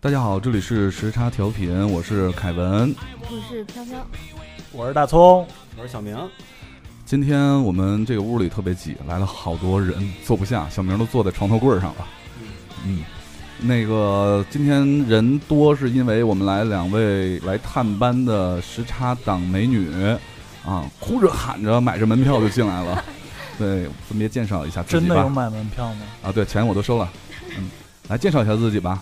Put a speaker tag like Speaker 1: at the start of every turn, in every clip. Speaker 1: 大家好，这里是时差调频，我是凯文。
Speaker 2: 我是飘飘，
Speaker 3: 我是大葱，
Speaker 4: 我是小明，
Speaker 1: 今天我们这个屋里特别挤，来了好多人，坐不下，小明都坐在床头柜上了。嗯，那个今天人多是因为我们来两位来探班的时差党美女，啊，哭着喊着买着门票就进来了。对，分别介绍一下自
Speaker 3: 真
Speaker 1: 己
Speaker 3: 的有
Speaker 1: 吧。
Speaker 3: 买门票吗？
Speaker 1: 啊，对，钱我都收了。嗯，来介绍一下自己吧。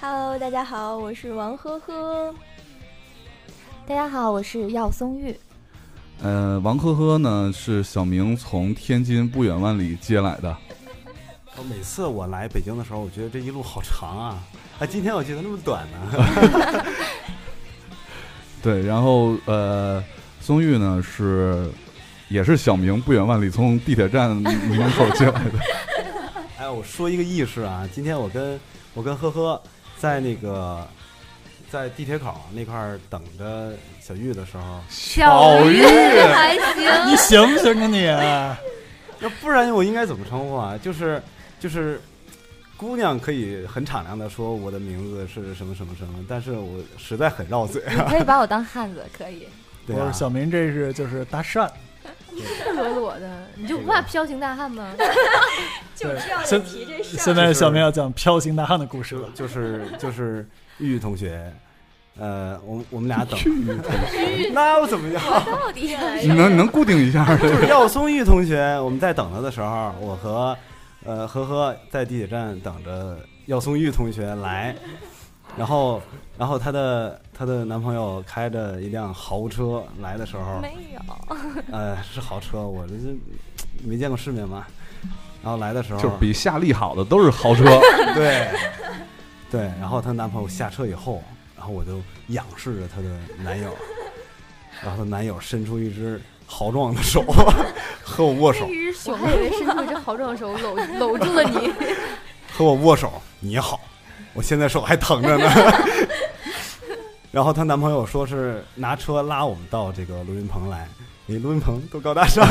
Speaker 2: Hello，大家好，我是王呵呵。大家好，我是耀松玉。
Speaker 1: 呃，王呵呵呢是小明从天津不远万里接来的。
Speaker 4: 我哦每次我来北京的时候，我觉得这一路好长啊！啊，今天我记得那么短呢、
Speaker 1: 对，然后呃，松玉呢是也是小明不远万里从地铁站门口接来 的。
Speaker 4: 哎，我说一个轶事啊，今天我跟我跟呵呵在那个在地铁口那块儿等着小玉的时候，
Speaker 3: 小玉
Speaker 2: 还
Speaker 3: 你
Speaker 2: 行，
Speaker 3: 行不行啊你？
Speaker 4: 那不然我应该怎么称呼啊？就是就是，姑娘可以很敞亮的说我的名字是什么什么什么，但是我实在很绕嘴。啊
Speaker 5: 你可 以把我当汉子，可以
Speaker 4: 对
Speaker 3: 我
Speaker 4: 啊
Speaker 3: 说，小明这是就是搭讪，
Speaker 5: 裸裸的，你就不怕彪形大汉吗？
Speaker 3: 对，
Speaker 2: 就
Speaker 3: 现
Speaker 2: 提这事儿。
Speaker 3: 现在小明要讲彪形大汉的故事了。
Speaker 4: 就是就是玉玉同学，呃，我们我们俩等， 那又怎么样？
Speaker 5: 到底
Speaker 1: 你能你能固定一下儿这
Speaker 4: 就
Speaker 1: 个
Speaker 4: 是耀松玉同学，我们在等他的时候，我和呃呵呵在地铁站等着耀松玉同学来，然后然后她的她的男朋友开着一辆豪车来的时候，
Speaker 2: 没有，
Speaker 4: 呃是豪车，我这这没见过世面嘛，然后来的时候
Speaker 1: 就是比夏利好的都是豪车。
Speaker 4: 对对，然后她男朋友下车以后，然后我就仰视着她的男友，然后她男友伸出一只豪壮的手和我握手，
Speaker 2: 只
Speaker 5: 我还以为伸出一只豪壮手搂搂住了 你，
Speaker 4: 和我握手，你好，我现在手还疼着呢。 然后她男朋友说是拿车拉我们到这个录音棚来，你录音棚多高大上，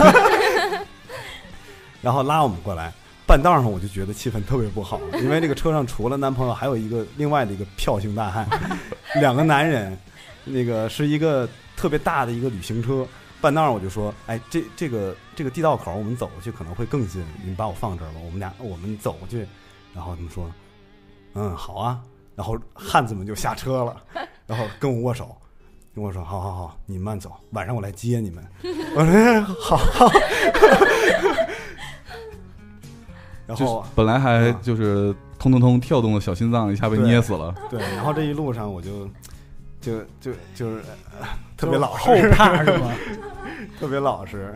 Speaker 4: 然后拉我们过来。半道上我就觉得气氛特别不好，因为这个车上除了男朋友，还有一个另外的一个票性大汉，两个男人，那个是一个特别大的一个旅行车。半道上我就说，哎，这这个这个地道口我们走过去可能会更近，你们把我放这儿吧，我们俩我们走过去。然后他们说，嗯，好啊。然后汉子们就下车了，然后跟我握手，跟我说，好好好，你慢走，晚上我来接你们。我说、哎、好好。 然
Speaker 1: 就
Speaker 4: 后
Speaker 1: 本来还
Speaker 4: 啊
Speaker 1: 就是通通通跳动的小心脏一下被
Speaker 4: 对
Speaker 1: 捏死了。
Speaker 4: 对，然后这一路上我就就就就是、呃特别老
Speaker 3: 后
Speaker 4: 实，
Speaker 3: 怕是吗？
Speaker 4: 特别老实。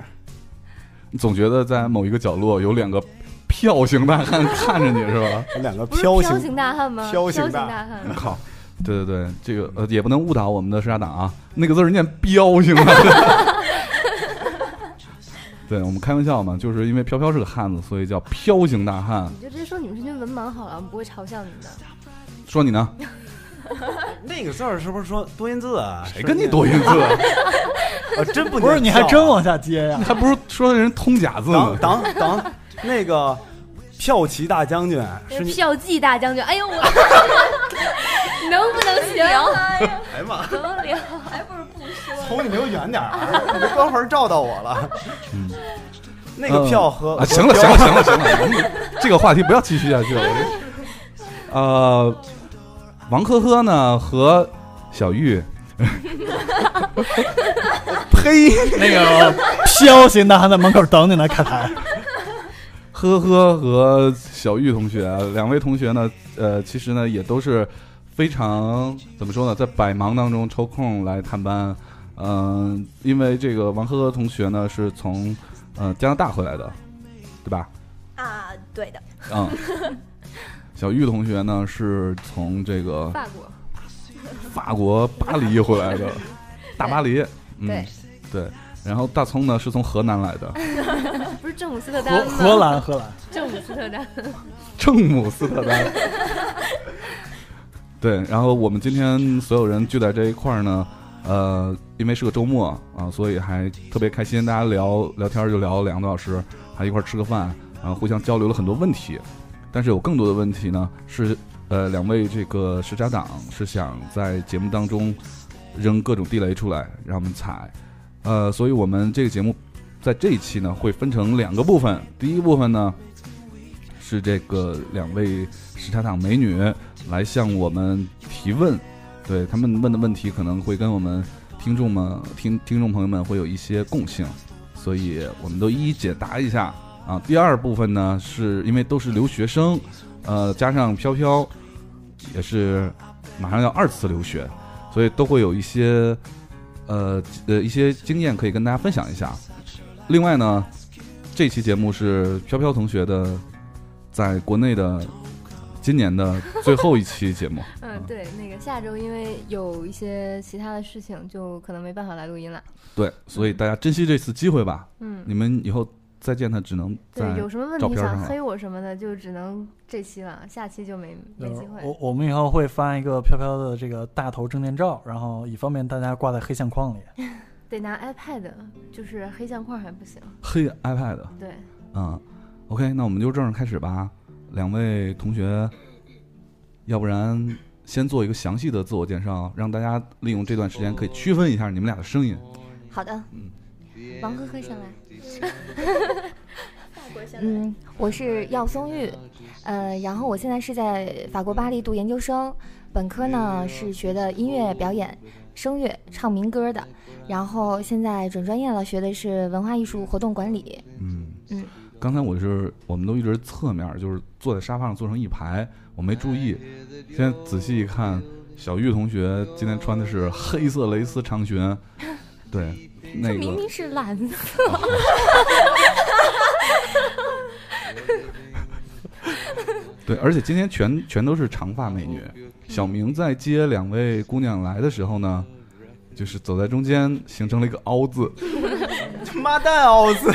Speaker 1: 总觉得在某一个角落有两个票型大汉 看着你是吧？
Speaker 4: 两个
Speaker 5: 不是
Speaker 4: 飘
Speaker 5: 彪形大汉吗？
Speaker 4: 彪
Speaker 5: 彪
Speaker 4: 形
Speaker 5: 形
Speaker 4: 大
Speaker 5: 大
Speaker 2: 嗯
Speaker 5: 汉，
Speaker 1: 靠！对对对，这个呃也不能误导我们的时差党啊，那个字儿念彪行吗？ 对我们开玩笑嘛，就是因为飘飘是个汉子，所以叫飘型大汉。
Speaker 5: 你就直接说你们是群文盲好了，我们不会嘲笑你 的。
Speaker 1: 说你呢？
Speaker 4: 那个字儿是不是说多音字啊？
Speaker 1: 谁跟你多音字？
Speaker 4: 啊？真不啊
Speaker 3: 不是，
Speaker 4: 能
Speaker 3: 你还
Speaker 4: 叫
Speaker 3: 真往下接呀
Speaker 1: 你？还不如 说人通假字
Speaker 4: 等
Speaker 1: 呢。
Speaker 4: 等等，那个骠骑大将军 是你，
Speaker 5: 票骑大将军，哎呦我， 能不能行？
Speaker 4: 哎呀妈，
Speaker 5: 能不能聊？
Speaker 4: 从你离我远点儿，啊 你的光环照到我了。
Speaker 1: 嗯
Speaker 4: 那个票和
Speaker 1: 啊，行了行了行了行了，行了这个话题不要继续下去了。我这呃，王呵呵呢和小玉
Speaker 4: 呸！
Speaker 3: 那个彪形大汉在门口等你呢，凯台。
Speaker 1: 呵呵和小玉同学，两位同学呢，呃，其实呢也都是非常怎么说呢，在百忙当中抽空来探班。嗯、因为这个王呵呵同学呢是从呃加拿大回来的，对吧？
Speaker 2: 啊，对的，
Speaker 1: 嗯， 小玉同学呢是从这个
Speaker 5: 法国，
Speaker 1: 法国巴黎回来的，大巴黎。嗯、
Speaker 5: 对
Speaker 1: 对。然后大葱呢是从河南来的，
Speaker 5: 不是正姆斯特
Speaker 3: 荷
Speaker 5: 丹吗？
Speaker 3: 荷兰荷兰，
Speaker 5: 正姆斯 特丹，
Speaker 1: 圣母斯特丹。对，然后我们今天所有人聚在这一块儿呢，呃，因为是个周末啊，所以还特别开心，大家聊聊天儿就聊两个多小时，还一块儿吃个饭，然后互相交流了很多问题。但是有更多的问题呢，是呃，两位这个时差党是想在节目当中扔各种地雷出来，让我们踩。呃，所以我们这个节目在这一期呢会分成两个部分，第一部分呢是这个两位时差党美女来向我们提问，对他们问的问题可能会跟我们听众们听听众朋友们会有一些共性，所以我们都一一解答一下啊。第二部分呢是因为都是留学生，呃，加上飘飘也是马上要二次留学，所以都会有一些呃呃一些经验可以跟大家分享一下。另外呢，这期节目是飘飘同学的在国内的今年的最后一期节 目。
Speaker 5: 嗯，对，那个下周因为有一些其他的事情，就可能没办法来录音了。
Speaker 1: 对，所以大家珍惜这次机会吧。
Speaker 5: 嗯，
Speaker 1: 你们以后再见他，只能
Speaker 5: 对，
Speaker 1: 在
Speaker 5: 有什么问
Speaker 1: 照
Speaker 5: 题
Speaker 1: 片
Speaker 5: 想
Speaker 1: 上
Speaker 5: 黑我什么的，就只能这期了，下期就没没机会。
Speaker 3: 我我们以后会发一个飘飘的这个大头证件照，然后以方便大家挂在黑相框里。
Speaker 5: 得拿 iPad，就是黑相框还不行。
Speaker 1: 黑 iPad。
Speaker 5: 对，
Speaker 1: 嗯，OK，那我们就正式开始吧。两位同学，要不然先做一个详细的自我介绍，让大家利用这段时间可以区分一下你们俩的声音。
Speaker 2: 好的，
Speaker 1: 嗯
Speaker 2: 王呵呵上来。嗯，我是耀松玉，呃，然后我现在是在法国巴黎读研究生，本科呢是学的音乐表演、声乐、唱民歌的，然后现在转专业了，学的是文化艺术活动管理。
Speaker 1: 嗯
Speaker 2: 嗯
Speaker 1: 刚才我是我们都一直侧面，就是坐在沙发上坐成一排，我没注意。现在仔细一看，小玉同学今天穿的是黑色蕾丝长裙，对，那个
Speaker 2: 明明是蓝色，
Speaker 1: 对，而且今天全全都是长发美女。小明在接两位姑娘来的时候呢，就是走在中间形成了一个凹字，
Speaker 4: 妈蛋啊凹 子，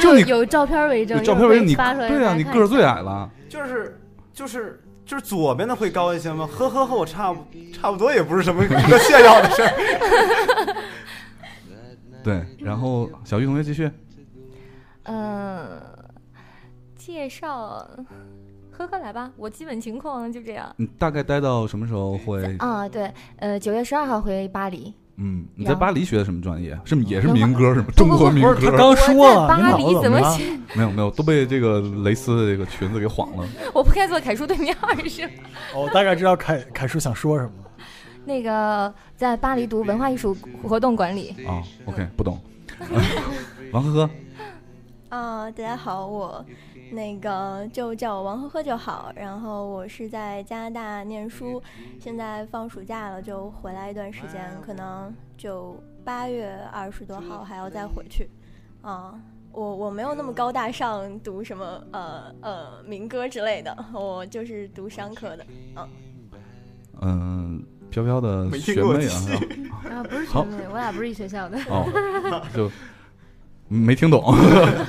Speaker 1: 就你
Speaker 5: 有照片为
Speaker 1: 就
Speaker 5: 证，
Speaker 1: 照片为
Speaker 5: 一会儿可以
Speaker 1: 你
Speaker 5: 发出来，
Speaker 1: 对啊，你个儿最矮了，
Speaker 4: 就是就是就是左边的会高一些吗？呵呵和我差不差不多，也不是什么可炫耀的事儿。
Speaker 1: 对。然后小玉同学继续，
Speaker 2: 嗯，介绍，呵呵来吧，我基本情况就这样。
Speaker 1: 你大概待到什么时候会？
Speaker 2: 啊，对，呃，九月十二号回巴黎。
Speaker 1: 嗯，你在
Speaker 2: 然后
Speaker 1: 巴黎学的什么专业？啊是不是也是民歌是吗？中国民
Speaker 3: 不是
Speaker 1: 歌？嗯
Speaker 3: 他
Speaker 1: 啊
Speaker 3: 刚说
Speaker 2: 我
Speaker 3: 了，
Speaker 2: 在
Speaker 3: 你
Speaker 2: 巴
Speaker 3: 脑
Speaker 2: 黎
Speaker 3: 子怎么
Speaker 2: 怎么
Speaker 3: 了？
Speaker 1: 没有没有，都被这个蕾丝的这个裙子给晃了。
Speaker 2: 我不该坐凯叔对面儿是吧
Speaker 3: 哦我大概知道凯凯叔想说什么。
Speaker 2: 那个在巴黎读文化艺术活动管理。
Speaker 1: 啊、o k 不 懂。 王呵呵，
Speaker 6: 啊、大家好，我那个就叫我王呵呵就好。然后我是在加拿大念书，现在放暑假了，就回来一段时间，可能就八月二十多号还要再回去。啊、我我没有那么高大上，读什么呃呃民歌之类的，我就是读商科的。啊
Speaker 1: 嗯、飘飘的
Speaker 4: 没
Speaker 1: 学
Speaker 4: 听过
Speaker 1: 妹啊，
Speaker 4: 气
Speaker 1: 是吧
Speaker 5: 啊，不是学
Speaker 1: 好
Speaker 5: 妹，我俩不是一学校的，
Speaker 1: 哦， 就没听懂， 哦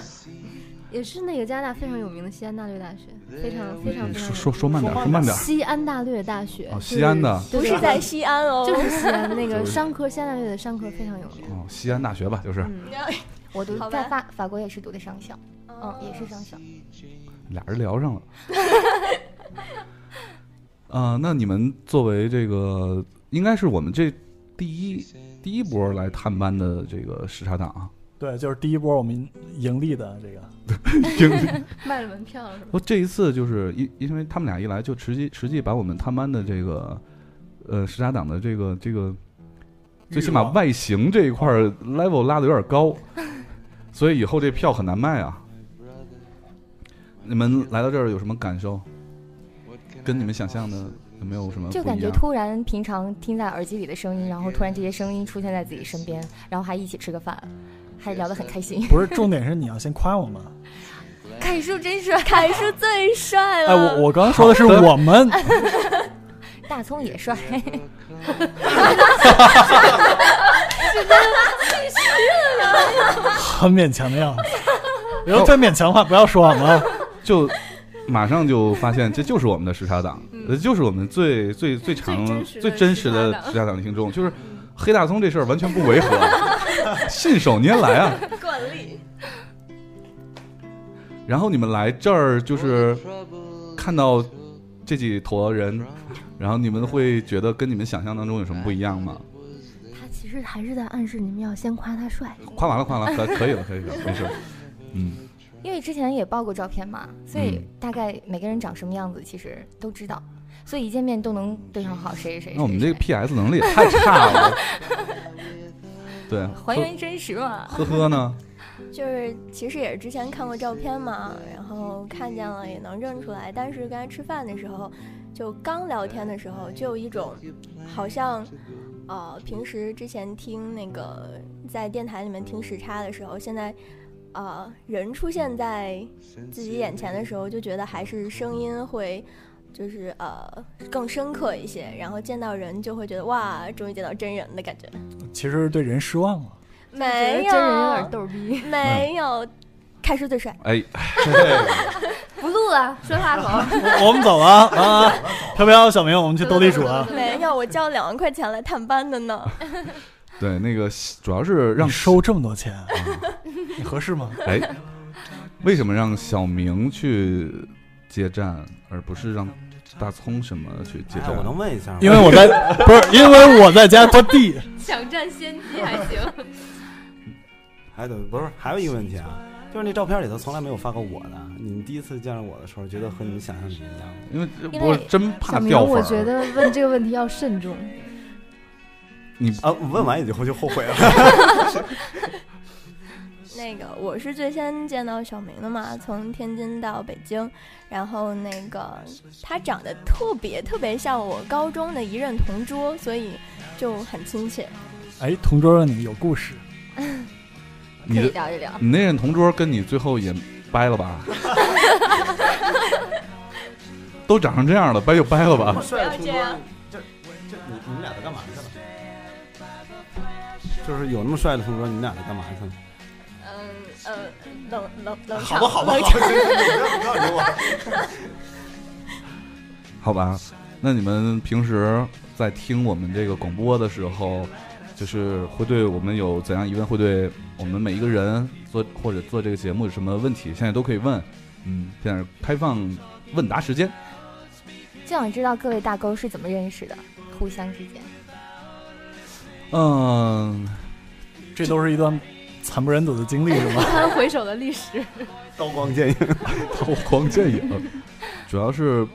Speaker 5: 也是那个加拿大非常有名的西安大略大学，非常非常非常有名
Speaker 1: 说说说慢点，说慢点。
Speaker 5: 西安大略大学，
Speaker 1: 哦，
Speaker 5: 就是
Speaker 1: 西安的，
Speaker 6: 不是在西安哦，
Speaker 5: 就是西安那个
Speaker 1: 就是
Speaker 5: 商科，西安大略的商科非常有 名。
Speaker 1: 哦，西安大学吧，就是
Speaker 5: 嗯，
Speaker 2: 我读
Speaker 6: 好吧
Speaker 2: 在法法国也是读的商校，嗯，也是商校。嗯
Speaker 1: 俩人聊上了。 啊、那你们作为这个，应该是我们这第一第一波来探班的这个时差党啊。
Speaker 3: 对，就是第一波我们盈利的这个，
Speaker 5: 卖了门票是吧？
Speaker 1: 不，这一次就是因因为他们俩一来，就实际实际把我们探班的这个呃时差党的这个这个，最起码外形这一块儿 level 拉的有点 高，所以以后这票很难卖啊。你们来到这儿有什么感受？跟你们想象的有没有什么不
Speaker 2: 就感
Speaker 1: 一
Speaker 2: 觉
Speaker 1: 样？
Speaker 2: 突然平常听在耳机里的声音，然后突然这些声音出现在自己身边，然后还一起吃个饭，还聊得很开心。
Speaker 3: 不是重点是你要先夸我们。
Speaker 2: 凯叔真帅， 凯叔最帅
Speaker 3: 哎，我我刚刚说的是我们，
Speaker 2: 大葱也 帅，
Speaker 3: 很勉强的样子。然后再勉强的话，不要说我们啊。
Speaker 1: 就马上就发现这就是我们的时差党，呃，就是我们最最最长
Speaker 5: 真实的
Speaker 1: 最真实的
Speaker 5: 时差党
Speaker 1: 时差党的听众，就是黑大葱这事儿完全不违和， 信手拈来啊。
Speaker 6: 惯例。
Speaker 1: 然后你们来这儿就是看到这几坨人，然后你们会觉得跟你们想象当中有什么不一样吗？
Speaker 5: 他其实还是在暗示你们要先夸他帅。
Speaker 1: 夸完了，夸完了，可可以了，可以了，没事。嗯，
Speaker 2: 因为之前也爆过照片嘛，所以
Speaker 1: 嗯
Speaker 2: 大概每个人长什么样子其实都知道，所以一见面都能对上号谁谁谁谁。
Speaker 1: 那我们这个 PS 能力也太差了。 对，
Speaker 2: 还原真实嘛，
Speaker 1: 呵呵呢，
Speaker 6: 就是其实也是之前看过照片嘛，然后看见了也能认出来，但是刚才吃饭的时候，就刚聊天的时候，就有一种好像，呃，平时之前听那个在电台里面听时差的时候，现在。呃，人出现在自己眼前的时候，就觉得还是声音会，就是呃更深刻一些，然后见到人就会觉得哇，终于见到真人的感觉。
Speaker 3: 其实对人失望了。
Speaker 6: 没有，
Speaker 5: 真人有点逗逼。
Speaker 6: 没有，开始最帅。
Speaker 1: 哎，
Speaker 5: 不录了，说话口。
Speaker 3: 我们走了啊！飘飘、小明，我们去斗地主啊！
Speaker 6: 没有，我交两万块钱来探班的呢。
Speaker 1: 对，那个主要是让
Speaker 3: 你收这么多钱，啊你合适吗？
Speaker 1: 哎，为什么让小明去接站，而不是让大葱什么去接啊
Speaker 4: 哎
Speaker 1: 站？，
Speaker 4: 我能问一下吗？
Speaker 3: 因为我 在不是因为我在家拖地，
Speaker 5: 抢占先机还行。
Speaker 4: 哎，对，不是，还有一个问题啊，就是那照片里头从来没有发过我的。你们第一次见着我的时候，觉得和你们想象的一样吗？
Speaker 1: 因为这
Speaker 2: 因为
Speaker 1: 我真怕
Speaker 5: 小明，
Speaker 1: 掉粉儿。
Speaker 5: 我觉得问这个问题要慎 重。
Speaker 1: 你
Speaker 4: 啊，问完以后就后悔 了。
Speaker 6: 那个，我是最先见到小明的嘛，从天津到北京，然后那个他长得特别特别像我高中的一任同桌，所以就很亲切。
Speaker 3: 哎，同桌问你有故事，
Speaker 2: 可
Speaker 1: 你
Speaker 2: 以
Speaker 1: 的
Speaker 2: 聊一聊。
Speaker 1: 你那任同桌跟你最后也掰了吧？都长成这样了，掰就掰了吧。
Speaker 4: 帅的
Speaker 6: 不要这样
Speaker 4: 这这你你们俩在干嘛去了？就是有那么帅的同桌，你们俩在干嘛去了？
Speaker 6: 嗯呃，冷冷冷
Speaker 4: 好
Speaker 6: 场，
Speaker 4: 吧，好吧，
Speaker 6: 冷
Speaker 4: 好吧，行行行不要理我。
Speaker 1: 好吧，那你们平时在听我们这个广播的时候，就是会对我们有怎样疑问？会对我们每一个人做或者做这个节目有什么问题？现在都可以问，嗯，现在是开放问答时间。
Speaker 2: 就想知道各位大沟是怎么认识的，互相之间。
Speaker 1: 嗯，
Speaker 3: 这都是一段惨不忍睹的经历是吗？
Speaker 5: 翻回首的历史，
Speaker 4: 刀光剑影，
Speaker 1: 刀光剑影，主要是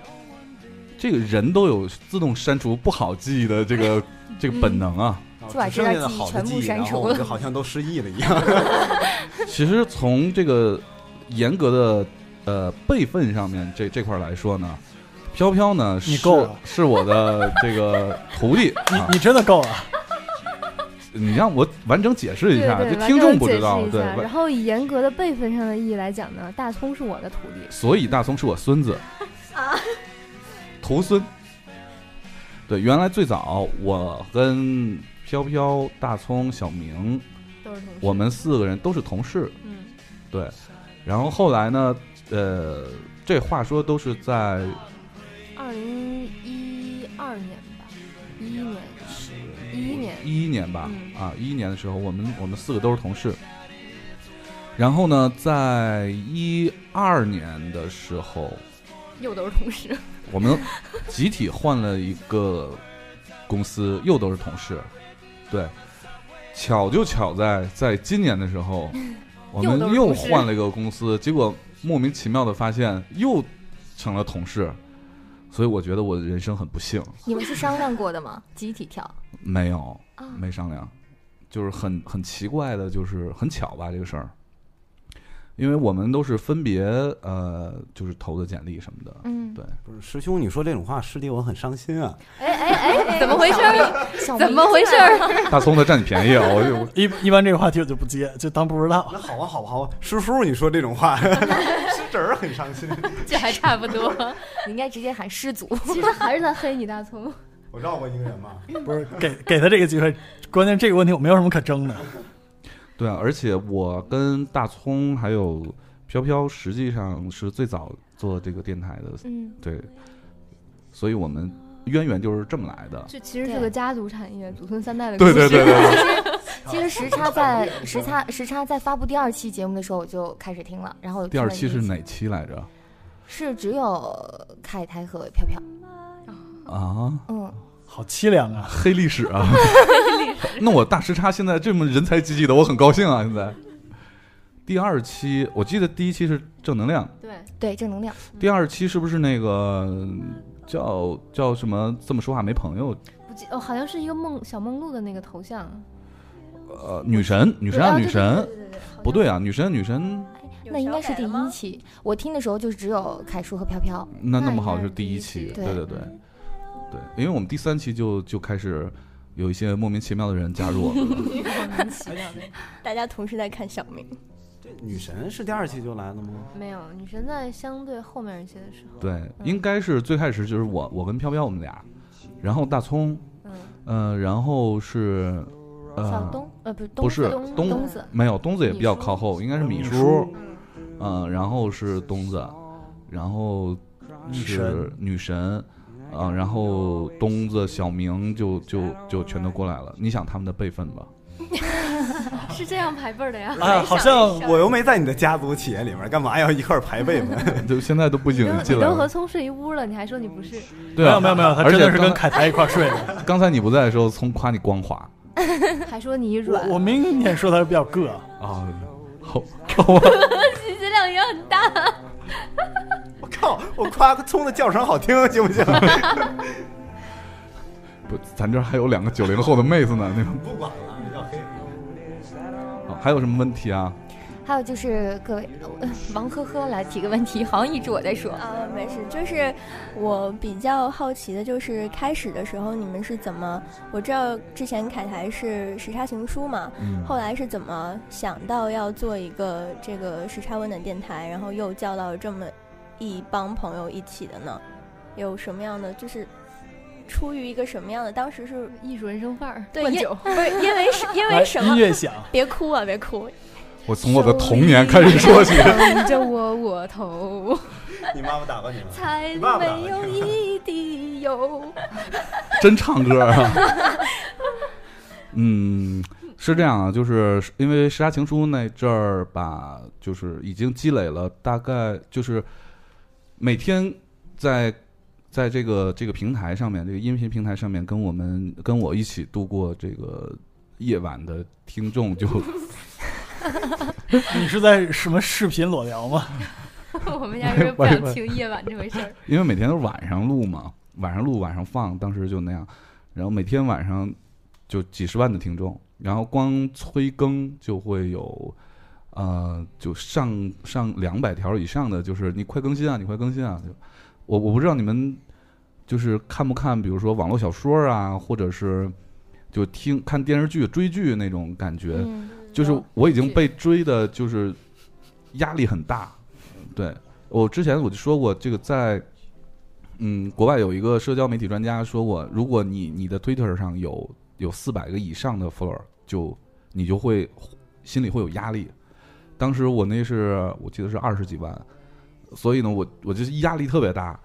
Speaker 1: 这个人都有自动删除不好记忆的这个这个本能啊。
Speaker 2: 就把
Speaker 4: 只剩下的好的记忆，
Speaker 2: 这段记忆全部删
Speaker 4: 然
Speaker 2: 除
Speaker 4: 后
Speaker 2: 了
Speaker 4: 我就好像都失忆了一样。
Speaker 1: 其实从这个严格的呃辈分上面这这块儿来说呢，飘飘呢是
Speaker 3: 你够了
Speaker 1: 是我的这个徒弟啊
Speaker 3: 你，你真的够了，
Speaker 1: 你让我完整解释一下，
Speaker 5: 对对，
Speaker 1: 这
Speaker 5: 完
Speaker 1: 听
Speaker 5: 整
Speaker 1: 众不
Speaker 5: 解
Speaker 1: 知道
Speaker 5: 释一，
Speaker 1: 对，
Speaker 5: 下然
Speaker 1: 完
Speaker 5: 后以严格的辈分上的意义来讲呢，大葱是我的徒弟。
Speaker 1: 所以大葱是我孙子
Speaker 6: 啊，
Speaker 1: 徒孙。对，原来最早我跟飘飘、大葱、小明，
Speaker 5: 都是同事。
Speaker 1: 我们四个人都是同事，
Speaker 5: 嗯，
Speaker 1: 对，然后后来呢，呃，这话说都是在
Speaker 5: 二零一二年吧，一一年，一一年，
Speaker 1: 一一年吧，
Speaker 5: 嗯
Speaker 1: 啊，一一年的时候，我们我们四个都是同事。然后呢，在一二年的时候，
Speaker 5: 又都是同 事。
Speaker 1: 我们集体换了一个公司，又都是同事。对，巧就巧在在今年的时 候，我
Speaker 5: 嗯又都
Speaker 1: 们
Speaker 5: 是
Speaker 1: 又
Speaker 5: 同事
Speaker 1: 换了一个公司，结果莫名其妙的发现又成了同事，所以我觉得我的人生很不幸。
Speaker 2: 你们是商量过的吗？集体跳
Speaker 1: 没有，
Speaker 2: 啊？
Speaker 1: 没商量，就是很很奇怪的，就是很巧吧这个事儿，因为我们都是分别呃，就是投的简历什么的，
Speaker 2: 嗯，
Speaker 1: 对，
Speaker 4: 不是师兄，你说这种话，师弟我很伤心啊。
Speaker 2: 哎哎哎，
Speaker 5: 怎么回事儿？
Speaker 2: 小明？
Speaker 5: 怎么回事
Speaker 2: 儿？
Speaker 5: 儿？
Speaker 1: 大葱的占 你便宜啊，我就我
Speaker 3: 一一般这个话题我就不接，就当不知道。
Speaker 4: 那好啊，好啊，好啊，师叔，你说这种话，师侄儿很伤心。
Speaker 5: 这还差不多。
Speaker 2: 你应该直接喊失足。
Speaker 5: 其实还是在黑你大葱。
Speaker 4: 我绕过一个人吗？
Speaker 3: 不是给给他这个机会，关键这个问题我没有什么可争的。
Speaker 1: 对啊，而且我跟大葱还有飘飘，实际上是最早做这个电台的，
Speaker 2: 嗯，
Speaker 1: 对，所以我们渊源就是这么来的。
Speaker 5: 这其实是个家族产业，祖孙三代的故
Speaker 1: 对
Speaker 5: 事。
Speaker 1: 对对对对，
Speaker 2: 其实时差在时差时差在发布第二期节目的时候我就开始听了，然后
Speaker 1: 第二期是
Speaker 2: 听了一
Speaker 1: 哪期来着？
Speaker 2: 是只有凯台和飘飘。
Speaker 1: 啊，
Speaker 2: 嗯，
Speaker 3: 好凄凉啊！
Speaker 1: 黑历史 啊！ 那我大时差现在这么人才济济的，我很高兴啊！现在第二期，我记得第一期是正能量，
Speaker 5: 对，
Speaker 2: 对，正能量。
Speaker 1: 第二期是不是那个嗯叫叫什么？这么说话没朋友？
Speaker 5: 不记哦，好像是一个梦小梦露的那个头像，
Speaker 1: 呃，女神，女神啊，
Speaker 5: 啊
Speaker 1: 女神，，不对
Speaker 5: 啊，
Speaker 1: 啊，女神，女神，
Speaker 2: 那应该是第一期，我听的时候就只有凯叔和飘飘。
Speaker 1: 那那
Speaker 5: 那
Speaker 1: 么
Speaker 5: 应
Speaker 1: 好就
Speaker 5: 该
Speaker 1: 是是
Speaker 5: 第
Speaker 1: 第一
Speaker 5: 一
Speaker 1: 期，
Speaker 5: 期
Speaker 1: 对
Speaker 2: 对
Speaker 1: 对对对，因为我们第三期就就开始有一些莫名其妙的人加入我 们了
Speaker 5: 莫名其妙的，
Speaker 6: 大家同时在看小明，
Speaker 4: 这 女神是第二期就来了吗？
Speaker 5: 没有女神在相对后面一些的时候，嗯
Speaker 1: 对，应该是最开始就是我我跟飘飘我们俩，然后大葱，
Speaker 5: 嗯，
Speaker 1: 呃，然后是
Speaker 2: 小
Speaker 1: 呃
Speaker 2: 东，呃，不是东，
Speaker 1: 不是
Speaker 5: 东
Speaker 1: 东
Speaker 2: 东子，
Speaker 1: 没有东子也比较
Speaker 5: 米叔
Speaker 1: 靠后，应该是米
Speaker 4: 米
Speaker 1: 叔
Speaker 4: 叔，
Speaker 1: 嗯、然后是东子，然后
Speaker 3: 女
Speaker 1: 是
Speaker 3: 神
Speaker 1: 女神。啊，然后东子、小明就就就全都过来了。你想他们的辈分吧？
Speaker 5: 是这样排辈儿的呀，
Speaker 3: 啊，好像
Speaker 4: 我又没在你的家族企业里边，干嘛要一块儿排辈 分？
Speaker 1: 就现在都不仅
Speaker 5: 你都
Speaker 1: 进
Speaker 5: 你
Speaker 1: 来
Speaker 5: 都和
Speaker 1: 了，
Speaker 5: 聪睡一屋了，你还说你不是？
Speaker 1: 对啊，
Speaker 3: 没有没有没有，他
Speaker 1: 而且
Speaker 3: 真的是
Speaker 1: 刚
Speaker 3: 跟凯台一块儿睡的。
Speaker 1: 刚才你不在的时候，从夸你光滑
Speaker 5: 还说你软，
Speaker 3: 我我 明显说他是比较个，
Speaker 1: 啊，好，好吧，
Speaker 5: 信息量也很大。
Speaker 4: 我靠！我夸葱的叫声好听，行不行？
Speaker 1: 不，咱这儿还有两个九零后的妹子呢，那种。
Speaker 4: 不管了，要黑。
Speaker 1: 好还有什么问题啊？
Speaker 2: 还有就是各位呃 王呵呵来提个问题，好像一直我在说。
Speaker 6: 啊，没事，就是我比较好奇的，就是开始的时候你们是怎么？我知道之前凯台是时差情书嘛，
Speaker 1: 嗯，
Speaker 6: 后来是怎么想到要做一个这个时差温暖电台，然后又叫到这么一帮朋友一起的呢？有什么样的就是出于一个什么样的？当时是
Speaker 5: 艺术人生范儿，
Speaker 6: 对
Speaker 5: 灌
Speaker 6: 因
Speaker 5: 酒，
Speaker 6: 不是因为是 因
Speaker 3: 来
Speaker 6: 为什
Speaker 3: 音
Speaker 6: 么？
Speaker 3: 乐 响，
Speaker 6: 别哭啊，别哭！
Speaker 1: 我从我的童年开始说起。
Speaker 5: 疼着我我头，
Speaker 4: 你妈妈打过你吗？
Speaker 5: 才
Speaker 4: 你爸爸
Speaker 5: 没有一滴油。
Speaker 1: 真唱歌啊！ 嗯，是这样啊，就是因为《时差情书》那阵儿吧，就是已经积累了大概就是每天在在这个这个平台上面，这个音频平台上面跟我们跟我一起度过这个夜晚的听众就
Speaker 3: 你 是在什么视频裸聊吗？
Speaker 5: 我们家人不 想听夜晚这回事儿。
Speaker 1: 因为每天都是晚上录嘛，晚上录晚上放，当时就那样，然后每天晚上就几十万的听众，然后光催更就会有，呃，就上上两百条以上的，就是你快更新啊，你快更新啊，就我我不知道你们就是看不看，比如说网络小说啊，或者是就听看电视剧、追剧那种感觉，
Speaker 2: 嗯，
Speaker 1: 就是我已经
Speaker 5: 是
Speaker 1: 被追的，就是压力很大。
Speaker 2: 嗯
Speaker 1: 对我之前我就说过，这个在嗯国外有一个社交媒体专家说过，如果你你的 Twitter 上有有四百个以上的 follower，就你就会心里会有压力。当时我那是我记得是二十几万，所以呢，我我就是压力特别大。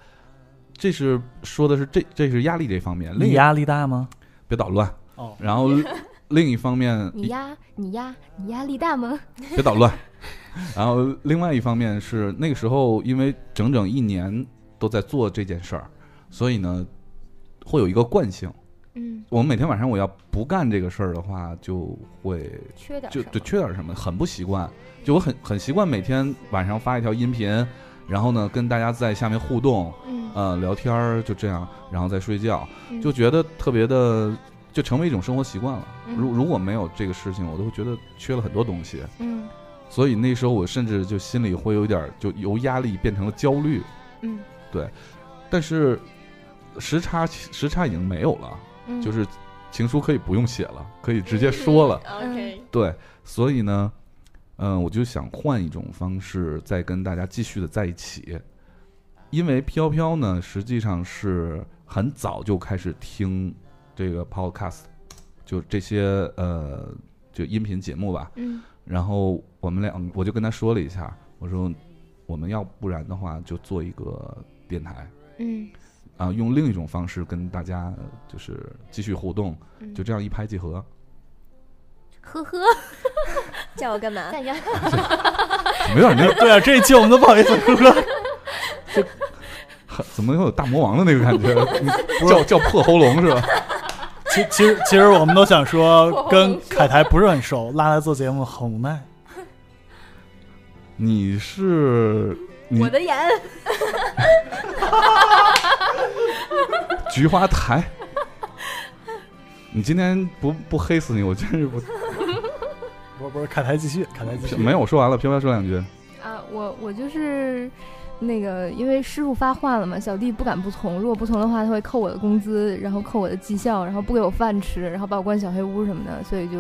Speaker 1: 这是说的是这这是压力这方面，另
Speaker 3: 你
Speaker 1: 一
Speaker 3: 压力大吗？
Speaker 1: 别捣乱。
Speaker 3: 哦，
Speaker 1: 然后另一方面，
Speaker 5: 你压你压你压力大吗？
Speaker 1: 别捣乱。然后另外一方面是那个时候，因为整整一年都在做这件事儿，所以呢，会有一个惯性。
Speaker 2: 嗯，
Speaker 1: 我们每天晚上我要不干这个事儿的话，就会
Speaker 2: 缺点
Speaker 1: 就
Speaker 2: 什么嗯
Speaker 1: 就缺点什么，很不习惯。就我很很习惯每天晚上发一条音频，然后呢跟大家在下面互动，
Speaker 2: 嗯
Speaker 1: 呃聊天儿就这样，然后再睡觉，
Speaker 2: 嗯
Speaker 1: 就觉得特别的，就成为一种生活习惯了。
Speaker 2: 嗯
Speaker 1: 如如果没有这个事情，我都会觉得缺了很多东西。
Speaker 2: 嗯
Speaker 1: 所以那时候我甚至就心里会有点儿就由压力变成了焦虑，
Speaker 2: 嗯
Speaker 1: 但是时差时差已经没有了，
Speaker 2: 嗯，
Speaker 1: 就是情书可以不用写了，可以直接说了。
Speaker 6: OK，
Speaker 1: 对，所以呢，嗯、我就想换一种方式再跟大家继续的在一起，因为飘飘呢实际上是很早就开始听这个 podcast，就这些呃就音频节目吧，
Speaker 2: 嗯
Speaker 1: 然后我们俩，我就跟他说了一下，我说我们要不然的话就做一个电台
Speaker 2: 嗯
Speaker 1: 啊，用另一种方式跟大家呃就是继续互动，
Speaker 2: 嗯，
Speaker 1: 就这样一拍即合。
Speaker 5: 呵 呵，
Speaker 6: 叫我干嘛？
Speaker 2: 大 家
Speaker 1: 怎么有点没有
Speaker 3: 对啊，这一期我们都不好意思呵呵。
Speaker 1: 怎么又有大魔王的那个感觉？
Speaker 4: 不
Speaker 1: 叫叫破喉咙是吧？
Speaker 3: 其其实其实我们都想
Speaker 2: 我
Speaker 3: 说，
Speaker 2: 好
Speaker 3: 跟
Speaker 2: 难受
Speaker 3: 凯台不是很熟，拉来做节目很无奈。
Speaker 1: 你是你
Speaker 5: 我的眼，
Speaker 1: 菊花台，你今天不不黑死你，我真是不
Speaker 3: 不是不是，凯台继续，凯台继续。
Speaker 1: 没有。我说完了，飘飘说两句。
Speaker 5: 啊，我我就是那个，因为师傅发话了嘛，小弟不敢不从。如果不从的话，他会扣我的工资，然后扣我的绩效，然后不给我饭吃，然后把我关小黑屋什么的，所以就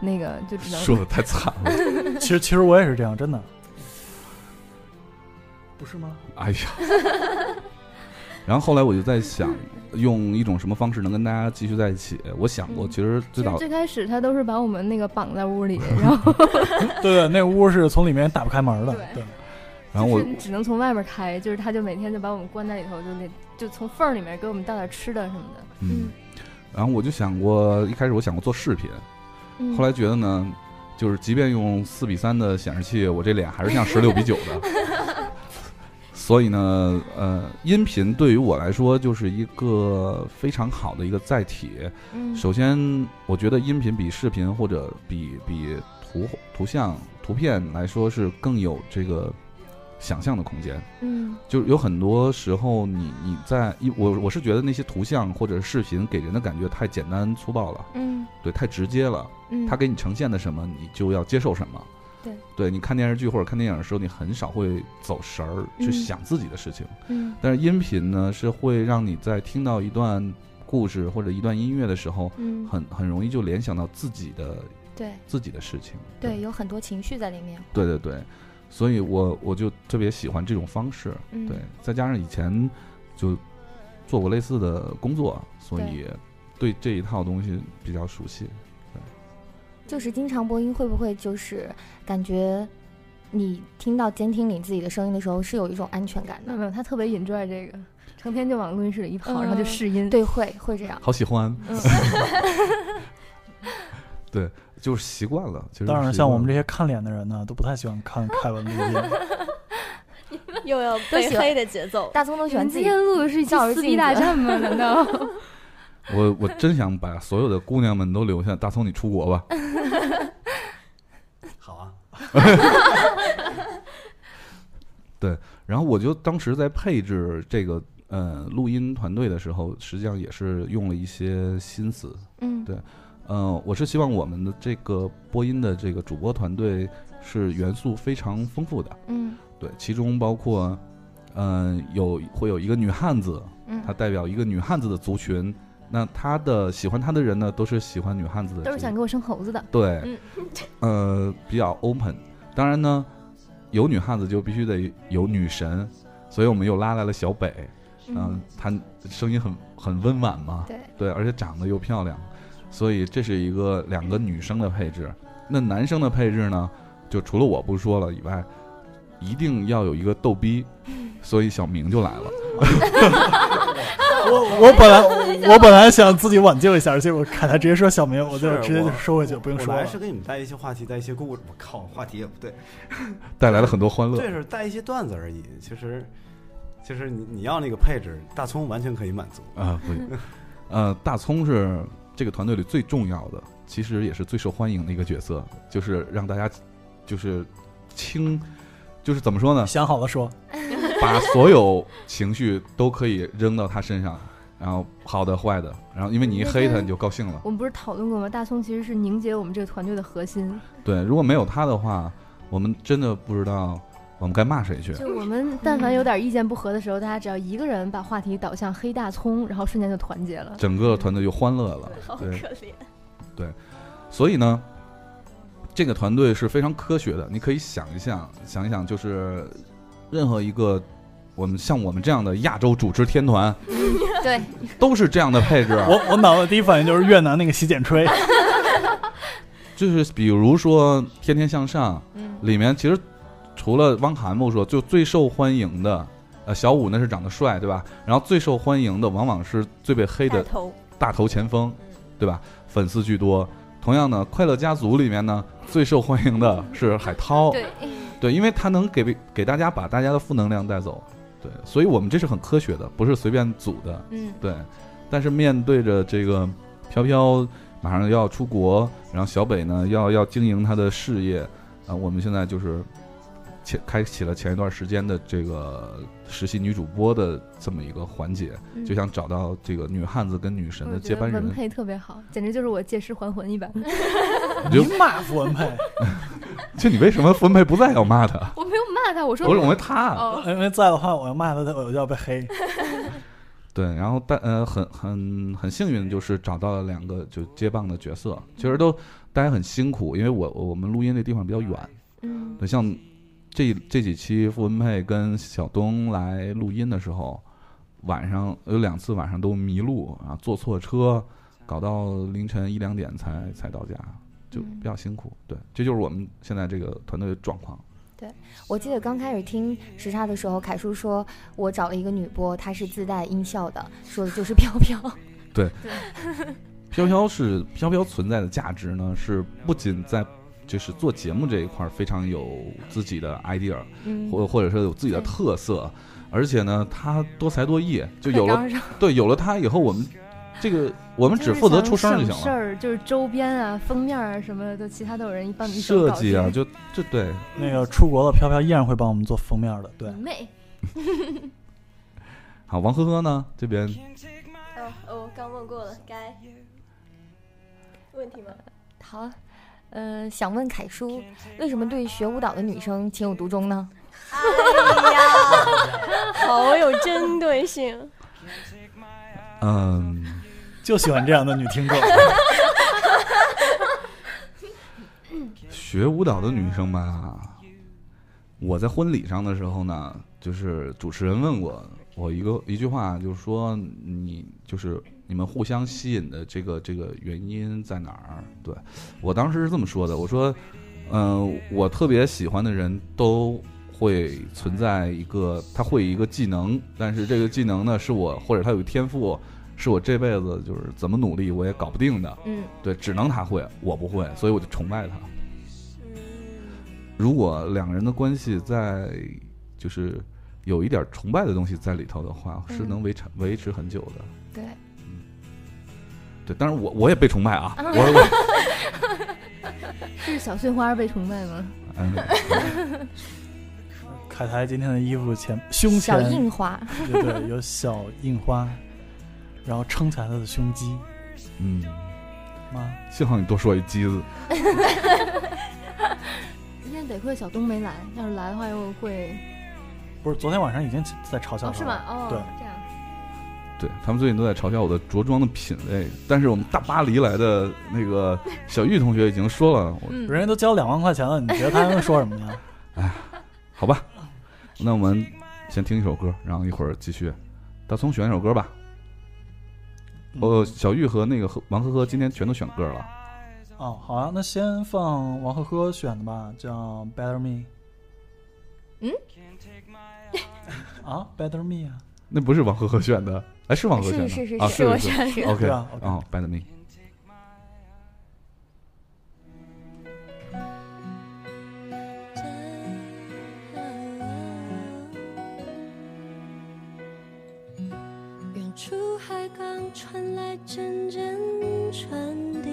Speaker 5: 那个就只能
Speaker 1: 说的太惨了，
Speaker 3: 其实其实我也是这样，真的。不是吗？
Speaker 1: 哎呀。然后后来我就在想，用一种什么方式能跟大家继续在一起？我想过，
Speaker 5: 嗯
Speaker 1: 其实
Speaker 5: 其
Speaker 1: 最
Speaker 5: 实
Speaker 1: 早
Speaker 5: 最开始他都是把我们那个绑在 屋里，然后
Speaker 3: 对
Speaker 1: 啊
Speaker 3: 对，那屋是从里面打不开门的。
Speaker 5: 对
Speaker 3: 对，
Speaker 1: 然后我
Speaker 5: 就是只能从外面开，就是他就每天就把我们关在里头，就那就从缝儿里面给我们倒点吃的什么的。
Speaker 1: 嗯，然后我就想过，一开始我想过做视频，
Speaker 5: 嗯
Speaker 1: 后来觉得呢，就是即便用四比三的显示器，我这 脸还是像十六比九 的。 所以呢，呃，音频对于我来说就是一个非常好的一个载体。
Speaker 5: 嗯
Speaker 1: 首先，我觉得音频比视频或者比比图图像、图片来说是更有这个想象的空间。
Speaker 5: 嗯
Speaker 1: 就有很多时候你，你在一我我是觉得那些图像或者视频给人的感觉太简单粗暴了，
Speaker 5: 嗯
Speaker 1: 对，太直接了。
Speaker 5: 嗯，
Speaker 1: 他给你呈现的什么，你就要接受什么。
Speaker 5: 对，
Speaker 1: 对你看电视剧或者看电影的时候，你很少会走神儿去想自己的事情。
Speaker 5: 嗯
Speaker 1: 但是音频呢，是会让你在听到一段故事或者一段音乐的时候，
Speaker 5: 嗯
Speaker 1: 很很容易就联想到自己的
Speaker 2: 对
Speaker 1: 自己的事情。
Speaker 2: 对，有很多情绪在里面。
Speaker 1: 对对对，所以我我就特别喜欢这种方式。
Speaker 2: 嗯，
Speaker 1: 对，再加上以前就做过类似的工作，所以对这一套东西比较熟悉。
Speaker 2: 就是经常播音会不会就是感觉你听到监听你自己的声音的时候是有一种安全感
Speaker 5: 没
Speaker 2: 的？
Speaker 5: 有没有，他特别 enjoy 这个，成天就往录音室里一跑，
Speaker 2: 嗯
Speaker 5: 然后就试音。
Speaker 2: 对，会会这样。
Speaker 1: 好喜欢，
Speaker 2: 嗯
Speaker 1: 对，就是习惯了。其实
Speaker 3: 当然，
Speaker 1: 习
Speaker 3: 像
Speaker 1: 惯
Speaker 3: 我们这
Speaker 1: 了
Speaker 3: 些看脸的人呢，都不太喜欢看凯文录音。
Speaker 6: 又有被黑的节奏。
Speaker 2: 大葱都喜
Speaker 5: 你
Speaker 2: 欢
Speaker 5: 们
Speaker 2: 自
Speaker 5: 今
Speaker 2: 己
Speaker 5: 天录的是一期
Speaker 2: 照着
Speaker 5: 撕
Speaker 2: 镜子
Speaker 5: 逼大战吗？难道？
Speaker 1: 我我真想把所有的姑娘们都留下。大葱，你出国 吧。
Speaker 4: 好啊，
Speaker 1: 然后我就当时在配置这个呃录音团队的时候，实际上也是用了一些心思。
Speaker 2: 嗯
Speaker 1: 对呃，我是希望我们的这个播音的这个主播团队是元素非常丰富的。
Speaker 2: 嗯
Speaker 1: 对，其中包括，嗯、有会有一个女汉子，
Speaker 2: 嗯
Speaker 1: 她，代表一个女汉子的族群。那她的喜欢她的人呢，都是喜欢女汉子的族群，
Speaker 5: 都是想给我生猴子的。嗯
Speaker 1: 对，呃，比较 open。当然呢，有女汉子就必须得有女神，所以我们又拉来了小北，嗯，她声音很很温婉嘛，
Speaker 2: 对
Speaker 1: 对，而且长得又漂亮，所以这是一个两个女生的配置。那男生的配置呢，就除了我不说了以外，一定要有一个逗逼，所以小明就来了。
Speaker 3: 我我本来我本来 想自己挽救一下，结果凯台直接说小明，我就是直接就
Speaker 4: 我
Speaker 3: 收回去，不用
Speaker 4: 我
Speaker 3: 说
Speaker 4: 来
Speaker 3: 了。，
Speaker 4: 是给你们带一些话题，带一些故事。我靠，话题也不对，
Speaker 1: 带来了很多欢乐
Speaker 4: 这。是带一些段子而已。其实，其实你你要那个配置，大葱完全可以满足。
Speaker 1: 啊， 不行，呃，大葱是这个团队里最重要的，其实也是最受欢迎的一个角色，就是让大家就是轻，就是怎么说呢
Speaker 3: 想好了说，
Speaker 1: 把所有情绪都可以扔到他身上，然后好的坏的，然后因为你一黑他，你就高兴了。
Speaker 5: 我们不是讨论过吗？大葱其实是凝结我们这个团队的核心，
Speaker 1: 对，如果没有他的话，我们真的不知道我们该骂谁去。
Speaker 5: 就我们但凡有点意见不合的时候，大家只要一个人把话题导向黑大葱，然后瞬间就团结了。
Speaker 1: 整个团队就欢乐了，
Speaker 6: 好可
Speaker 1: 对，
Speaker 6: 怜，
Speaker 1: 所以呢，这个团队是非常科学的。你可以想一想，想一想，就是任何一个我们像我们这样的亚洲主持天团，
Speaker 2: 对，
Speaker 1: 都是这样的配置。
Speaker 3: 我我脑子第一反应就是越南那个洗剪吹，
Speaker 1: 就是比如说《天天向上》
Speaker 2: 嗯
Speaker 1: 里面，其实除了汪涵不说，就最受欢迎的。呃，小五那是长得帅，对吧？然后最受欢迎的往往是最被黑
Speaker 6: 大
Speaker 1: 的
Speaker 6: 头
Speaker 1: 大头前锋，对吧？粉丝居多。同样呢，《快乐家族》里面呢，最受欢迎的是海涛，
Speaker 2: 对，
Speaker 1: 对，因为它能给给大家把大家的负能量带走，对，所以我们这是很科学的，不是随便组的。
Speaker 2: 嗯，
Speaker 1: 对，但是面对着这个飘飘马上要出国，然后小北呢要要经营他的事业，啊、我们现在就是前开启了前一段时间的这个实习女主播的这么一个环节，
Speaker 5: 嗯
Speaker 1: 就想找到这个女汉子跟女神
Speaker 5: 我
Speaker 1: 的
Speaker 5: 觉
Speaker 1: 接
Speaker 5: 得
Speaker 1: 班人
Speaker 5: 文。配特别好，简直就是我借尸还魂 一般。
Speaker 1: 你
Speaker 3: 你
Speaker 1: 就
Speaker 3: 骂傅文佩，
Speaker 1: 就你为什么分配不在要骂他？
Speaker 5: 我没有骂他，我说
Speaker 1: 不是我们他。啊
Speaker 5: 哦，
Speaker 3: 因为在的话，我要骂他，我就要被黑。
Speaker 1: 对，然后但呃很很很幸运，就是找到了两个就接棒的角色，其实都大家很辛苦，因为我我们录音这地方比较远，
Speaker 2: 嗯
Speaker 1: 对，像这这几期傅文佩跟小东来录音的时候，晚上有两次晚上都迷路啊，坐错车，搞到凌晨一两点才才到家，就比较辛苦。对，这就是我们现在这个团队的状况。
Speaker 2: 我记得刚开始听时差的时候，凯叔说我找了一个女播，她是自带音效的，说的就是飘飘。
Speaker 1: 飘飘是飘飘存在的价值呢，是不仅在就是做节目这一块儿非常有自己的 idea，
Speaker 2: 嗯，
Speaker 1: 或或者说有自己的
Speaker 2: 对
Speaker 1: 特色，而且呢，他多才多艺，就
Speaker 2: 快
Speaker 1: 有了
Speaker 2: 嚷嚷
Speaker 1: 对有了他以后，我们这个我们只负责出声儿就
Speaker 5: 事
Speaker 1: 行了。
Speaker 5: 儿就是周边啊、封面啊什么的，其他都有人一帮 你一手
Speaker 1: 设
Speaker 5: 搞
Speaker 1: 计
Speaker 5: 定
Speaker 1: 啊，，就这对
Speaker 3: 那个出国了，飘飘依然会帮我们做封面的。对
Speaker 5: 你，妹，
Speaker 6: 哎
Speaker 1: 好。王呵呵呢这边
Speaker 6: 哦，哦，刚问过了，该问 题吗？
Speaker 2: 好，呃，想问凯叔，为什么对学舞蹈的女生情有独钟呢？
Speaker 6: 哎呀， 好有 针对性。
Speaker 1: 嗯，
Speaker 3: 就喜欢这样的女听众。
Speaker 1: 学舞蹈的女生吧，我在婚礼上的时候呢，就是主持人问我我一个一句话，就是说你就是你们互相吸引的这个这个原因在哪儿？对我当时是这么说的，我说，嗯、我特别喜欢的人都会存在一个他会一个技能，但是这个技能呢是我或者他有天赋，是我这辈子就是怎么努力我也搞不定的，
Speaker 2: 嗯，
Speaker 1: 对，只能他会，我不会，所以我就崇拜他。
Speaker 6: 嗯，
Speaker 1: 如果两个人的关系在就是有一点崇拜的东西在里头的话，
Speaker 2: 嗯
Speaker 1: 是能维持维持很久的。
Speaker 2: 对，
Speaker 1: 对，当然我我也被崇拜啊，我我
Speaker 5: 是小碎花被崇拜吗？
Speaker 1: 嗯，
Speaker 3: 凯台今天的衣服前胸
Speaker 2: 小
Speaker 3: 前
Speaker 2: 印花，
Speaker 3: 对对，有小印花，然后撑起来他的胸肌
Speaker 1: 嗯，
Speaker 3: 吗？
Speaker 1: 幸好你多说一机子，
Speaker 5: 今天得亏小东没来，要是来的话又会
Speaker 3: 不是，昨天晚上已经在嘲笑
Speaker 5: 哦
Speaker 3: 他
Speaker 5: 是
Speaker 3: 了
Speaker 5: 吗？，哦，
Speaker 3: 对
Speaker 5: 这样
Speaker 1: 对他们最近都在嘲笑我的着装的品味，但是我们大巴黎来的那个小玉同学已经说了，我
Speaker 5: 嗯
Speaker 3: 人家都交两万块钱了，你觉得他还能说什么呀？
Speaker 1: 好吧，那我们先听一首歌，然后一会儿继续。大葱选一首歌吧。呃，小玉和那个和王呵呵今天全都选歌了。
Speaker 3: 哦，好啊，那先放王赫赫选的吧，叫《Better Me》。
Speaker 2: 嗯？
Speaker 3: 啊，《Better Me》啊？
Speaker 1: 那不是王赫赫选的，哎，是王赫选的，
Speaker 2: 是是是
Speaker 1: 啊，是
Speaker 2: 是选的。
Speaker 1: OK，
Speaker 3: 对啊，OK
Speaker 1: 哦，By the me，
Speaker 7: 远处海港传来阵阵船笛，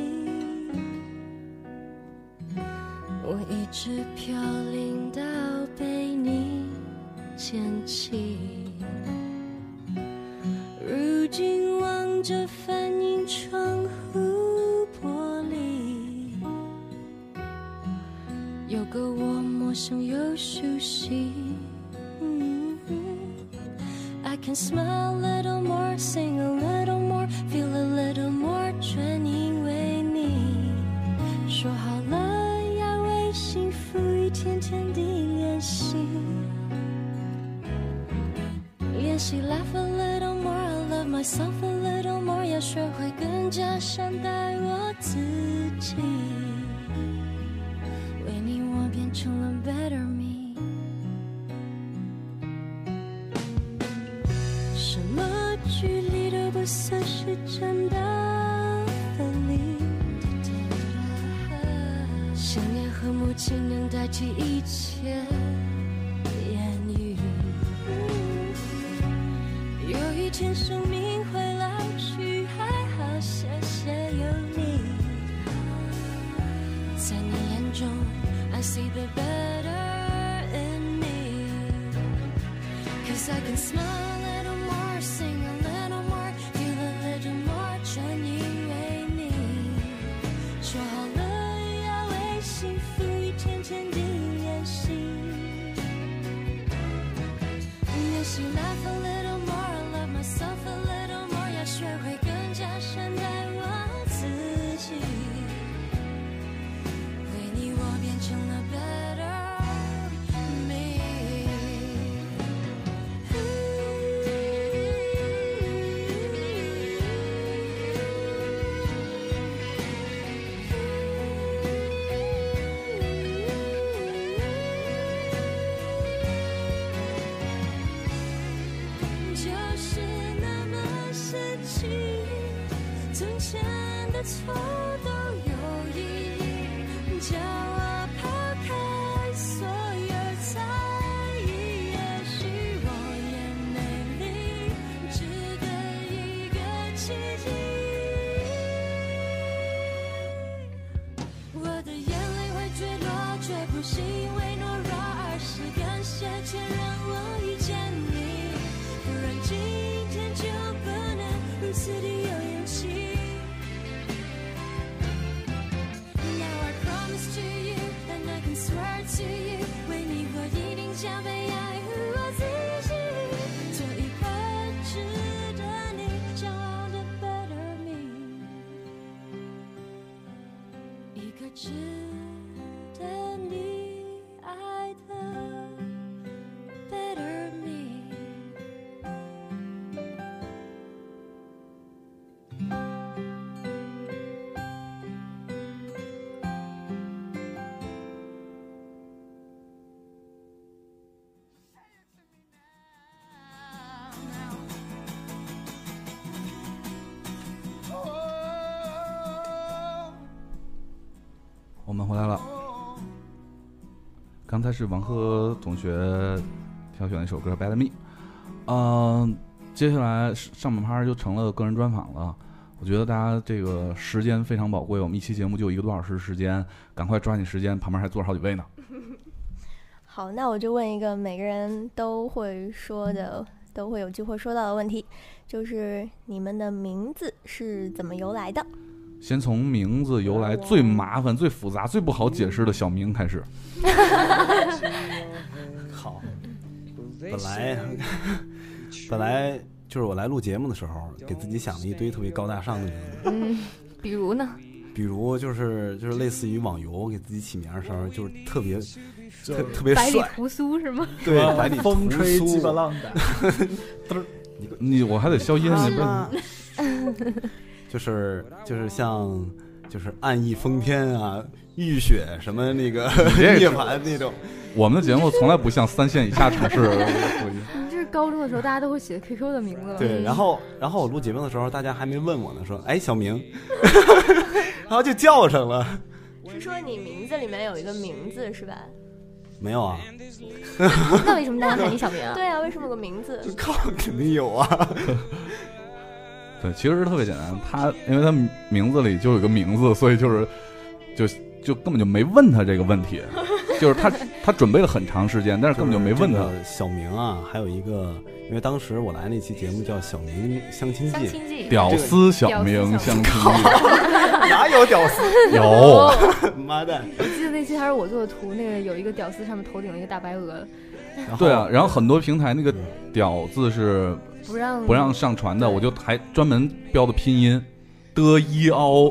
Speaker 7: 我一直飘零到被你捡起。如今望着反映窗户玻璃，有个我陌生又熟悉。嗯 I can smile a little more, sing a little more, feel a little more，全因为你。说好了要为幸福一天天地练习，练习 laugh a little more, I love myself a little more，要学会更加善待我自己。为你，我变成了 better me。什么距离都不算是真的分离。想念和默契能代替一切言语。一天生命会老去，还好谢谢有你。在你眼中，I see the better in me。Cause I can smile a little more, sing a little more, feel a little more，全因为你。说好了要为幸福一天天地练习。练习 laugh a little more, love myself a little more，要学会更加善待我自己。为你，我变成了 better me。就是那么神奇，从前的错都有意义，叫我抛开所有猜疑，也许我也美丽，值得一个奇迹。我的眼泪会坠落，却不是因为懦弱，而是感谢前任我遇见你。不然今天就不能如此的有勇气。Now I promise to you and I can swear to you，为你我一定加倍爱护我自己，做一个值得你骄傲的 better me，一个值得你爱的 better me。
Speaker 1: 我们回来了。刚才是王珂同学挑选的一首歌《Bad Me》，嗯，接下来上半趴就成了个人专访了。我觉得大家这个时间非常宝贵，我们一期节目就一个多小时时间，赶快抓紧时间，旁边还坐着好几位呢。
Speaker 6: 好，那我就问一个每个人都会说的、都会有机会说到的问题，就是你们的名字是怎么由来的？
Speaker 1: 先从名字由来最麻烦、最复杂、最不好解释的小明开始。
Speaker 4: 好，本来 本来就是我来录节目的时候，给自己想了一堆特别高大上的名字，
Speaker 5: 嗯，比如呢？
Speaker 4: 比如就是就是类似于网游，给自己起名的时候就是特别特特别
Speaker 5: 百里
Speaker 4: 帅，
Speaker 5: 屠苏是吗？
Speaker 4: 对，
Speaker 1: 啊
Speaker 4: 百里
Speaker 3: 风
Speaker 4: 屠
Speaker 3: 吹
Speaker 4: 苏
Speaker 3: 鸡巴浪 的，
Speaker 1: 你我还得消音，你不
Speaker 4: 啊
Speaker 1: 是
Speaker 6: 吗？
Speaker 4: 就是就是像就是暗夜风天啊，浴血什么那个
Speaker 1: 这是
Speaker 4: 涅槃那种，
Speaker 1: 我们的节目从来不向三线以下城市
Speaker 5: 你这是高中的时候大家都会写 QQ 的名字嗯了。
Speaker 4: 对，然后然后我录节目的时候，大家还没问我呢，说哎 小明，然后就叫上了，
Speaker 6: 是说你名字里面有一个名字是吧？
Speaker 4: 没有啊，
Speaker 2: 那为什么大家喊你小明啊？
Speaker 6: 对啊，为什么有个名 字？
Speaker 4: 靠，肯定有啊，
Speaker 1: 对，其实特别简单。他因为他名字里就有个名字，所以就是就就根本就没问他这个问 题，就是他他准备了很长时间，但 是根本就没问他。。
Speaker 4: 小明啊，还有一个，因为当时我来那期节目叫《小明相亲
Speaker 2: 相
Speaker 4: 记》，
Speaker 2: 亲记，
Speaker 1: 屌丝小明
Speaker 5: 屌
Speaker 1: 相亲
Speaker 5: 丝小明
Speaker 4: 哪有屌丝？
Speaker 1: 有，
Speaker 4: 妈蛋！
Speaker 5: 我记得那期还是我做的图，那个有一个屌丝上面头顶了一个大白鹅，
Speaker 4: 然后
Speaker 1: 对啊，，然后很多平台那个“屌”字是
Speaker 5: 不让
Speaker 1: 不让上传的，我就还专门标的拼音的一 凹，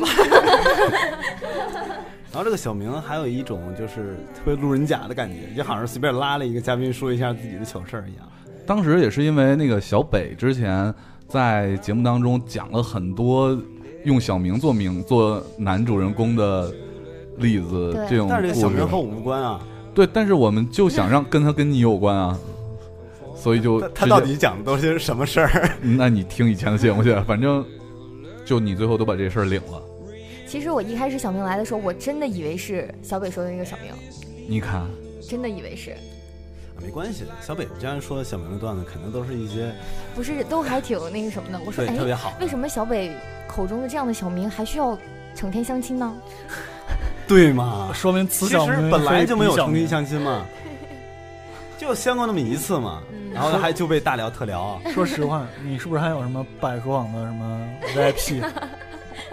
Speaker 4: 然后这个小明还有一种就是特别路人甲的感觉，就好像随便拉了一个嘉宾说一下自己的糗事儿一样。
Speaker 1: 当时也是因为那个小北之前在节目当中讲了很多用小明做名做男主人公的例子，
Speaker 2: 对
Speaker 1: 呃这种
Speaker 4: 但是这个小
Speaker 1: 故事
Speaker 4: 明和我无关啊，
Speaker 1: 对，但是我们就想让跟他跟你有关啊，所以就
Speaker 4: 他
Speaker 1: 直
Speaker 4: 他
Speaker 1: 接
Speaker 4: 到底讲的都是什么事儿？
Speaker 1: 嗯那你听以前的节目去，反正就你最后都把这事儿领了。
Speaker 2: 其实我一开始小明来的时候，我真的以为是小北说的那个小明，
Speaker 1: 你看，
Speaker 2: 真的以为是。
Speaker 4: 没关系。小北这样说小明的段子，肯定都是一些
Speaker 2: 不是都还挺那个什么的。我说，
Speaker 4: 对
Speaker 2: 哎
Speaker 4: 特，别好。
Speaker 2: 为什么小北口中的这样的小明还需要成天相亲呢？
Speaker 4: 对嘛？
Speaker 3: 说明此
Speaker 4: 其
Speaker 3: 小
Speaker 4: 实
Speaker 3: 明
Speaker 4: 本来
Speaker 3: 非
Speaker 4: 就没有
Speaker 3: 彼小
Speaker 4: 成
Speaker 3: 明
Speaker 4: 亲相亲嘛，就相过那么一次嘛，
Speaker 1: 嗯
Speaker 4: 然后还就被大聊啊特聊，
Speaker 3: 说实 话，你是不是还有什么百合网的什么 VIP？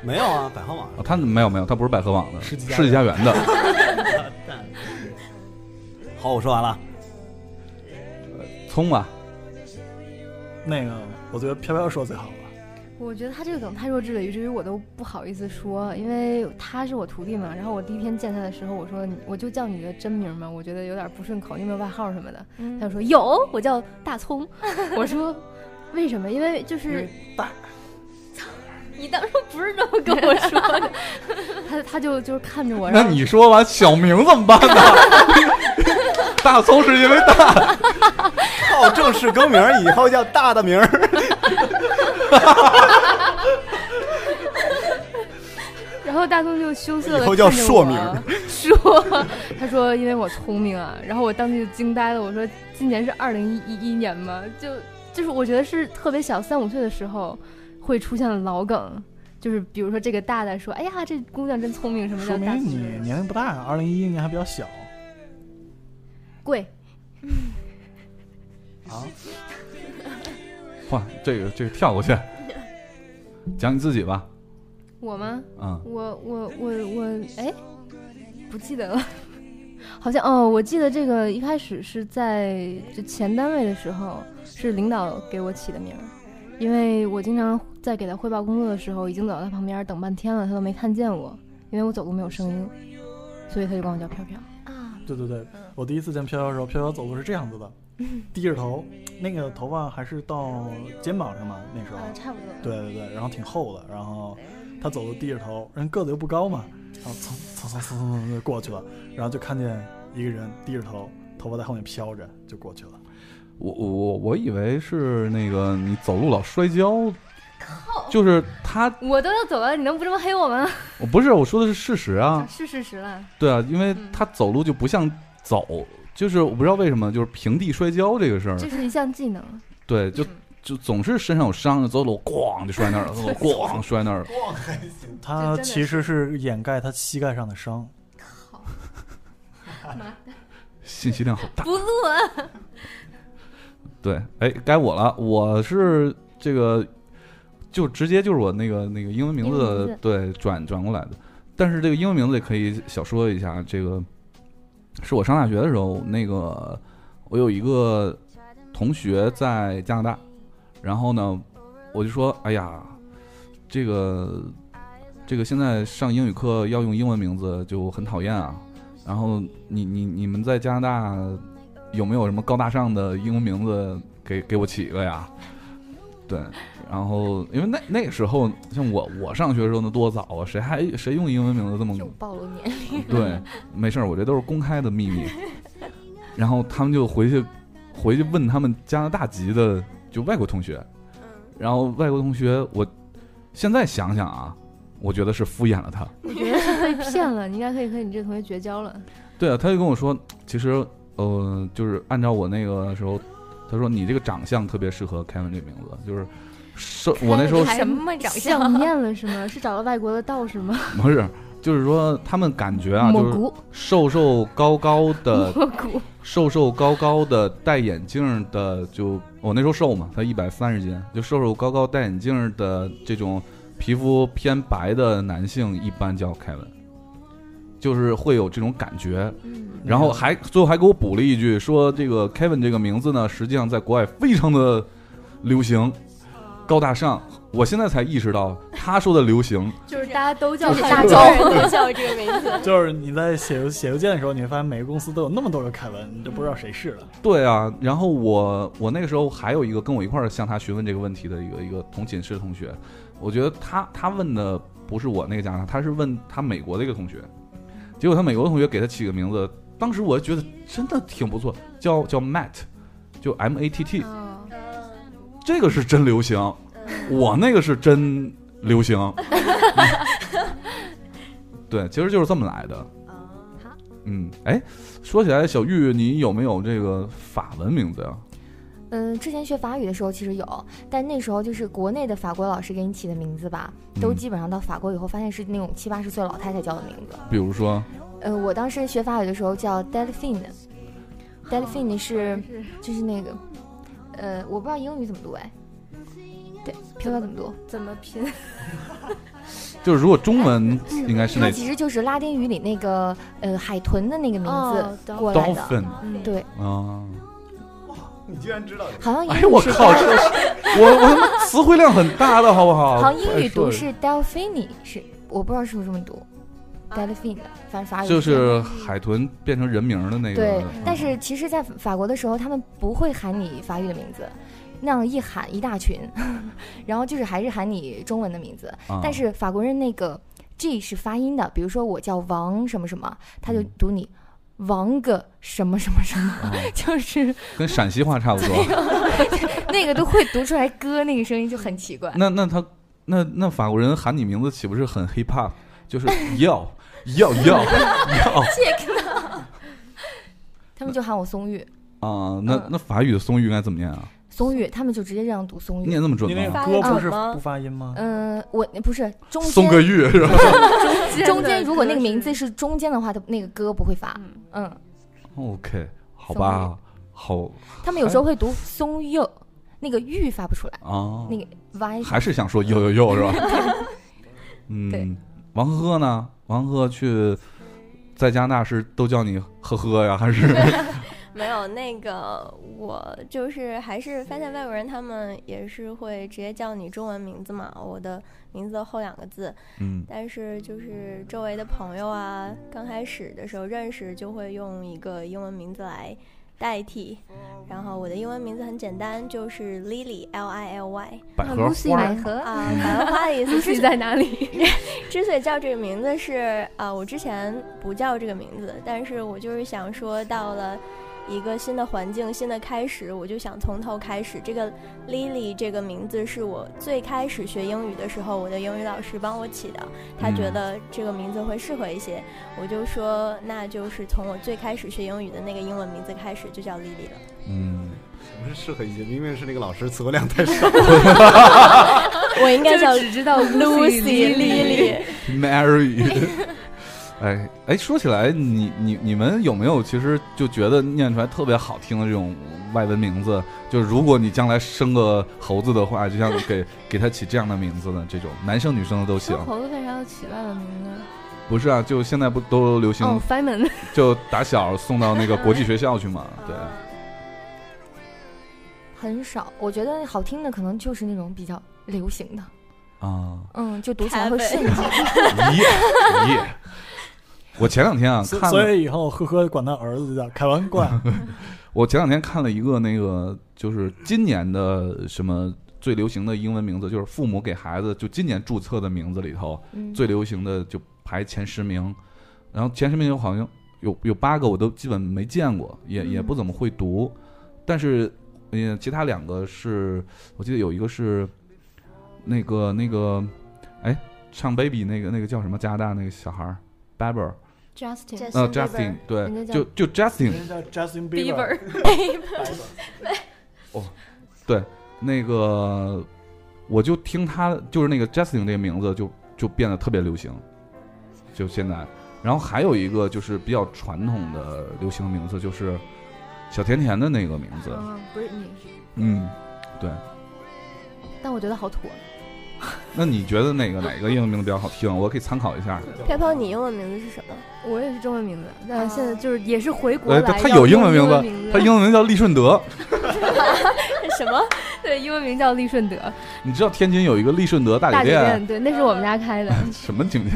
Speaker 4: 没有啊，百合网
Speaker 1: 啊他没有没有，他不是百合网的，
Speaker 3: 世纪佳
Speaker 1: 世纪佳缘 的。
Speaker 4: 好，我说完了，
Speaker 1: 葱吧，
Speaker 3: 那个，我觉得飘飘说最好了。
Speaker 5: 我觉得他这个梗太弱智了，以至于我都不好意思说，因为他是我徒弟嘛。然后我第一天见他的时候，我说你我就叫你的真名嘛，我觉得有点不顺口，你有没有外号什么的？他就说有，我叫大葱。我说为什么？因为就是
Speaker 3: 大，
Speaker 5: 你当初不是这么跟我说的。他他就就是看着我，
Speaker 1: 那
Speaker 5: 然后
Speaker 1: 你说完小明怎么办呢？ 大葱是因为大，
Speaker 4: 靠正式更名儿，以后叫大大名儿。
Speaker 5: 然后大葱就羞涩的
Speaker 4: 以后叫硕名，
Speaker 5: 说 他说因为我聪明啊，然后我当时就惊呆了，我说今年是二零一一年吗？就就是我觉得是特别小三五岁的时候会出现的老梗，就是比如说这个大大说，哎呀这姑娘真聪明什么
Speaker 3: 说
Speaker 5: 的，大
Speaker 3: 明
Speaker 5: 葱
Speaker 3: 你年龄不大啊，二零一一年还比较小
Speaker 5: 贵，
Speaker 3: 啊。
Speaker 1: 哇，这个这个跳过去，讲你自己吧，
Speaker 5: 我吗？
Speaker 1: 嗯，
Speaker 5: 我我我我，哎，不记得了， 好像哦，我记得这个一开始是在就前单位的时候，是领导给我起的名儿，因为我经常在给他汇报工作的时候，已经走到他旁边等半天了，他都没看见我，因为我走路没有声音，所以他就管我叫飘飘。
Speaker 2: 啊，
Speaker 3: 对对对，我第一次见飘飘的时候，飘飘走路是这样子的，低着头，那个头发还是到肩膀上嘛，那时候。
Speaker 5: 嗯差不多。
Speaker 3: 对对对，然后挺厚的，然后他走路低着头，人个子又不高嘛，然后蹭蹭蹭蹭蹭蹭就过去了，然后就看见一个人低着头，头发在后面飘着就过去了。
Speaker 1: 我我我我以为是那个你走路老摔跤，就是他，
Speaker 5: 我都要走了，你能不这么黑我吗？
Speaker 1: 我不是我说的是事实啊，
Speaker 5: 是事实了，
Speaker 1: 对啊，因
Speaker 5: 嗯
Speaker 1: 为他走路就不像走，就是我不知道为什么，就是平地摔跤这个事儿，
Speaker 5: 这是一嗯项技能。
Speaker 1: 对，就就总是身上有伤，走路咣就摔那儿了，走 路咣摔那儿了。
Speaker 3: 他
Speaker 5: 真的
Speaker 3: 其实是掩盖他膝盖上的伤。
Speaker 1: 信息量好大。
Speaker 5: 不录了，
Speaker 1: 对，哎，该我了，我是这个，就直接就是我那个那个英文名
Speaker 5: 英文
Speaker 1: 字，
Speaker 5: 名字
Speaker 1: 对，转转过来的。但是这个英文名字也可以小说一下，这个是我上大学的时候，那个我有一个同学在加拿大，然后呢，我就说，哎呀，这个这个现在上英语课要用英文名字就很讨厌啊。然后你你你们在加拿大有没有什么高大上的英文名字给给我起一个呀？对，然后因为那那个时候，像我我上学的时候那多早啊，谁还谁用英文名字这么
Speaker 2: 又暴露年龄，
Speaker 1: 对， 没事儿，我这都是公开的秘密。然后他们就回去，回去问他们加拿大籍的就外国同学，然后外国同学，我现在想想啊，我觉得是敷衍了他。
Speaker 5: 我觉得是被骗了，你应该可以和你这个同学绝交了。
Speaker 1: 对啊，他就跟我说，其实呃，就是按照我那个时候，他说你这个长相特别适合凯文这个名字，就是瘦，我那时候
Speaker 2: 还什么 长
Speaker 5: 想
Speaker 2: 相？
Speaker 5: 念了是吗？是找了外国的道士吗？
Speaker 1: 不是，就是说他们感觉啊，
Speaker 5: 蘑
Speaker 1: 就是
Speaker 5: 菇，
Speaker 1: 瘦瘦高高
Speaker 4: 呃
Speaker 1: 的
Speaker 5: 蘑菇，
Speaker 1: 瘦瘦高高的，戴眼镜的，就我那时候瘦嘛，才一百三十斤，就瘦瘦高高戴眼镜的这种皮肤偏白的男性，一般叫凯文，就是会有这种感觉。
Speaker 2: 嗯，
Speaker 1: 然后还最后还给我补了一句，说这个 Kevin 这个名字呢，实际上在国外非常的流行，高大上。我现在才意识到，他说的流行
Speaker 5: 就是大家都叫
Speaker 2: 就是大
Speaker 5: 大
Speaker 2: 招
Speaker 5: 招。
Speaker 6: 都叫这个名 字。
Speaker 3: 就是你在写邮写邮件的时候，你会发现每个公司都有那么多个凯文，你就不知道谁是了。
Speaker 1: 对啊，然后我我那个时候还有一个跟我一块儿向他询问这个问题的一个一个同寝室的同学，我觉得他他问的不是我那个家长，他是问他美国的一个同学，结果他美国的同学给他起个名字，当时我觉得真的挺不错，叫叫 Matt，就 M A T T，
Speaker 5: 哦
Speaker 1: 这个是真流行，我那个是真流 行，对，其实就是这么来的。
Speaker 6: 好，
Speaker 1: 嗯，哎，说起来，小玉，你有没有这个法文名字呀、
Speaker 2: 嗯，之前学法语的时候其实有，但那时候就是国内的法国老师给你起的名字吧，都
Speaker 1: 嗯
Speaker 2: 基本上到法国以后发现是那种七八十岁老太太叫的名字。
Speaker 1: 比如说，
Speaker 2: 呃，我当时学法语的时候叫 Delphine，Delphine 是
Speaker 5: 哦是
Speaker 2: 就是那个，呃，我不知道英语怎么读哎，对，飘飘怎么读？
Speaker 5: 怎么拼？
Speaker 1: 就是如果中文应该是
Speaker 2: 嗯它
Speaker 1: 那
Speaker 2: 其实就是拉丁语里那个呃海豚的那个名字
Speaker 5: 哦懂
Speaker 2: 过来的，
Speaker 1: dolphin
Speaker 5: 嗯，
Speaker 2: 对，
Speaker 1: 啊。
Speaker 4: 你居然知道？
Speaker 2: 好像英
Speaker 1: 哎
Speaker 2: 语
Speaker 1: 呦，我
Speaker 2: 是
Speaker 1: 靠，这我我他妈词汇量很大的好不好？ 哎
Speaker 2: 好像英
Speaker 1: 快
Speaker 2: 语
Speaker 1: 说
Speaker 2: 读是 Delphine，是我不知道是不是这么读，Delphine，反正
Speaker 5: 啊
Speaker 2: 法语
Speaker 1: 就是海豚变成人名的那个。嗯
Speaker 2: 对，但是其实，在法国的时候，他们不会喊你法语的名字，那样一喊一大群，然后就是还是喊你中文的名字。
Speaker 1: 啊
Speaker 2: 但是法国人那个 G 是发音的，比如说我叫王什么什么，他就
Speaker 1: 嗯
Speaker 2: 读你王个什么什么什么，
Speaker 1: 啊
Speaker 2: 就是
Speaker 1: 跟陕西话差不多。
Speaker 2: 那个都会读出来歌那个声音就很奇怪。
Speaker 1: 那那他那那法国人喊你名字岂不是很 hip hop？就是要要 要要
Speaker 2: 他们就喊我松玉，
Speaker 1: 啊！那那法语的松玉应该怎么念啊？
Speaker 2: 松玉，他们就直接这样读松玉
Speaker 1: 念。那么准
Speaker 3: 你那
Speaker 1: 吗？
Speaker 3: 个歌不是
Speaker 6: 发音吗
Speaker 3: 不发音吗？
Speaker 2: 嗯，我不是中
Speaker 1: 松个
Speaker 2: 间
Speaker 1: 玉 是吧？
Speaker 2: 中间，如果那个名字
Speaker 5: 是，
Speaker 2: 是中间的话，他那个歌不会发。
Speaker 5: 嗯
Speaker 2: 嗯，
Speaker 1: OK，好吧，好
Speaker 2: 他们有时候会读松柚，那个玉发不出来，
Speaker 1: 啊，
Speaker 2: 那个 y
Speaker 1: 还是想说呦呦呦是 吧？
Speaker 2: 对
Speaker 1: 嗯，王呵呵呢？王呵呵去在加拿大是都叫你呵呵呀， 还是
Speaker 6: 没有那个，我就是还是发现外国人他们也是会直接叫你中文名字嘛，我的名字的后两个字。
Speaker 1: 嗯
Speaker 6: 但是就是周围的朋友啊，刚开始的时候认识就会用一个英文名字来代替。然后我的英文名字很简单，就是 Lily L I L Y
Speaker 1: 百
Speaker 5: 那
Speaker 1: 合
Speaker 5: Lucy
Speaker 1: 花
Speaker 5: 啊
Speaker 1: 嗯
Speaker 5: 百？合
Speaker 6: 啊，白话的意思是
Speaker 5: ，Lucy 在哪里？
Speaker 6: 之所以叫这个名字是啊、我之前不叫这个名字，但是我就是想说，到了一个新的环境、新的开始，我就想从头开始。这个 Lily 这个名字是我最开始学英语的时候，我的英语老师帮我起的，他
Speaker 1: 嗯
Speaker 6: 觉得这个名字会适合一些，我就说那就是从我最开始学英语的那个英文名字开始，就叫 Lily 了。
Speaker 1: 嗯，
Speaker 4: 不是适合一些，明明是那个老师词汇量太 少。
Speaker 6: 我应该叫
Speaker 5: 就只知道
Speaker 6: Lucy
Speaker 5: Lily。
Speaker 6: Lily。
Speaker 1: Mary。哎哎，说起来，你你你们有没有其实就觉得念出来特别好听的这种外文名字？就是如果你将来生个猴子的话，就像给给他起这样的名字呢？这种男生女生的都行
Speaker 2: 哦
Speaker 5: 生。猴子为啥要起外文名呢？
Speaker 1: 不是啊，就现在不都流行、
Speaker 5: 哦，Feynman，
Speaker 1: 就打小送到那个国际学校去嘛？对，
Speaker 2: 很少。我觉得好听的可能就是那种比较流行的，
Speaker 1: 啊，
Speaker 2: 嗯，就读起来会顺捷。
Speaker 1: 耶耶。我前两天啊
Speaker 3: 所
Speaker 1: 看
Speaker 3: 所
Speaker 1: 了，
Speaker 3: 以以后呵呵管他儿子叫凯文 怪，
Speaker 1: 我前两天看了一个那个，就是今年的什么最流行的英文名字，就是父母给孩子就今年注册的名字里头
Speaker 2: 嗯，
Speaker 1: 最流行的就排前十名，然后前十名有好像有有八个我都基本没见过，也也不怎么会读，但是嗯，其他两个是我记得有一个是那个那个，哎，唱 baby 那个那个叫什么加拿大那个小孩儿 b a b e r
Speaker 5: Justin，
Speaker 1: 呃
Speaker 6: Justin
Speaker 1: Justin 对，
Speaker 2: 人家
Speaker 1: 就
Speaker 2: 叫
Speaker 1: 就 Justin
Speaker 3: 人家叫 Justin
Speaker 5: Bieber
Speaker 3: Bieber，
Speaker 1: 那个，我就听他就是那个 Justin 这个名字就就变得特别流行，就现在。然后还有一个就是比较传统的流行名字，就是小甜甜的那个名字，
Speaker 5: 嗯，Britney，
Speaker 1: 嗯，
Speaker 5: 但我觉得好土。啊
Speaker 1: 那你觉得哪个哪个英文名字比较好听？我可以参考一下。
Speaker 6: 飘飘，你英文名字是什么？
Speaker 5: 我也是中文名字，但
Speaker 6: 啊
Speaker 5: 现在就是也是回国
Speaker 1: 呃，
Speaker 5: 来
Speaker 1: 他
Speaker 5: 要用
Speaker 1: 他
Speaker 5: 英
Speaker 1: 有英
Speaker 5: 文
Speaker 1: 文名字，
Speaker 5: 字，
Speaker 1: 他 英文名叫利顺德。
Speaker 6: 什么？
Speaker 5: 对英文名叫利顺德
Speaker 1: 你知道天津有一个利顺德大
Speaker 5: 大
Speaker 1: 酒
Speaker 5: 酒
Speaker 1: 店，
Speaker 5: 店，对，那是我们家开的，
Speaker 1: 什么景点？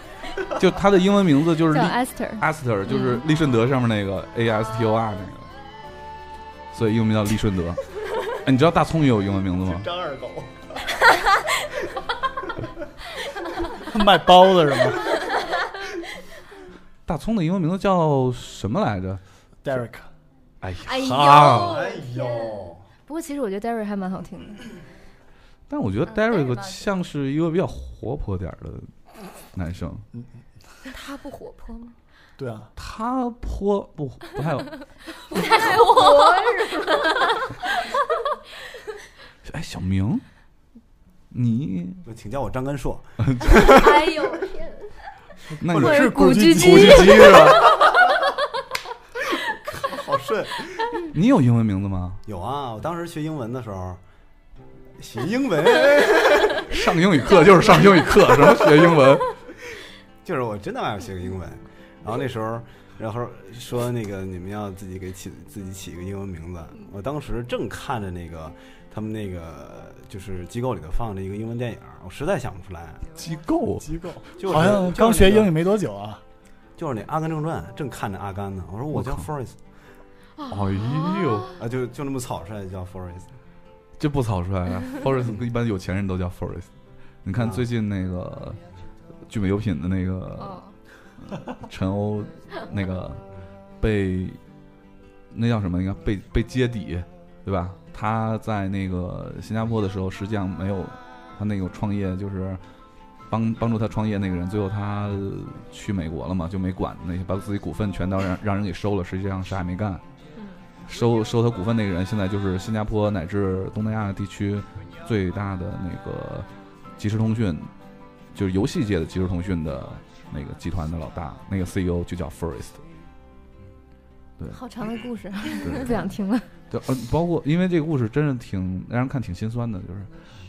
Speaker 1: 就他的英文名 字就是
Speaker 5: 叫
Speaker 1: 利
Speaker 5: Esther。嗯
Speaker 1: Aster 就是利顺德上面那个 A S T O R 那个，所以英文名叫利顺德。 哎，你知道大葱也有英文
Speaker 4: 嗯
Speaker 1: 名字吗？
Speaker 4: 张 二狗，
Speaker 3: 卖包子是吗
Speaker 1: 大葱的英文名字叫什么来着？
Speaker 3: ？Derek，
Speaker 1: 哎呀，啊
Speaker 5: 哎
Speaker 1: 哈
Speaker 5: 呦，
Speaker 4: 呦，
Speaker 5: 不过其实我觉得 Derry 还蛮好听的，
Speaker 1: 但我觉得
Speaker 2: 嗯
Speaker 1: Derek
Speaker 2: Derek
Speaker 1: 像是一个比较活泼点儿的男生，
Speaker 2: 他不活泼吗？
Speaker 3: 嗯对啊，
Speaker 1: 他泼不不太，哎，小明，你
Speaker 4: 请叫我张根硕。
Speaker 2: 哎呦，
Speaker 1: 那
Speaker 3: 或
Speaker 1: 你
Speaker 3: 者是
Speaker 5: 古
Speaker 3: 巨
Speaker 5: 巨
Speaker 3: 基，
Speaker 5: 基
Speaker 3: 古巨基是吧？
Speaker 4: 好顺。
Speaker 1: 你有英文名字吗？
Speaker 4: 有啊，我当时学英文的时候，学英文
Speaker 1: 上英语课就是上英语课，什么学英文？
Speaker 4: 就是我真的爱学英文。然后那时候，然后说那个你们要自己给起自己起一个英文名字。我当时正看着那个他们那个就是机构里头放着一个英文电影，我实在想不出来，
Speaker 1: 机构
Speaker 3: 机构
Speaker 4: 就是
Speaker 3: 好像刚学英语，没多久啊，
Speaker 4: 就是那个就是那《阿甘正传》，正看着阿甘呢。我说我叫
Speaker 1: 我靠
Speaker 4: Forrest
Speaker 2: 哦
Speaker 1: 哎呦，
Speaker 4: 啊，就就那么草率叫 Forrest。
Speaker 1: 这不草率啊！Forest 一般有钱人都叫 Forest。你看
Speaker 4: 啊
Speaker 1: 最近那个聚美优品的那个陈欧，那个被那叫什么？应该被被揭底，对吧？他在那个新加坡的时候，实际上没有他那个创业，就是帮帮助他创业那个人，最后他呃去美国了嘛，就没管那些，把自己股份全都让让人给收了，实际上啥也没干。收收他股份那个人，现在就是新加坡乃至东南亚地区最大的那个即时通讯，就是游戏界的即时通讯的那个集团的老大，那个 CEO 就叫 Forest。
Speaker 5: 好长的故事，
Speaker 1: 对
Speaker 5: 不想听了。
Speaker 1: 对，呃，包括因为这个故事真是挺让人看挺心酸的，就是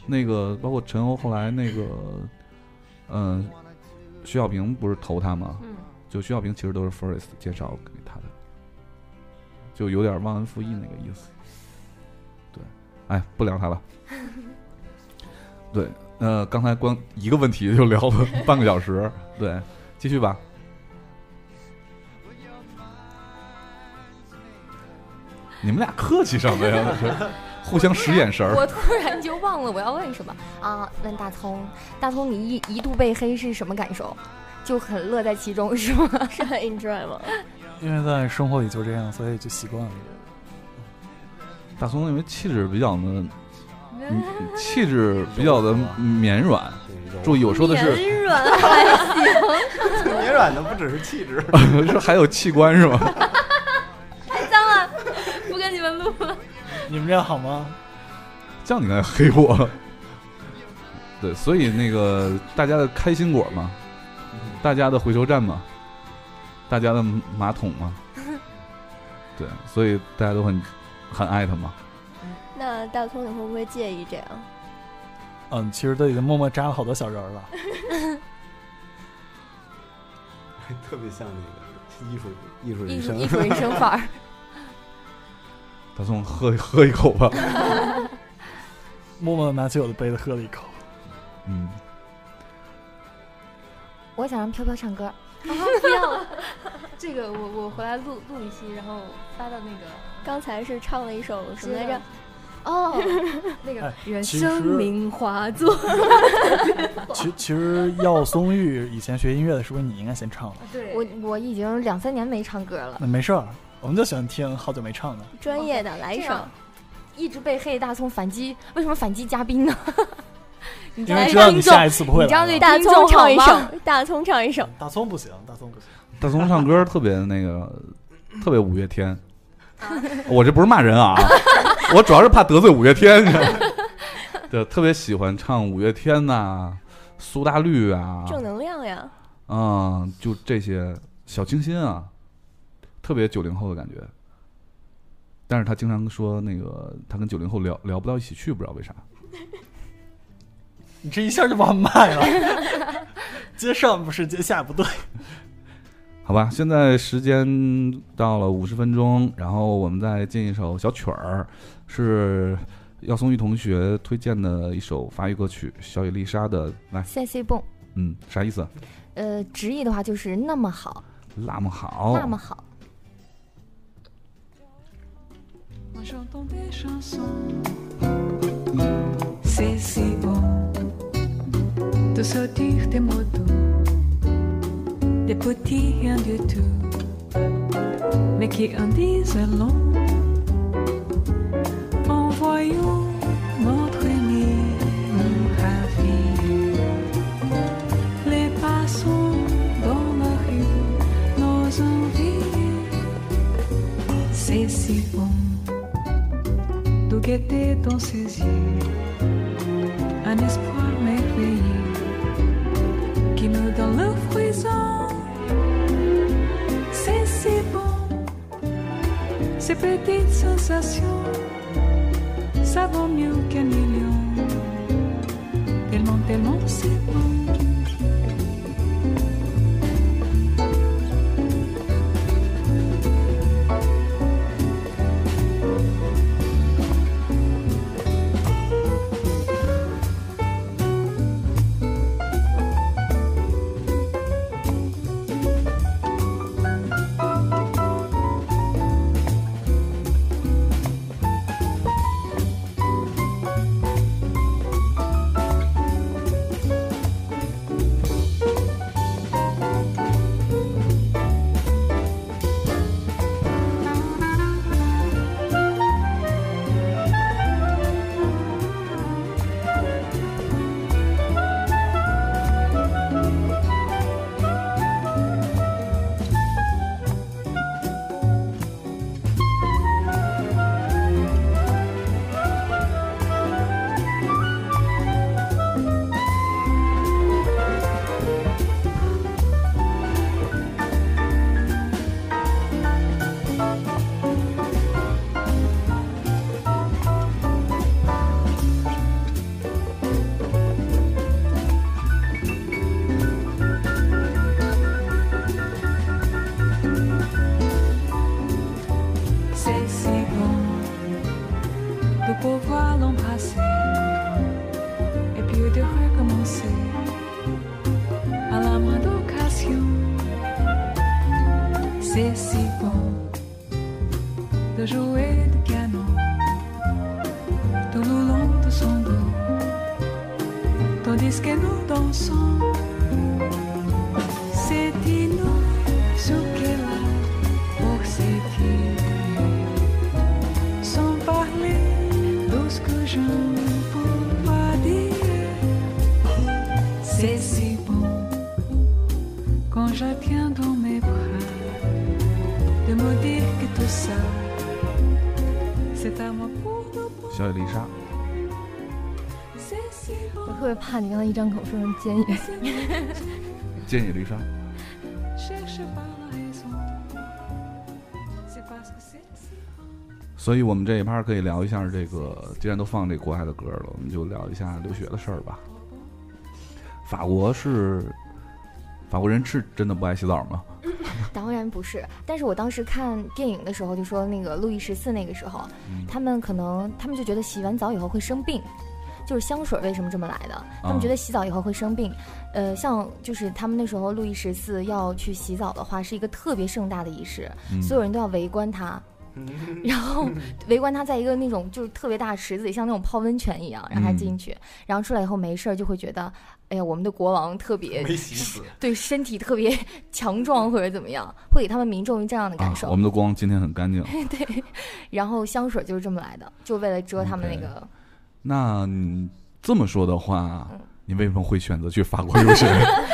Speaker 1: 那个包括陈欧后来那个，嗯、徐小平不是投他吗？
Speaker 5: 嗯，
Speaker 1: 就徐小平其实都是 Forest 介绍给他的，就有点忘恩负义那个意思。对，哎，不聊他了。对，呃，刚才光一个问题就聊了半个小时，对，继续吧。你们俩客气什么呀？互相使眼神儿。
Speaker 2: 我突然就忘了我要问什么 啊？问大葱，大葱你一一度被黑是什么感受？就很乐在其中是吗？
Speaker 6: 是很 enjoy 吗？
Speaker 3: 因为在生活里就这样，所以就习惯了。
Speaker 1: 大葱因为气质比较的，嗯气质比较的绵软。注
Speaker 4: 意，
Speaker 1: 意，我说的是
Speaker 5: 绵软，
Speaker 2: 哎
Speaker 4: 绵软的不只是气质，
Speaker 1: 是还有器官是 吗？
Speaker 5: 不跟你们录了。
Speaker 3: 你们这样好吗？
Speaker 1: 叫你来黑我。 对，所以那个大家的开心果嘛，大家的回收站嘛，大家的马桶嘛，对，所以大家都很很爱他嘛。
Speaker 6: 那大葱，你会不会介意这样？
Speaker 3: 嗯，其实都已经默默扎了好多小人儿了。
Speaker 4: 特别像那个艺术艺术
Speaker 2: 艺
Speaker 4: 人
Speaker 2: 术
Speaker 4: 生
Speaker 2: 艺。术人生范 儿。
Speaker 1: 大宋喝喝一口吧，
Speaker 3: 默默地拿起我的杯子喝了一口。
Speaker 1: 嗯，
Speaker 2: 我想让飘飘唱歌，
Speaker 5: 不要了， 这个我我回来录录一期，然后发到那个
Speaker 6: 刚才是唱了一首什么来着？？
Speaker 5: 哦，那个
Speaker 3: 哎
Speaker 5: 愿
Speaker 3: 其
Speaker 5: 生
Speaker 3: 实
Speaker 5: 命化作
Speaker 3: 其其实耀松玉以前学音乐的，是不是你应该先唱了？
Speaker 5: 对
Speaker 2: 我我已经两三年没唱歌了，
Speaker 3: 那没事儿，我们就喜欢听好久没唱的。
Speaker 6: 专业的，来一
Speaker 2: 这
Speaker 6: 首。
Speaker 2: 样一直被黑大葱反击，为什么反击嘉宾 呢？你知
Speaker 3: 因
Speaker 2: 道
Speaker 3: 为知道你
Speaker 2: 听众
Speaker 3: 下一次不会
Speaker 2: 你知道
Speaker 3: 来
Speaker 2: 对
Speaker 3: 了。
Speaker 6: 大
Speaker 2: 听众
Speaker 6: 葱
Speaker 2: 好
Speaker 6: 唱一
Speaker 2: 吗？
Speaker 6: 首，大葱唱一首。
Speaker 3: 大葱不行，大葱不行。
Speaker 1: 大宋唱歌特别那个，特别五月天。 我这不是骂人啊，我主要是怕得罪五月天， 你知道吗？对，特别喜欢唱五月天呐、苏打绿啊，
Speaker 6: 正能量呀！
Speaker 1: 啊、就这些小清新啊，特别九零后的感觉。但是他经常说那个他跟九零后聊聊不到一起去，不知道为啥。
Speaker 3: 你这一下就把我卖了，接上不是，接下不对。
Speaker 1: 好吧，现在时间到了五十分钟，然后我们再进一首小曲儿，是耀松玉同学推荐的一首法语歌曲《小野丽莎》的。来，
Speaker 2: 谢谢蹦，
Speaker 1: 嗯，啥意思？
Speaker 2: 呃，直译的话就是那么好，
Speaker 1: 那么好，
Speaker 2: 那么好。
Speaker 8: Moi j'entends des chansons, c'est si bon de sortir des mots doux, des petits rien du tout, mais qui en disent long. En voyant notre ami nous ravir, les passants dans la rue, nos c'est si bon de guetter dans ses yeux un espoir merveilleux qui nous donne le frisson. C'est si bon, ces petites sensations, ça vaut mieux qu'un million. Tellement, tellement c'est bon. C'est si bon de pouvoir l'embrasser et puis É de recommencer à la moindre occasion. C'est si bon de jouer du piano tout le long de son dos, tandis que nous dansons. C'est nous ce qu'elle a pour s'étirer sans parler de ce que je ne peux pas dire. C'est si bon quand je tiens dans mes bras de me dire que tout ça, c'est à moi pour le bon.
Speaker 1: 小野丽莎，
Speaker 8: C'est si
Speaker 5: 我
Speaker 8: bon,
Speaker 5: 特别怕你刚才一张口说成尖 野，
Speaker 8: c'est bon,
Speaker 1: 建议丽莎，
Speaker 8: cherche pas la raison. C'est parce que c'est si bon.
Speaker 1: 所以我们这一趴可以聊一下这个，既然都放这国外的歌了，我们就聊一下留学的事儿吧。法国是法国人是真的不爱洗澡吗？
Speaker 2: 当然不是，但是我当时看电影的时候就说，那个路易十四那个时候，
Speaker 1: 嗯
Speaker 2: 他们可能他们就觉得洗完澡以后会生病，就是香水为什么这么来的？他们觉得洗澡以后会生病。呃，像就是他们那时候路易十四要去洗澡的话，是一个特别盛大的仪式，
Speaker 1: 嗯
Speaker 2: 所有人都要围观他。然后围观他在一个那种就是特别大的池子里，像那种泡温泉一样，让他进去。然后出来以后没事儿，就会觉得，哎呀，我们的国王特别
Speaker 4: 没洗死，
Speaker 2: 对身体特别 强壮或者怎么样，会给他们民众一这样的
Speaker 1: 啊
Speaker 2: 感，受。
Speaker 1: 我们的光今天很干净。
Speaker 2: 对，然后香水就是这么来的，就为了遮他们那个。
Speaker 1: 那你这么说的话
Speaker 2: 嗯，
Speaker 1: 你为什么会选择去法国留学？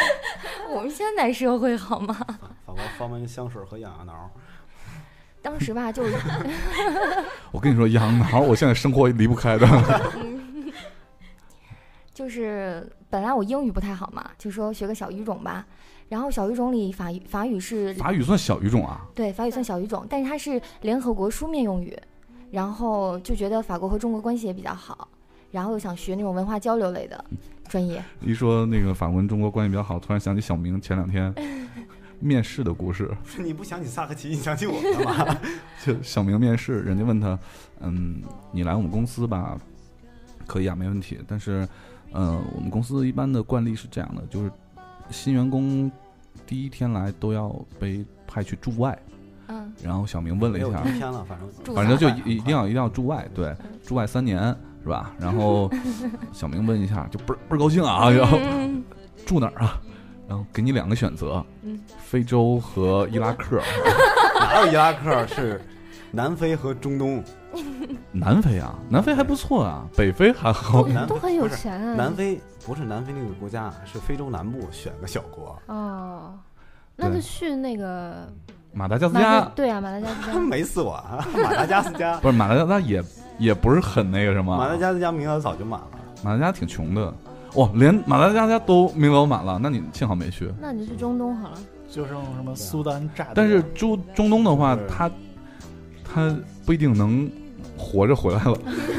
Speaker 2: 我们现在社会好吗？
Speaker 4: 法国方面香水和痒痒挠，
Speaker 2: 当时吧，就
Speaker 1: 我跟你说，羊挠，我现在生活离不开的。
Speaker 2: 嗯就是本来我英语不太好嘛，就说学个小语种吧。然后小语种里法语法语是
Speaker 1: 法语算小语种啊？
Speaker 2: 对，法语算小语种，但是它是联合国书面用语，然后就觉得法国和中国关系也比较好，然后又想学那种文化交流类的
Speaker 4: 嗯
Speaker 2: 专业。
Speaker 1: 一说那个法国跟中国关系比较好，突然想起小明前两天
Speaker 4: 哎
Speaker 1: 面试的故事。
Speaker 4: 不是你不想起萨克奇，你想起我干嘛？
Speaker 1: 就小明面试，人家问他，嗯，你来我们公司吧，可以啊，没问题。但是，呃，我们公司一般的惯例是这样的，就是新员工第一天来都要被派去驻外。
Speaker 2: 嗯，
Speaker 1: 然后小明问了
Speaker 4: 没
Speaker 1: 一
Speaker 4: 有
Speaker 1: 下，
Speaker 4: 一天了，反正
Speaker 2: 住
Speaker 1: 反正就
Speaker 4: 很快
Speaker 1: 一一定要一定要驻外，
Speaker 2: 嗯
Speaker 1: 对，驻外三年是吧？然后 小明问一下，就倍儿倍儿高兴啊，然后
Speaker 2: 嗯
Speaker 1: 住哪儿啊？然后给你两个选择
Speaker 2: 嗯，
Speaker 1: 非洲和伊拉克，
Speaker 4: 哪有伊拉克是南非和中东？
Speaker 1: 南非啊，南非还不错啊，北非还 好。
Speaker 4: 南
Speaker 5: 都很有
Speaker 4: 不是
Speaker 5: 钱啊。
Speaker 4: 南非不是南非那个国家，是非洲南部选个小国。
Speaker 5: 哦，那就
Speaker 1: 对
Speaker 5: 去那个
Speaker 1: 马达加斯
Speaker 5: 马达
Speaker 1: 加
Speaker 5: 对啊，马达加斯加
Speaker 4: 他 没死我啊！马达加斯加，
Speaker 1: 不是马达加斯加也也不是很那个什么，啊
Speaker 4: 马达加斯加名额早就满了。
Speaker 1: 马达加挺穷的，哇、连马达加斯加都名额满了，那你幸好没去。
Speaker 5: 那你就去中东好了。
Speaker 3: 就剩什
Speaker 4: 啊
Speaker 3: 么苏丹炸弹，
Speaker 1: 但是中中东的话
Speaker 4: 是，
Speaker 1: 他他不一定能活着回来了。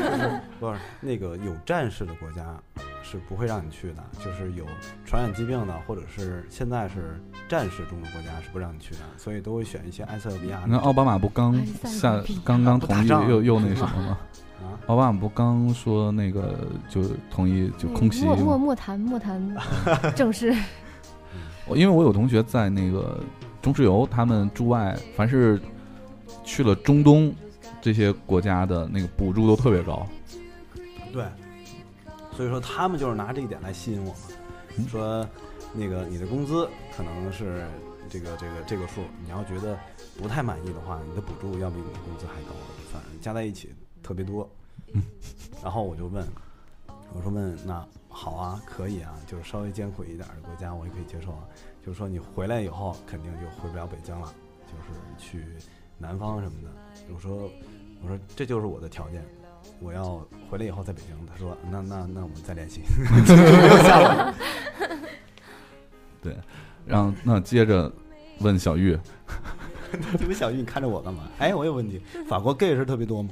Speaker 4: 不是那个有战事的国家是不会让你去的，就是有传染疾病的，或者是现在是战事中的国家是不让你去的，所以都会选一些埃塞俄比亚
Speaker 1: 你看奥巴马不刚
Speaker 5: 哎散
Speaker 1: 下
Speaker 5: 个屁
Speaker 1: 刚刚同
Speaker 4: 啊不打
Speaker 1: 意
Speaker 4: 仗
Speaker 1: 又又那什么吗？
Speaker 4: 啊，
Speaker 1: 奥巴马不刚说那个就同意就空袭
Speaker 5: 莫
Speaker 1: 吗？
Speaker 5: 莫莫谈莫谈正事。
Speaker 1: 我因为我有同学在那个中石油，他们驻外凡是去了中东这些国家的那个补助都特别高。
Speaker 4: 对，所以说他们就是拿这一点来吸引我
Speaker 1: 嗯
Speaker 4: 们，说那个你的工资可能是这个这个这个数，你要觉得不太满意的话，你的补助要比你的工资还高，反正加在一起特别多。然后我就问，我说问那好啊，可以啊，就是稍微艰苦一点的国家我也可以接受啊，就是说你回来以后肯定就回不了北京了，就是去南方什么的。我说我说这就是我的条件，我要回来以后在北京。他说那那那我们再 联系，就没有下文。
Speaker 1: 然后那接着问小玉，
Speaker 4: 你们小玉，你看着我 干嘛？哎，我有问题，法国 gay 是特别多吗？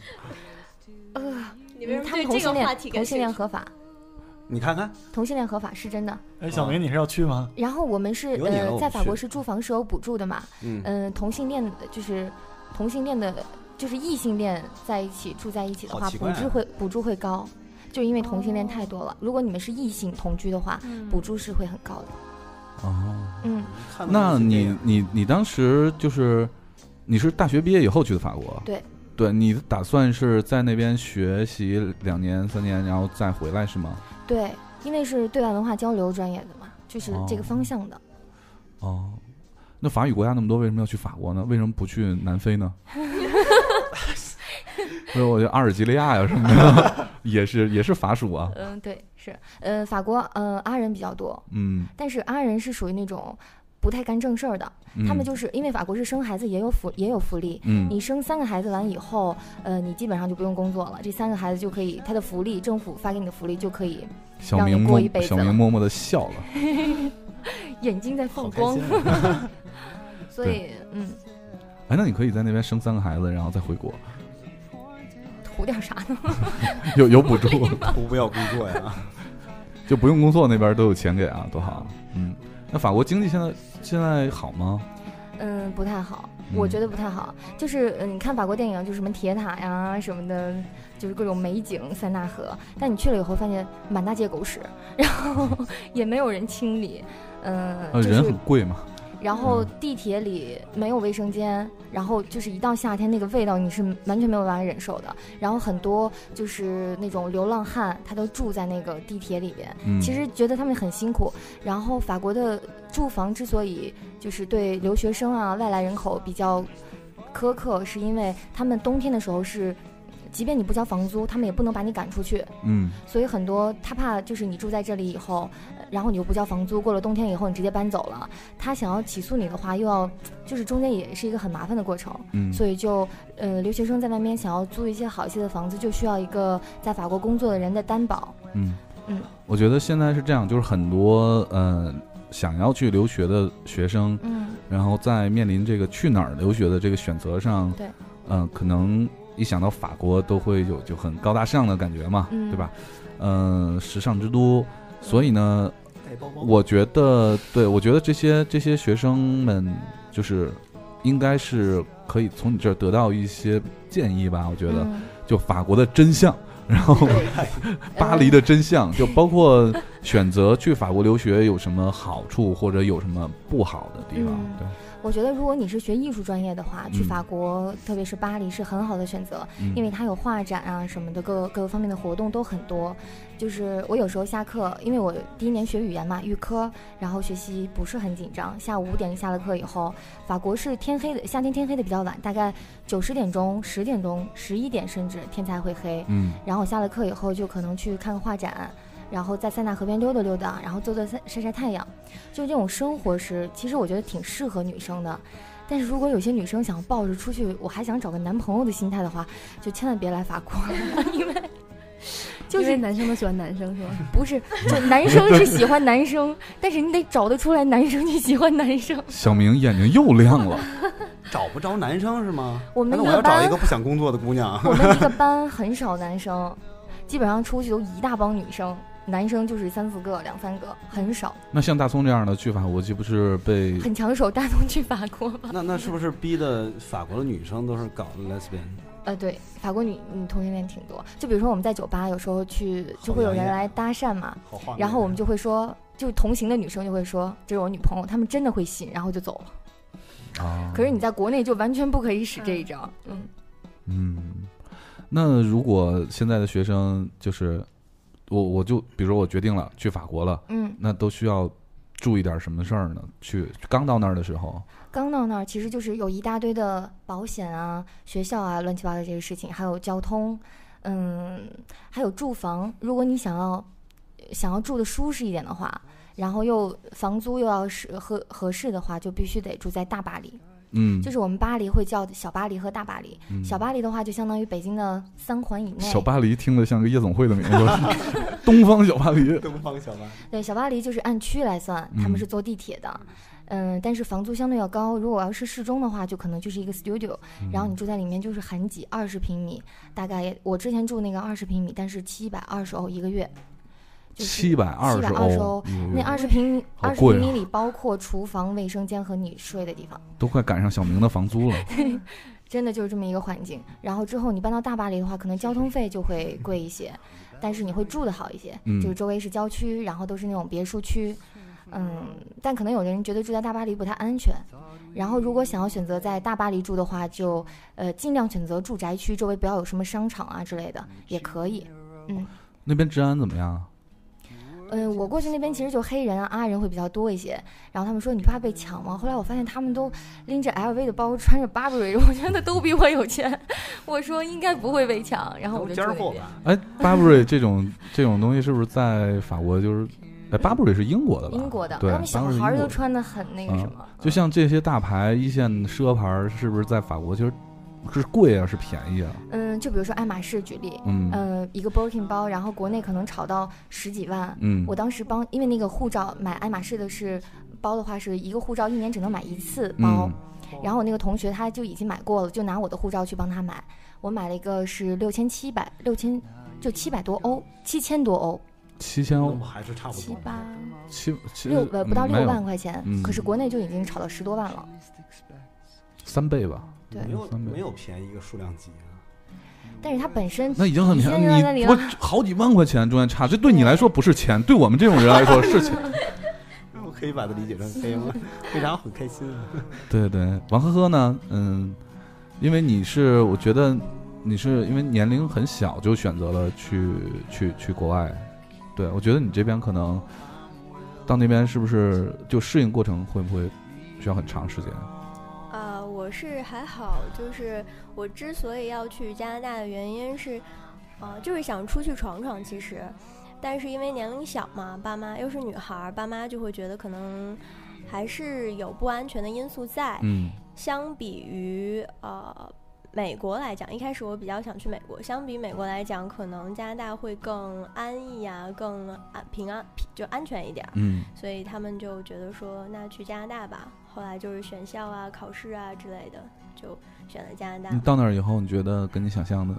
Speaker 2: 呃，
Speaker 7: 你为什么
Speaker 2: 他们
Speaker 7: 对
Speaker 2: 同
Speaker 7: 这
Speaker 2: 性
Speaker 7: 个话
Speaker 2: 恋
Speaker 7: 题
Speaker 2: 同
Speaker 7: 感
Speaker 2: 性
Speaker 7: 兴
Speaker 2: 恋
Speaker 7: 趣？
Speaker 2: 合法，
Speaker 4: 你看看，
Speaker 2: 同性恋合法是真的。
Speaker 3: 哎，小明你是要去吗？
Speaker 2: 然后我们是
Speaker 4: 有你了
Speaker 2: 呃
Speaker 4: 我
Speaker 2: 在
Speaker 4: 不
Speaker 2: 法国
Speaker 4: 去
Speaker 2: 是住房是有补助的嘛，
Speaker 4: 嗯，
Speaker 2: 嗯，同性恋的就是同性恋的，就是异性恋在一起住在一起的
Speaker 4: 好
Speaker 2: 话，
Speaker 4: 奇
Speaker 2: 补
Speaker 4: 怪
Speaker 2: 助
Speaker 4: 啊
Speaker 2: 会补助会高，就因为同
Speaker 7: 哦
Speaker 2: 性恋太多了。如果你们是异性同居的话，
Speaker 7: 嗯
Speaker 2: 补助是会很高的。
Speaker 1: 哦，
Speaker 2: 嗯，
Speaker 4: 看到
Speaker 1: 那
Speaker 4: 的是这
Speaker 1: 你
Speaker 4: 样
Speaker 1: 你你当时就是你是大学毕业以后去的法国？
Speaker 2: 对，
Speaker 1: 对你打算是在那边学习两年三年，然后再回来是吗？
Speaker 2: 对，因为是对外文化交流专业的嘛，就是这个方向的。
Speaker 1: 哦，那法语国家那么多，为什么要去法国呢？为什么不去南非呢？ 所以我觉得阿尔及利亚呀什么的，也是也是法属啊。
Speaker 2: 嗯，对，是，呃，法国，呃，阿人比较多，
Speaker 1: 嗯，
Speaker 2: 但是阿人是属于那种不太干正事儿的，
Speaker 1: 嗯
Speaker 2: 他们就是因为法国是生孩子也有福也有福利，
Speaker 1: 嗯
Speaker 2: 你生三个孩子完以后，呃，你基本上就不用工作了，这三个孩子就可以，他的福利，政府发给你的福利就可以，
Speaker 1: 小
Speaker 2: 让你
Speaker 1: 明
Speaker 2: 过
Speaker 1: 默
Speaker 2: 一辈子
Speaker 1: 小明
Speaker 2: 了
Speaker 1: 默默的笑了。
Speaker 2: 眼睛在放
Speaker 4: 好
Speaker 2: 光
Speaker 4: 开，心啊！
Speaker 2: 所以嗯，
Speaker 1: 哎，那你可以在那边生三个孩子，然后再回国，
Speaker 2: 图点啥呢？
Speaker 1: 有有补 助，
Speaker 4: 图不要工作呀？
Speaker 1: 就不用工作，那边都有钱给啊，多好。嗯，那法国经济现在现在好吗？
Speaker 2: 嗯，不太好，我觉得不太好，就是嗯，你看法国电影，就什么铁塔呀什么的，就是各种美景、塞纳河，但你去了以后发现满大街狗屎，然后 也没有人清理，嗯，
Speaker 1: 呃，
Speaker 2: 就
Speaker 1: 人
Speaker 2: 是
Speaker 1: 很贵嘛。
Speaker 2: 然后
Speaker 1: 嗯
Speaker 2: 地铁里没有卫生间，然后就是一到夏天那个味道你是完全没有办法忍受的。然后很多就是那种流浪汉，他都住在那个地铁里边，
Speaker 1: 嗯，
Speaker 2: 其实觉得他们很辛苦。然后法国的住房之所以就是对留学生啊、外来人口比较苛刻，是因为他们冬天的时候是，即便你不交房租，他们也不能把你赶出去。
Speaker 1: 嗯
Speaker 2: 所以很多他怕就是你住在这里以后，呃然后你又不交房租，过了冬天以后你直接搬走了，他想要起诉你的话，又要就是中间也是一个很麻烦的过程，
Speaker 1: 嗯，
Speaker 2: 所以就呃留学生在外面想要租一些好一些的房子，就需要一个在法国工作的人的担保。
Speaker 1: 嗯
Speaker 2: 嗯，
Speaker 1: 我觉得现在是这样，就是很多呃想要去留学的学生，
Speaker 2: 嗯，
Speaker 1: 然后在面临这个去哪儿留学的这个选择上，
Speaker 2: 对，
Speaker 1: 嗯、可能一想到法国都会有就很高大上的感觉嘛，
Speaker 2: 嗯
Speaker 1: 对吧？嗯、时尚之都，所以呢，
Speaker 4: 带包包
Speaker 1: 我觉得，对我觉得这些这些学生们就是应该是可以从你这儿得到一些建议吧，我觉得，
Speaker 2: 嗯
Speaker 1: 就法国的真相，然后。
Speaker 4: 哎
Speaker 1: 巴黎的真相，就包括选择去法国留学有什么好处，或者有什么不好的地方。
Speaker 2: 嗯
Speaker 1: 对，
Speaker 2: 我觉得如果你是学艺术专业的话，去
Speaker 1: 嗯
Speaker 2: 法国，特别是巴黎是很好的选择，
Speaker 1: 嗯、
Speaker 2: 因为它有画展啊什么的，各个各个方面的活动都很多。就是我有时候下课，因为我第一年学语言嘛，预科，然后学习不是很紧张。下午五点下了课以后，法国是天黑的，夏天天黑的比较晚，大概九十点钟、十点钟、十一点甚至天才会黑。
Speaker 1: 嗯
Speaker 2: 然后我下了课以后就可能去看看画展，然后在塞纳河边溜达溜达，然后坐坐晒晒晒太阳，就这种生活是，其实我觉得挺适合女生的。但是如果有些女生想抱着出去，我还想找个男朋友的心态的话，就千万别来法国， 因为就
Speaker 5: 因为
Speaker 2: 是
Speaker 5: 男生都喜欢男生是吧？
Speaker 2: 不是就男 生是喜欢男生，但是你得找得出来男生去喜欢男生。
Speaker 1: 小明眼睛又亮了，
Speaker 4: 找不着男生是吗？
Speaker 2: 我们
Speaker 4: 那
Speaker 2: 那
Speaker 4: 我
Speaker 2: 个
Speaker 4: 要找一
Speaker 2: 班
Speaker 4: 个不想工作的姑 娘。
Speaker 2: 我们这个班很少男生，基本上出去都一大帮女生，男生就是三四个、两三个，
Speaker 4: 嗯
Speaker 2: 很少。
Speaker 1: 那像大葱这样的去法国，岂不是被
Speaker 2: 很抢手，大同去法国吧？
Speaker 4: 那那是不是逼的法国的女生都是搞 lesbian？
Speaker 2: 呃，对，法国女女同性恋挺多。就比如说我们在酒吧，有时候去就会有人来搭讪嘛，
Speaker 4: 好画面啊
Speaker 2: 然后我们就会说，就同行的女生就会说这是我女朋友，她们真的会信，然后就走了。
Speaker 1: 啊？
Speaker 2: 可是你在国内就完全不可以使这一招，嗯，
Speaker 1: 嗯，那如果现在的学生就是我，我就比如说我决定了去法国了，
Speaker 2: 嗯，
Speaker 1: 那都需要注意点什么事儿呢？去刚到那儿的时候，
Speaker 2: 刚到那儿其实就是有一大堆的保险啊、学校啊、乱七八糟这些事情，还有交通，嗯，还有住房。如果你想要想要住的舒适一点的话，然后又房租又要是合合适的话，就必须得住在大巴黎。
Speaker 1: 嗯，
Speaker 2: 就是我们巴黎会叫小巴黎和大巴黎。
Speaker 1: 嗯
Speaker 2: 小巴黎的话，就相当于北京的三环以内。
Speaker 1: 小巴黎听着像个夜总会的名字， 东方小巴黎。
Speaker 4: 东方小巴，
Speaker 2: 对，小巴黎就是按区来算，他
Speaker 1: 嗯
Speaker 2: 们是坐地铁的。嗯，但是房租相对要高。如果要是适中的话，就可能就是一个 studio，然后
Speaker 1: 嗯
Speaker 2: 你住在里面就是很挤，二十平米，大概我之前住那个二十平米，但是七百二十欧一个月，就是
Speaker 1: 七百二十
Speaker 2: 720
Speaker 1: 欧
Speaker 2: 欧，
Speaker 1: 哎
Speaker 2: 那
Speaker 1: 呦
Speaker 2: 二十平米，
Speaker 1: 好
Speaker 2: 二十
Speaker 1: 贵
Speaker 2: 平
Speaker 1: 啊
Speaker 2: 米里包括厨房、卫生间和你睡的地方，
Speaker 1: 都快赶上小明的房租了。
Speaker 2: 真的就是这么一个环境。然后之后你搬到大巴黎的话，可能交通费就会贵一些，但是你会住的好一些，
Speaker 1: 嗯
Speaker 2: 就是周围是郊区，然后都是那种别墅区，嗯，但可能有的人觉得住在大巴黎不太安全。然后，如果想要选择在大巴黎住的话，就呃尽量选择住宅区，周围不要有什么商场啊之类的，也可以。
Speaker 1: 那边治安怎么样？
Speaker 2: 嗯，我过去那边其实就黑人啊、阿人会比较多一些，然后他们说你不怕被抢吗？后来我发现他们都拎着 LV 的包，穿着 Burberry，我觉得都比我有钱。我说应该不会被抢，然后我就住
Speaker 4: 尖
Speaker 2: 那
Speaker 4: 儿货
Speaker 2: 边。
Speaker 4: 吧？
Speaker 1: 哎，Burberry 这种这种东西是不是在法国就是？哎，Burberry 是英国的吧？
Speaker 2: 英国的，
Speaker 1: 对，
Speaker 2: 他们小
Speaker 1: Burberry
Speaker 2: 孩儿
Speaker 1: 英
Speaker 2: 都
Speaker 1: 国的
Speaker 2: 穿的很那个什么，
Speaker 1: 就像这些大牌一线奢牌儿，是不是在法国其实是贵啊，是便宜啊？
Speaker 2: 嗯，就比如说爱马仕举例，
Speaker 1: 嗯
Speaker 2: 呃，一个 Birkin 包，然后国内可能炒到十几万。
Speaker 1: 嗯
Speaker 2: 我当时帮，因为那个护照买爱马仕的是包的话，是一个护照一年只能买一次包，
Speaker 1: 嗯
Speaker 2: 然后我那个同学他就已经买过了，就拿我的护照去帮他买。我买了一个是六千七百，六千就七百多欧，七千多欧，
Speaker 1: 七千
Speaker 4: 那
Speaker 1: 欧
Speaker 4: 不还是差不
Speaker 2: 七
Speaker 4: 多。
Speaker 2: 八
Speaker 1: 七七
Speaker 2: 六呃不到
Speaker 1: 没
Speaker 2: 六
Speaker 1: 有
Speaker 2: 万块钱，
Speaker 1: 嗯
Speaker 2: 可是国内就已经炒到十多万了。
Speaker 1: 三倍吧？嗯
Speaker 2: 对
Speaker 4: 没有
Speaker 1: 三倍
Speaker 4: 没有便宜一个数量级啊！
Speaker 2: 但是它本身
Speaker 1: 那已经很
Speaker 2: 一
Speaker 1: 便
Speaker 2: 千就在那
Speaker 1: 宜，
Speaker 2: 里
Speaker 1: 你我
Speaker 2: 了
Speaker 1: 好几万块钱中间差，这对你来说不是钱，对我们这种人来说是钱。
Speaker 4: 我可以把它理解成 黑吗？为啥很开心啊？
Speaker 1: 对对，王呵呵呢？嗯，因为你是，我觉得你是因为年龄很小就选择了去去去国外，对我觉得你这边可能到那边是不是就适应过程会不会需要很长时间？
Speaker 6: 啊、我是还好，就是我之所以要去加拿大的原因是，呃，就是想出去闯闯，其实，但是因为年龄小嘛，爸妈又是女孩儿，爸妈就会觉得可能还是有不安全的因素在。
Speaker 1: 嗯
Speaker 6: 相比于呃美国来讲，一开始我比较想去美国。相比美国来讲，可能加拿大会更安逸啊，更安平安平就安全一点儿。
Speaker 1: 嗯
Speaker 6: 所以他们就觉得说，那去加拿大吧。后来就是选校啊、考试啊之类的，就选了加拿
Speaker 1: 你
Speaker 6: 大。
Speaker 1: 到那儿以后，你觉得跟你想象的，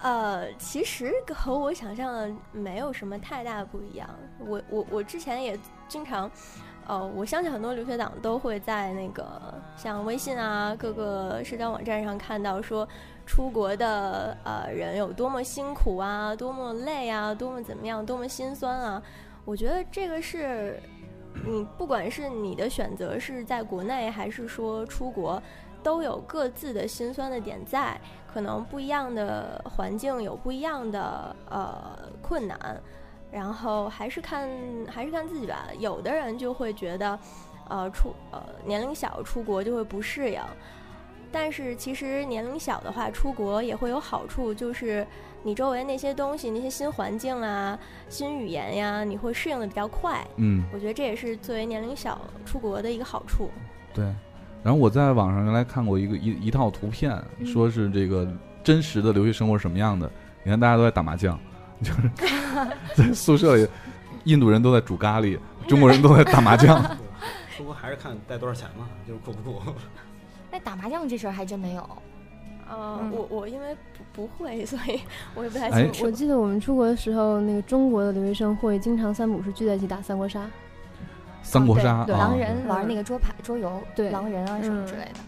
Speaker 6: 呃，其实和我想象的没有什么太大不一样。我我我之前也经常，呃，我相信很多留学党都会在那个像微信啊各个社交网站上看到说，出国的呃人有多么辛苦啊，多么累啊，多么怎么样，多么心酸啊。我觉得这个是，你嗯不管是你的选择是在国内还是说出国，都有各自的心酸的点在。可能不一样的环境有不一样的呃困难，然后还是看还是看自己吧。有的人就会觉得，呃，出呃年龄小出国就会不适应，但是其实年龄小的话出国也会有好处，就是你周围那些东西、那些新环境啊、新语言呀、你会适应的比较快。
Speaker 1: 嗯，
Speaker 6: 我觉得这也是作为年龄小出国的一个好处。
Speaker 1: 对。然后我在网上原来看过一个一一套图片，
Speaker 2: 嗯
Speaker 1: 说是这个真实的留学生活是什么样的。你看大家都在打麻将，就是在宿舍里，印度人都在煮咖喱，中国人都在打麻将。
Speaker 4: 出国还是看带多少钱嘛，就是酷不酷。
Speaker 2: 那打麻将这事儿还真没有，
Speaker 6: 呃，
Speaker 2: 嗯
Speaker 6: 我我因为不不会，所以我也不太
Speaker 1: 哎
Speaker 6: 清楚。
Speaker 5: 我记得我们出国的时候，那个中国的留学生会经常三不五时聚在一起打三国杀。
Speaker 1: 三国杀
Speaker 5: 啊对对
Speaker 1: 啊
Speaker 2: 狼。人玩那个桌牌、桌游，
Speaker 5: 对
Speaker 2: 狼人啊什么之类的。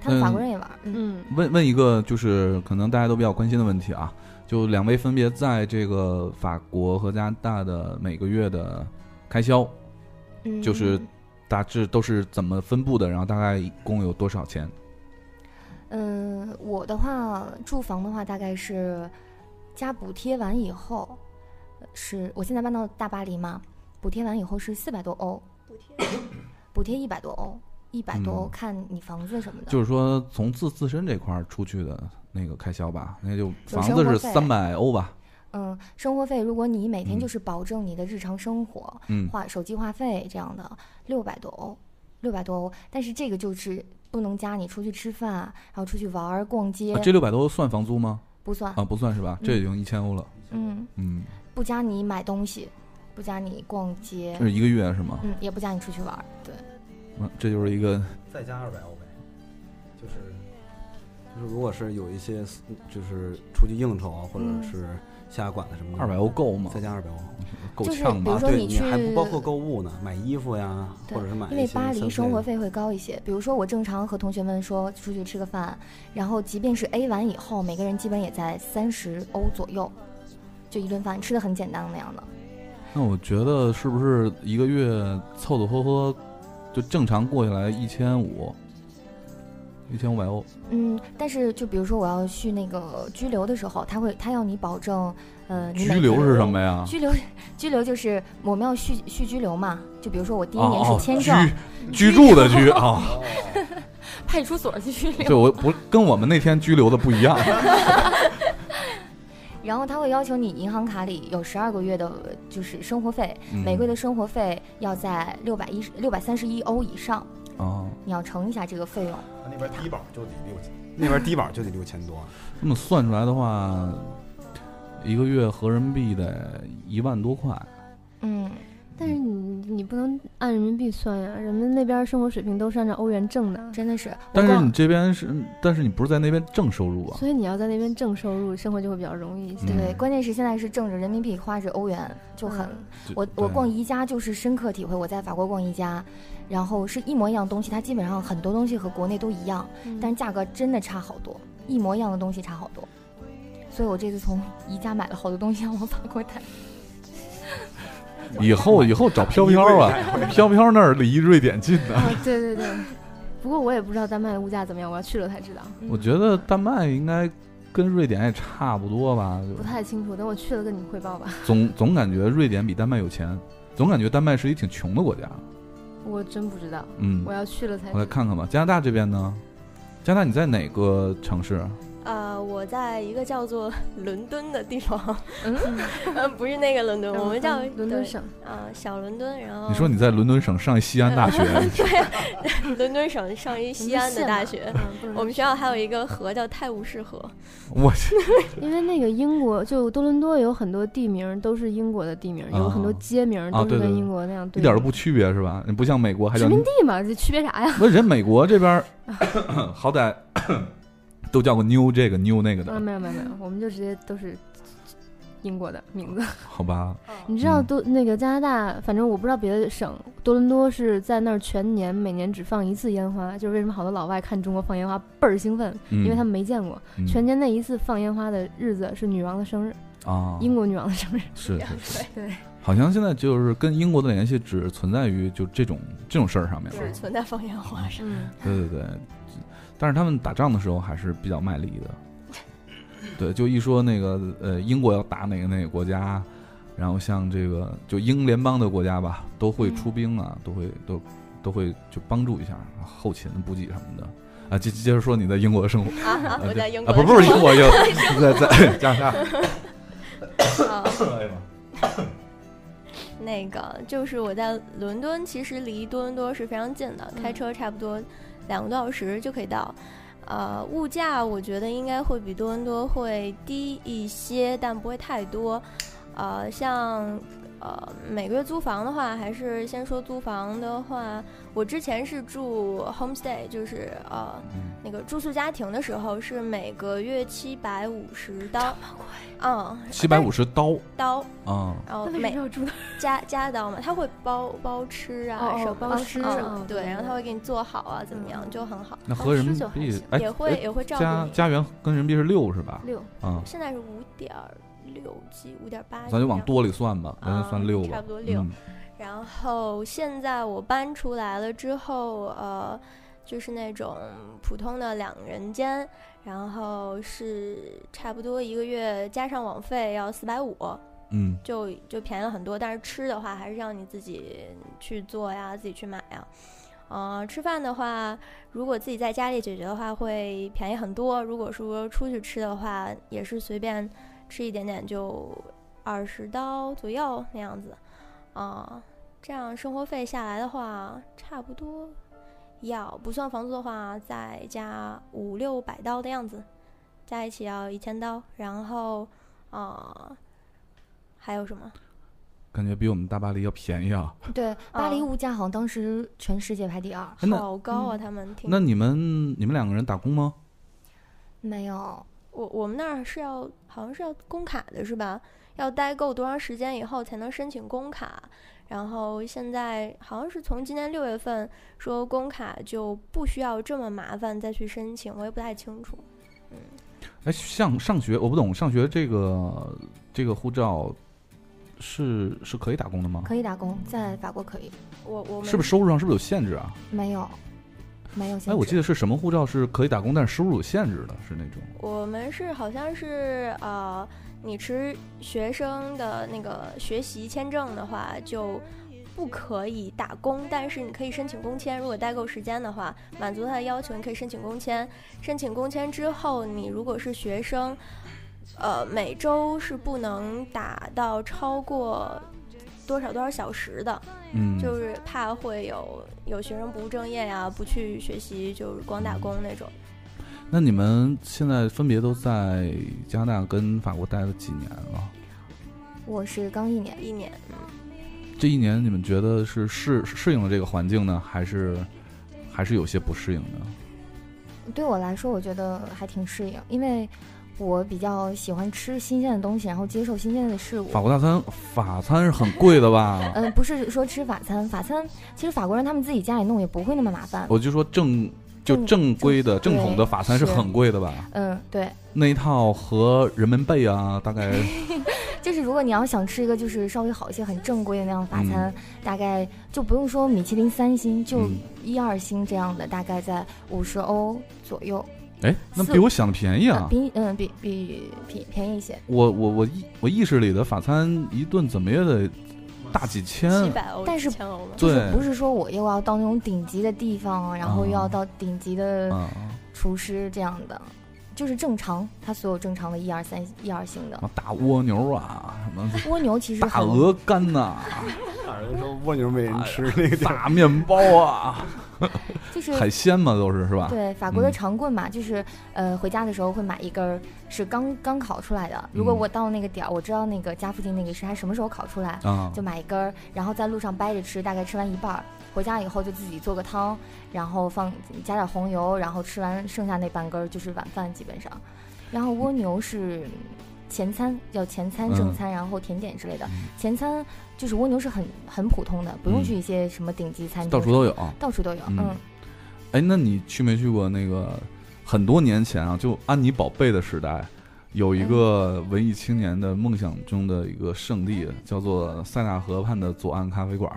Speaker 2: 他
Speaker 1: 嗯
Speaker 2: 们法国人也玩，嗯，
Speaker 5: 嗯，
Speaker 1: 问问一个就是可能大家都比较关心的问题啊，就两位分别在这个法国和加拿大的每个月的开销
Speaker 2: 嗯
Speaker 1: 就是大致都是怎么分布的，然后大概一共有多少钱？
Speaker 2: 嗯，我的话，住房的话大概是加补贴完以后，呃是我现在搬到大巴黎嘛，补贴完以后是四百多欧，
Speaker 6: 补贴
Speaker 2: 补贴一百多欧，一百多欧、
Speaker 1: 嗯
Speaker 2: 看你房子什么的。
Speaker 1: 就是说从自自身这块儿出去的那个开销吧，那就
Speaker 2: 生
Speaker 1: 房子
Speaker 2: 活
Speaker 1: 是
Speaker 2: 费
Speaker 1: 三百欧吧，
Speaker 2: 嗯，生活费，如果你每
Speaker 1: 嗯
Speaker 2: 天就是保证你的日常生活，
Speaker 1: 嗯，
Speaker 2: 话手机话费这样的，六百多欧，六百多欧，但是这个就是不能加你出去吃饭，啊然后出去玩儿、逛街、
Speaker 1: 啊这六百多算房租吗？
Speaker 2: 不算，
Speaker 1: 啊，不算是吧？这已经一千欧了，
Speaker 2: 嗯，
Speaker 1: 嗯，
Speaker 2: 不加你买东西，不加你逛街
Speaker 1: 这，是一个月是吗？
Speaker 2: 嗯，也不加你出去玩儿，对，
Speaker 1: 嗯，这就是一个
Speaker 4: 再加二百欧呗，就是就是，如果是有一些就是出去应酬啊，或者
Speaker 2: 嗯
Speaker 4: 是下馆子什么的，
Speaker 1: 二百欧够吗
Speaker 4: 再？加二百欧，
Speaker 1: 够
Speaker 2: 就是
Speaker 1: 呛
Speaker 2: 比
Speaker 1: 吧
Speaker 2: 如？说
Speaker 4: 对
Speaker 2: 你
Speaker 4: 你还不
Speaker 2: 去
Speaker 4: 包括购物呢，买衣服呀，
Speaker 2: 对
Speaker 4: 或者是买
Speaker 2: 因
Speaker 4: 一
Speaker 2: 为
Speaker 4: 些
Speaker 2: 巴黎
Speaker 4: 消
Speaker 2: 生活
Speaker 4: 费
Speaker 2: 费会高一些。比如说我正常和同学们说出去吃个饭，然后即便是 A 完以后，每个人基本也在三十欧左右，就一顿饭吃的很简单那样的。
Speaker 1: 那我觉得是不是一个月凑凑合合就正常过下来一千五，一千五百欧？
Speaker 2: 嗯，但是就比如说我要去那个拘留的时候，他会他要你保证，呃，你
Speaker 1: 拘
Speaker 2: 每
Speaker 1: 留
Speaker 2: 天
Speaker 1: 是什么呀？
Speaker 2: 拘留， 拘留就是我们要续续居留嘛。就比如说我第一年
Speaker 1: 哦
Speaker 2: 是
Speaker 1: 哦
Speaker 2: 签证，
Speaker 1: 居居住 的居啊。
Speaker 2: 派出所去拘
Speaker 1: 对，
Speaker 2: 留，
Speaker 1: 我不跟我们那天拘留的不一 样。
Speaker 2: 然后他会要求你银行卡里有十二个月的，就是生活费，
Speaker 1: 嗯
Speaker 2: 每个月的生活费要在六百一六百三十一欧以上，
Speaker 1: 啊，
Speaker 2: 你要乘一下这个费用。
Speaker 4: 那边低保就得六千， 那边低保就得六千多，
Speaker 1: 这么算出来的话，一个月合人民币得一万多块。
Speaker 2: 嗯，
Speaker 5: 但是你你不能按人民币算呀，人们那边生活水平都是按照欧元挣的，
Speaker 2: 真的是。
Speaker 1: 但
Speaker 2: 我
Speaker 1: 是
Speaker 2: 逛
Speaker 1: 你这边是，但是你不是在那边挣收入啊？
Speaker 5: 所以你要在那边挣收入，生活就会比较容易一些。
Speaker 2: 对，
Speaker 1: 嗯
Speaker 2: 关键是现在是挣着人民币，花着欧元，就很。
Speaker 5: 嗯
Speaker 1: 就
Speaker 2: 我我
Speaker 1: 对
Speaker 2: 逛宜家就是深刻体会，我在法国逛宜家，然后是一模一样东西，它基本上很多东西和国内都一样，
Speaker 5: 嗯
Speaker 2: 但是价格真的差好多，一模一样的东西差好多。所以我这次从宜家买了好多东西让我法国带。
Speaker 1: 以后以后找飘飘 啊，飘飘那儿离瑞典近的。
Speaker 5: 啊，对对对。不过我也不知道丹麦的物价怎么样，我要去了才知道，
Speaker 1: 我觉得丹麦应该跟瑞典也差不多吧，就
Speaker 5: 不太清楚。等我去了跟你汇报吧。
Speaker 1: 总总感觉瑞典比丹麦有钱，总感觉丹麦是一挺穷的国家。
Speaker 5: 我真不知道，
Speaker 1: 嗯
Speaker 5: 我，要去了才知道。
Speaker 1: 我来看看吧。加拿大这边呢？加拿大你在哪个城市？
Speaker 5: 嗯
Speaker 6: 呃，我在一个叫做 伦敦的地方，
Speaker 5: 嗯，
Speaker 6: 呃，不是那个伦敦，
Speaker 5: 嗯，
Speaker 6: 我们叫
Speaker 5: 伦敦
Speaker 6: 对
Speaker 5: 省。
Speaker 6: 呃小伦敦，然后呃
Speaker 1: 你说你在伦敦省上西安大学， 啊
Speaker 6: 伦敦省上一西安的大学
Speaker 5: 嗯。，不能
Speaker 6: 我们学校还有一个河叫泰晤士河，
Speaker 1: 我
Speaker 5: 因为那个英国，就多伦多有很多地名都是英国的地名，有很多
Speaker 1: 啊
Speaker 5: 街名
Speaker 1: 啊
Speaker 5: 都
Speaker 1: 对对
Speaker 5: 是跟
Speaker 1: 对
Speaker 5: 英国那样
Speaker 1: 一
Speaker 5: 对应。
Speaker 1: 点都不区别是吧？你不像美国还叫
Speaker 5: 殖民地嘛，这区别啥呀？
Speaker 1: 不是人美国这边儿好歹 都叫个妞这个妞那个
Speaker 5: 啊，
Speaker 1: 的，
Speaker 5: 没有没有没有，我们就直接都是英国的名
Speaker 2: 哦
Speaker 5: 字。
Speaker 1: 好吧？
Speaker 5: 你知道
Speaker 1: 嗯
Speaker 5: 多那个加拿大，反正我不知道别的省，多伦多是在那儿全年每年只放一次烟花，就是为什么好多老外看中国放烟花倍儿兴奋，
Speaker 1: 因
Speaker 5: 因为他们没见过。
Speaker 1: 嗯
Speaker 5: 全年那一次放烟花的日子是女王的生日，
Speaker 1: 啊，
Speaker 5: 英国女王的生日。
Speaker 1: 是是 是，
Speaker 5: 对，
Speaker 1: 好像现在就是跟英国的联系只存在于就这种这种事儿上面
Speaker 6: 只
Speaker 1: 了。
Speaker 6: 存在方言花上。
Speaker 5: 嗯，
Speaker 1: 对对对，但是他们打仗的时候还是比较卖 力的。对，就一说那个呃，英国要打哪个哪个国家，然后像这个就英联邦的国家吧，都
Speaker 6: 嗯
Speaker 1: 会出兵啊，都会都都会就帮助一下啊后勤的补给什么的。啊，接接着说你在英国的生活
Speaker 7: 哎
Speaker 6: 啊啊！我在英国
Speaker 1: 啊，不
Speaker 6: 的
Speaker 1: 是
Speaker 6: 时
Speaker 1: 不
Speaker 6: 候，
Speaker 1: 是英 国，就在在加拿大。
Speaker 6: 啊
Speaker 1: 哎呀嗯
Speaker 6: 那个就是我在伦敦，其实离多伦多是非常近的，开车差不多两个多小时就可以到。呃，物价我觉得应该会比多伦多会低一些，但不会太多。呃，像呃每个月租房的话，还是先说租房的话，我之前是住 homestay，就是呃
Speaker 1: 嗯
Speaker 6: 那个住宿家庭的时候，是每个月七百五十刀，嗯，
Speaker 1: 七百五十刀
Speaker 6: 刀，
Speaker 1: 啊，
Speaker 6: 然后
Speaker 5: 那为什
Speaker 6: 每
Speaker 5: 么要住那儿？
Speaker 6: 加加刀嘛，他会包包吃啊
Speaker 5: 哦，
Speaker 6: 什
Speaker 5: 哦
Speaker 6: 么
Speaker 5: 包
Speaker 6: 的
Speaker 5: 吃
Speaker 6: 嗯
Speaker 5: 哦
Speaker 6: 对，
Speaker 5: 对
Speaker 6: 然后他会给你做好啊，怎么
Speaker 5: 嗯
Speaker 6: 样就很好，
Speaker 1: 那合人民
Speaker 5: 当时就还
Speaker 1: 币
Speaker 5: 行
Speaker 1: 哎
Speaker 6: 也会
Speaker 1: 哎
Speaker 6: 也会照
Speaker 1: 加
Speaker 6: 顾你。
Speaker 1: 加元跟人民币是六是吧？
Speaker 5: 六，
Speaker 1: 啊，
Speaker 6: 现在是五点六几，五点八，
Speaker 1: 咱就往多里算吧，咱就算
Speaker 6: 啊
Speaker 1: 六吧，
Speaker 6: 差不多六
Speaker 1: 嗯
Speaker 6: 然后现在我搬出来了之后，呃，就是那种普通的两人间，然后是差不多一个月加上网费要四百五，
Speaker 1: 嗯，
Speaker 6: 就就便宜了很多。但是吃的话，还是让你自己去做呀，自己去买呀。呃，吃饭的话，如果自己在家里解决的话，会便宜很多。如果说出去吃的话，也是随便吃一点点，就二十刀左右那样子。啊、这样生活费下来的话，差不多要不算房租的话，再加五六百刀的样子，加一起要一千刀。然后，呃，还有什么？
Speaker 1: 感觉比我们大巴黎要便宜啊。
Speaker 2: 对，巴黎
Speaker 6: 啊
Speaker 2: 物价好像当时全世界排第二，
Speaker 1: 哎那
Speaker 6: 好高啊！
Speaker 2: 嗯
Speaker 6: 他们听
Speaker 1: 那你们你们两个人打工吗？
Speaker 2: 没有，
Speaker 6: 我我们那儿是要好像是要工卡的是吧？要待够多长时间以后才能申请工卡？然后现在好像是从今年六月份说工卡就不需要这么麻烦再去申请，我也不太清楚。嗯
Speaker 1: 哎，像上学我不懂，上学这个这个护照是是可以打工的吗？
Speaker 2: 可以打工，在法国可以，
Speaker 6: 我我们
Speaker 1: 是不是收入上是不是有限制啊？
Speaker 2: 没有，没有限制。
Speaker 1: 哎，我记得是什么护照是可以打工，但是收入有限制的，是那种
Speaker 6: 我们是好像是呃，你持学生的那个学习签证的话，就不可以打工，但是你可以申请工签。如果待够时间的话，满足他的要求，你可以申请工签。申请工签之后，你如果是学生，呃，每周是不能打到超过多少多少小时的。
Speaker 1: 嗯，
Speaker 6: 就是怕会有有学生不务正业呀、不去学习，就是光打工那种。
Speaker 1: 那你们现在分别都在加拿大跟法国待了几年了？
Speaker 2: 我是刚一年，
Speaker 6: 一年，嗯。
Speaker 1: 这一年你们觉得是适适应了这个环境呢，还是还是有些不适应呢？
Speaker 2: 对我来说，我觉得还挺适应，因为我比较喜欢吃新鲜的东西，然后接受新鲜的事物。
Speaker 1: 法国大餐法餐是很贵的吧？
Speaker 2: 嗯、不是说吃法餐，法餐其实法国人他们自己家里弄也不会那么麻烦。
Speaker 1: 我就说正就
Speaker 2: 呃正
Speaker 1: 正规的
Speaker 2: 正
Speaker 1: 正统的法餐是
Speaker 2: 是
Speaker 1: 很贵的吧？
Speaker 2: 嗯，对，
Speaker 1: 那一套和人民币啊，大 概
Speaker 2: 就是如果你要想吃一个就是稍微好一些、很正规的那样法餐，
Speaker 1: 嗯
Speaker 2: 大概就不用说米其林三星，就
Speaker 1: 嗯
Speaker 2: 一二星这样的，大概在五十欧左右。
Speaker 1: 哎，那
Speaker 2: 四
Speaker 1: 比我想的便宜
Speaker 2: 呃
Speaker 1: 啊！
Speaker 2: 比嗯比比比便宜一些。
Speaker 1: 我我我意我意识里的法餐一顿怎么也得大几
Speaker 6: 七
Speaker 1: 千，
Speaker 6: 百欧，
Speaker 2: 但是
Speaker 6: 千欧吗？
Speaker 2: 就是
Speaker 1: 啊对
Speaker 2: 不是说我又要到那种顶级的地方，然后又
Speaker 1: 啊
Speaker 2: 要到顶级的
Speaker 1: 啊，
Speaker 2: 厨师这样的，就是正常，它所有正常的一二三一二星
Speaker 1: 什
Speaker 2: 的
Speaker 1: 么大蜗牛啊，什么
Speaker 2: 蜗牛其实
Speaker 1: 大
Speaker 2: 很
Speaker 1: 鹅肝呐、
Speaker 4: 哪儿人说蜗牛没人吃那个地儿？
Speaker 1: 大面包啊，
Speaker 2: 就是
Speaker 1: 海鲜嘛都是是吧？
Speaker 2: 对法国的
Speaker 1: 嗯
Speaker 2: 长棍嘛，就是呃回家的时候会买一根儿是刚刚烤出来的。如果
Speaker 1: 嗯
Speaker 2: 我到那个点儿，我知道那个家附近那个是它什么时候烤出来，
Speaker 1: 啊
Speaker 2: 就，买一根儿，然后在路上掰着吃，大概吃完一半儿，回家以后就自己做个汤，然后放加点红油，然后吃完剩下那半根儿就是晚饭基本上。然后蜗牛是前餐，叫前餐、正
Speaker 1: 嗯
Speaker 2: 餐，然后甜点之类的
Speaker 1: 嗯。
Speaker 2: 前餐就是蜗牛是很很普通的，不用
Speaker 1: 嗯
Speaker 2: 去一些什么顶级餐厅，
Speaker 1: 到处都有。
Speaker 2: 到处都有。
Speaker 1: 嗯
Speaker 2: 嗯，
Speaker 1: 哎，那你去没去过那个很多年前啊，就安妮宝贝的时代，有
Speaker 2: 嗯
Speaker 1: 一个文艺青年的梦想中的一个圣地，叫做塞纳河畔的左岸咖啡馆。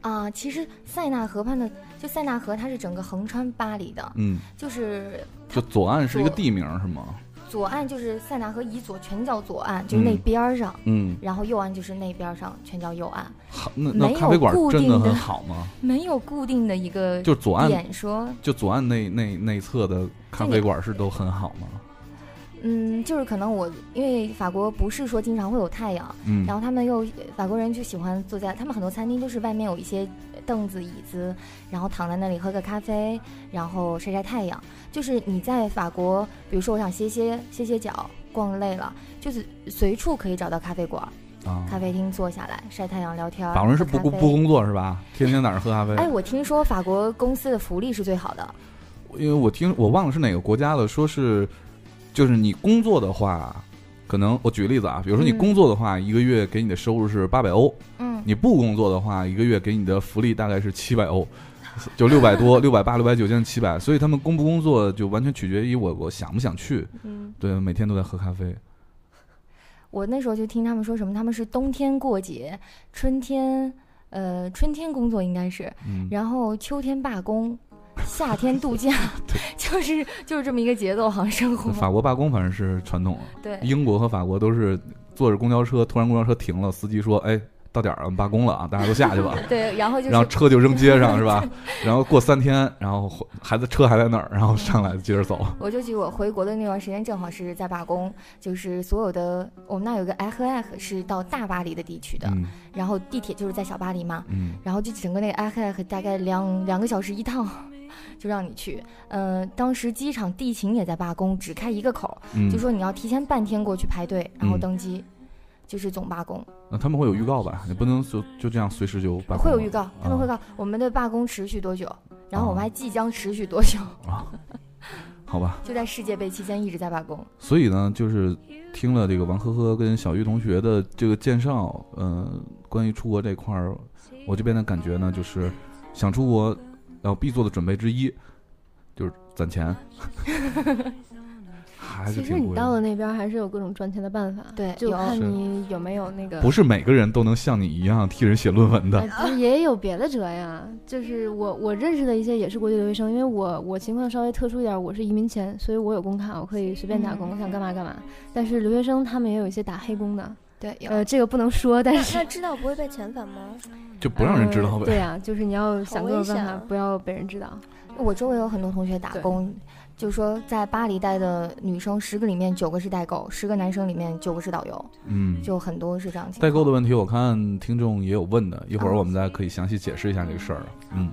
Speaker 2: 啊，其实塞纳河畔的，就塞纳河，它是整个横穿巴黎的，
Speaker 1: 嗯，
Speaker 2: 就是
Speaker 1: 就左岸是一个地名是吗？
Speaker 2: 左岸就是塞纳河以左，全叫左岸，就是那
Speaker 1: 嗯
Speaker 2: 边儿上，
Speaker 1: 嗯，
Speaker 2: 然后右岸就是那边儿上，全叫右岸，
Speaker 1: 好，那
Speaker 2: 没
Speaker 1: 那
Speaker 2: 有
Speaker 1: 咖啡馆
Speaker 2: 固
Speaker 1: 真
Speaker 2: 定的
Speaker 1: 很好吗？
Speaker 2: 没有固定的一个
Speaker 1: 就是左岸，
Speaker 2: 点说，
Speaker 1: 就左岸那那那侧的咖啡馆是都很好吗？
Speaker 2: 嗯，就是可能我因为法国不是说经常会有太阳，
Speaker 1: 嗯
Speaker 2: 然后他们又法国人就喜欢坐在他们很多餐厅都是外面有一些凳子椅子，然后躺在那里喝个咖啡，然后晒晒太阳。就是你在法国，比如说我想歇歇歇歇脚，逛累了，就是随处可以找到咖啡馆、
Speaker 1: 啊，
Speaker 2: 咖啡厅坐下来晒太阳聊天儿。
Speaker 1: 法国人是不
Speaker 2: 喝咖
Speaker 1: 不
Speaker 2: 啡
Speaker 1: 不。工作是吧？天天在那儿喝咖啡。
Speaker 2: 哎，我听说法国公司的福利是最好的，
Speaker 1: 因为我听我忘了是哪个国家了，说是就是你工作的话，可能我举个例子啊，比如说你
Speaker 2: 嗯
Speaker 1: 工作的话，一个月给你的收入是八百欧，
Speaker 2: 嗯，
Speaker 1: 你不工作的话，一个月给你的福利大概是七百欧，就六百多、六百八、六百九，将近七百。所以他们工不工作就完全取决于我我想不想去。
Speaker 5: 嗯，
Speaker 1: 对，每天都在喝咖啡。
Speaker 2: 我那时候就听他们说什么，他们是冬天过节，春天，呃，春天工作应该是，
Speaker 1: 嗯，
Speaker 2: 然后秋天罢工，夏天 度假，就是就是这么一个节奏，好像生活。
Speaker 1: 法国罢工反正是传统，
Speaker 2: 对，
Speaker 1: 英国和法国都是坐着公交车，突然公交车停了，司机说：“哎，到点儿了，我们罢工了啊，大家都下去吧。”
Speaker 2: 对，然后就
Speaker 1: 然后
Speaker 2: 是
Speaker 1: 车就扔街上是吧？ 然后过三天，然后回还在车还在那儿，然
Speaker 2: 嗯
Speaker 1: 后上来接着走。
Speaker 2: 我就举我回国的那段时间，正好是在罢工，就是所有的我们那有个 I 和 I 是到大巴黎的地区的，
Speaker 1: 嗯
Speaker 2: 然后地铁就是在小巴黎嘛，
Speaker 1: 嗯，
Speaker 7: 哎
Speaker 2: 然后就整个那个 I 和 I 大概两两个小时一趟。 就让你去，呃，当时机场地勤也在罢工，只开一个口，
Speaker 1: 嗯
Speaker 2: 就说你要提前半天过去排队，然后
Speaker 1: 嗯
Speaker 2: 登机，就是总罢工。
Speaker 1: 那他们会有预告吧？你不能就就这样随时就罢工了。啊
Speaker 2: 会有预告，他们会告我们的罢工持续多久，然后我们还即将持续多久，
Speaker 1: 啊，好吧。
Speaker 2: 就在世界杯期间一直在罢工。
Speaker 1: 所以呢，就是听了这个王呵呵跟小玉同学的这个介绍，呃，关于出国这块儿，我这边的感觉呢，就是想出国要必做的准备之一，就是攒钱。还是
Speaker 5: 其实
Speaker 1: 挺
Speaker 5: 你
Speaker 1: 贵
Speaker 5: 到了
Speaker 1: 的，
Speaker 5: 那边还是有各种赚钱的办法，
Speaker 2: 对
Speaker 5: 就
Speaker 2: 有
Speaker 5: 看
Speaker 1: 是
Speaker 5: 你有没有那个
Speaker 1: 不是每个人都能像你一样替人写论文的。
Speaker 5: 啊，其实也有别的辙呀，就是我我认识的一些也是国际留学生，因为我我情况稍微特殊一点，我是移民前，所以我有工卡，我可以随便打工，
Speaker 2: 嗯
Speaker 5: 我想干嘛干嘛。但是留学生他们也有一些打黑工的，
Speaker 2: 对，有、
Speaker 5: 呃，这个不能说，但
Speaker 6: 那
Speaker 5: 是
Speaker 6: 那知道不会被遣返吗？
Speaker 1: 就不让人知道
Speaker 2: 嗯
Speaker 5: 呃
Speaker 1: 呗。
Speaker 2: 啊
Speaker 5: 对呀、就是你要想
Speaker 6: 好
Speaker 5: 各种
Speaker 6: 危险
Speaker 5: 办法
Speaker 6: 啊，
Speaker 5: 不要被人知道。
Speaker 2: 我周围有很多同学打
Speaker 5: 对
Speaker 2: 工，就说在巴黎待的女生十个里面九个是代购，十个男生里面九个是导游，
Speaker 1: 嗯，
Speaker 2: 就很多是这样情
Speaker 1: 代购
Speaker 2: 况。
Speaker 1: 的问题，我看听众也有问的，一会儿我们再可以详细解释一下这个事儿了。嗯，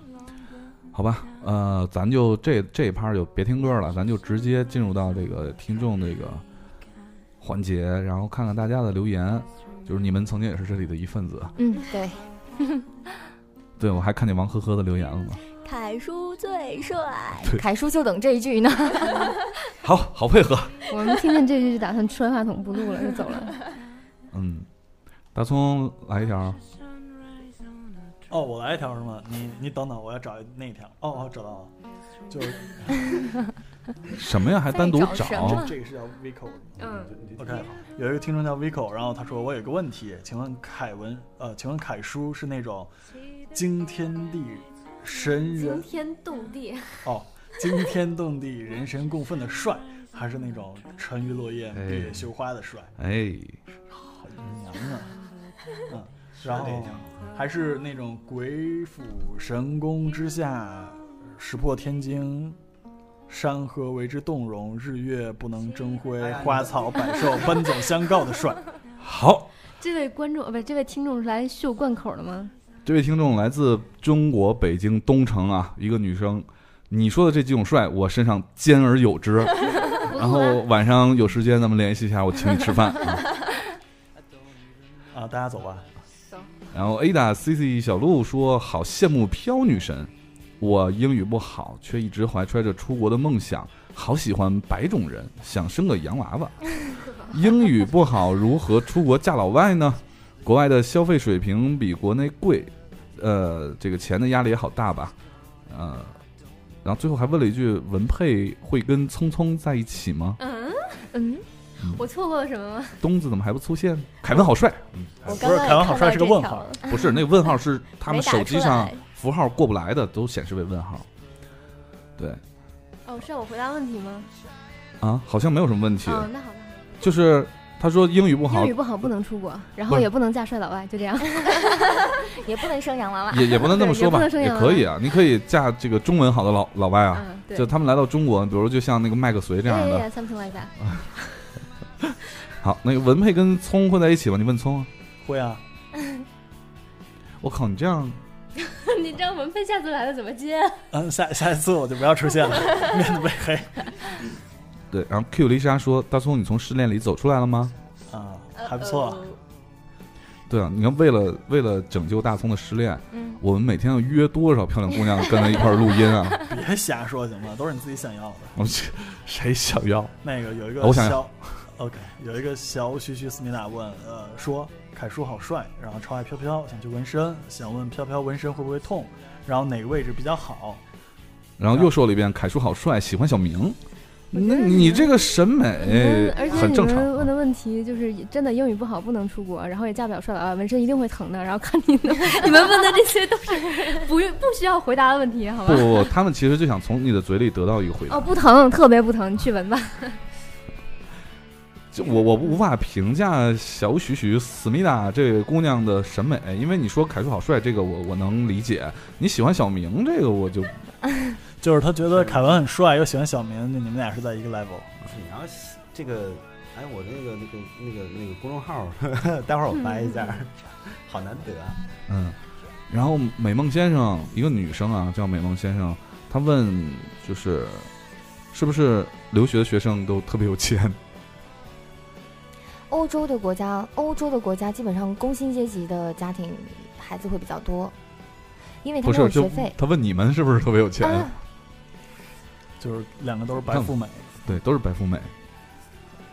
Speaker 1: 好吧，呃，咱就这这一趴儿就别听歌了，咱就直接进入到这个听众这个环节，然后看看大家的留言。就是你们曾经也是这里的一份子，
Speaker 2: 嗯，
Speaker 6: 啊
Speaker 2: 对，
Speaker 1: 对我还看见王呵呵的留言了嘛？
Speaker 6: 凯叔最帅，
Speaker 2: 凯叔就等这一 句呢。
Speaker 1: 好好配合，
Speaker 5: 我们听见这句就打算摔话筒不录了，就走了。
Speaker 1: 嗯，大葱来一条，
Speaker 3: 哦，我来一条是吗？你你等等，我要找那一条。哦哦，找到了，就是
Speaker 1: 什么呀？还单独
Speaker 2: 再哎找什
Speaker 1: 找
Speaker 2: 么？嗯
Speaker 3: 这这个是叫 Vico 的吗。OK，有一个听众叫 Vico，然后他说我有个问题，请问凯文呃，请问凯叔是那种惊天地神人
Speaker 9: 天动地，
Speaker 3: 哦，惊天动地人神共愤的帅，还是那种沉鱼落雁、闭月羞花的帅？
Speaker 1: 哎，
Speaker 3: 好娘啊！嗯，然后还是那种鬼斧神工之下，石破天惊。山河为之动容，日月不能争辉，花草百 兽奔走相告的帅。
Speaker 1: 好，
Speaker 5: 这位观众，呃不是这位听众是来秀贯口的吗？
Speaker 1: 这位听众来自中国北京东城啊，一个女生，你说的这几种帅，我身上兼而有之。然后晚上有时间咱们联系一下，我 请你吃饭。啊、
Speaker 3: 啊，大家走吧。
Speaker 1: 然后 Ada C C 小鹿说：“好羡慕飘女神，我英语不好，却一直怀揣着出国的梦想，好喜欢白种人，想生个洋娃娃。英语不好，如何出国嫁老外呢？国外的消费水平比国内贵，呃，这个钱的压力也好大吧，呃，然后最后还问了一句：文佩会跟聪聪在一起吗？
Speaker 5: 嗯，
Speaker 2: 嗯，
Speaker 5: 我错过了什么吗？
Speaker 1: 东子怎么还不出现？凯文好帅，嗯，
Speaker 6: 我
Speaker 3: 不
Speaker 6: 刚
Speaker 3: 是凯文
Speaker 6: 刚也
Speaker 3: 好
Speaker 6: 看
Speaker 3: 帅
Speaker 6: 到
Speaker 3: 是个
Speaker 6: 这
Speaker 3: 问
Speaker 6: 条
Speaker 3: 号
Speaker 6: 了，
Speaker 1: 不是那个问号是他们
Speaker 6: 没打
Speaker 1: 手机
Speaker 6: 出
Speaker 1: 上
Speaker 6: 来
Speaker 1: 符号过不来的，都显示为问号。对
Speaker 5: 哦，是要我回答问题吗？
Speaker 1: 啊，好像没有什么问题，
Speaker 5: 哦，那好吧。
Speaker 1: 就是他说英语不好
Speaker 5: 英语，不好不能出国，然
Speaker 1: 不
Speaker 5: 后
Speaker 1: 是
Speaker 5: 也不能嫁帅老外，就这 样。
Speaker 2: 也不能生洋娃娃。
Speaker 1: 也也不能这么
Speaker 5: 对
Speaker 1: 说
Speaker 5: 也不
Speaker 1: 吧，
Speaker 5: 能说
Speaker 1: 也
Speaker 5: 洋
Speaker 1: 可以啊，你可以嫁这个中文好的老老外啊，
Speaker 5: 嗯，对
Speaker 1: 就。他们来到中国，比如就像那个麦克隋这样的，
Speaker 7: 哎
Speaker 5: ，something like that。
Speaker 1: 好，那个文佩跟葱混在一起吗？你问葱啊。
Speaker 3: 会啊，
Speaker 1: 我靠，你这样
Speaker 7: 你这样文佩下次来了怎么接？
Speaker 3: 嗯，下下一次我就不要出 现了，面子被黑
Speaker 1: 对。然后 Q 丽莎说：“大葱，你从失恋里走出来了吗
Speaker 3: 啊，还不错。
Speaker 1: 对啊，你看，为了为了拯救大葱的失恋，
Speaker 2: 嗯，
Speaker 1: 我们每天要约多少漂亮姑娘跟他一块儿录音啊？
Speaker 3: 别瞎说行吗？都是你自己想要的。
Speaker 1: 我去，谁想要？啊
Speaker 3: 那个有一个
Speaker 1: 我想
Speaker 3: 小，OK，有 一个小须须思密达问，呃，说凯叔好帅，然后超爱飘飘，想去纹身，想问飘飘纹身会不会痛，然后哪个位置比较好？
Speaker 1: 然后又说了一遍，凯叔好帅，喜欢小明。那你这个审美
Speaker 5: 嗯而且
Speaker 1: 很
Speaker 5: 你
Speaker 1: 正
Speaker 5: 们问
Speaker 1: 常
Speaker 5: 的
Speaker 1: 啊。
Speaker 5: 问题就是也真的英语不好不能出国，然后也嫁不了帅老二，纹身一定会疼的。然后看你 们你们问的这些都是不用不需要回答的问题，好
Speaker 1: 不
Speaker 5: 吧？
Speaker 1: 不不，他们其实就想从你的嘴里得到一个回答。
Speaker 5: 哦，不疼，特别不疼，你去纹吧。
Speaker 1: 就我我无法评价小许许思密达这个姑娘的审美，因为你说凯叔好帅，这个我我能理解。你喜欢小明这个我就
Speaker 3: 就是他觉得凯文很帅，又喜欢小明，就你们俩是在一个 level。
Speaker 4: 不是你要是这个，哎，我那个那个那个那个公众号儿， 待会儿
Speaker 2: 嗯
Speaker 4: 我发一下儿，好难得啊。
Speaker 1: 嗯，然后美梦先生，一个女生啊，叫美梦先生，她问就是，是不是留学的学生都特别有钱？
Speaker 2: 欧洲的国家，欧洲的国家基本上工薪阶级的家庭孩子会比较多，因为他
Speaker 1: 不
Speaker 2: 们
Speaker 1: 是，
Speaker 2: 有
Speaker 1: 就嗯
Speaker 2: 学费。
Speaker 1: 她问你们是不是特别有钱？
Speaker 2: 啊，
Speaker 3: 就是两个都是白富美。
Speaker 1: 对，都是白富美。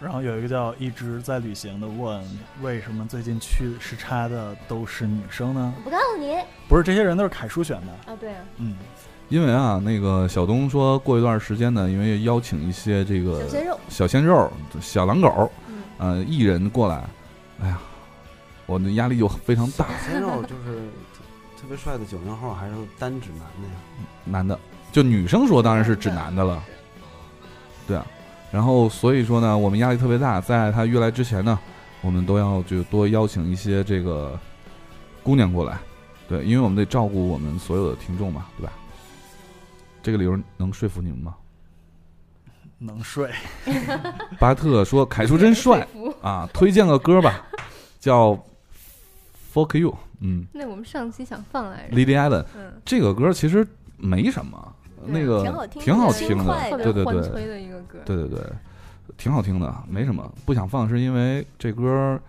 Speaker 3: 然后有一个叫一直在旅行的问，为什么最近去时差的都是女生呢？
Speaker 7: 我不告诉你啊，
Speaker 3: 不是，这些人都是凯叔选的。
Speaker 7: 对 啊，
Speaker 3: 嗯，
Speaker 1: 因为啊，那个小东说过一段时间呢，因为邀请一些这个
Speaker 7: 小鲜肉，
Speaker 1: 小鲜肉、小狼狗，
Speaker 7: 嗯
Speaker 1: 呃，艺人过来，哎呀，我的压力就非常大。
Speaker 4: 鲜肉就是特别帅的九零后，还是单指男的呀？
Speaker 1: 男的，就女生说当然是指男的了，对啊。然后所以说呢，我们压力特别大，在他约来之前呢，我们都要就多邀请一些这个姑娘过来，对，因为我们得照顾我们所有的听众嘛，对吧？这个理由能说服你们吗？
Speaker 3: 能睡。
Speaker 1: 巴特说：“凯叔真帅
Speaker 5: 服
Speaker 1: 啊，推荐个歌吧，叫《Fuck You》。嗯
Speaker 5: 那我们上期想放来着，
Speaker 1: ，Lily Allen
Speaker 5: 嗯，
Speaker 1: 这个歌其实没什么，
Speaker 5: 对
Speaker 1: 那个
Speaker 6: 挺好听的
Speaker 1: 挺好
Speaker 6: 轻
Speaker 1: 听的
Speaker 6: 快，
Speaker 5: 特
Speaker 1: 对
Speaker 5: 别
Speaker 1: 对
Speaker 5: 欢
Speaker 1: 对，
Speaker 5: 催的一个歌。
Speaker 1: 对对对，挺好听的，没什么。不想放是因为这歌儿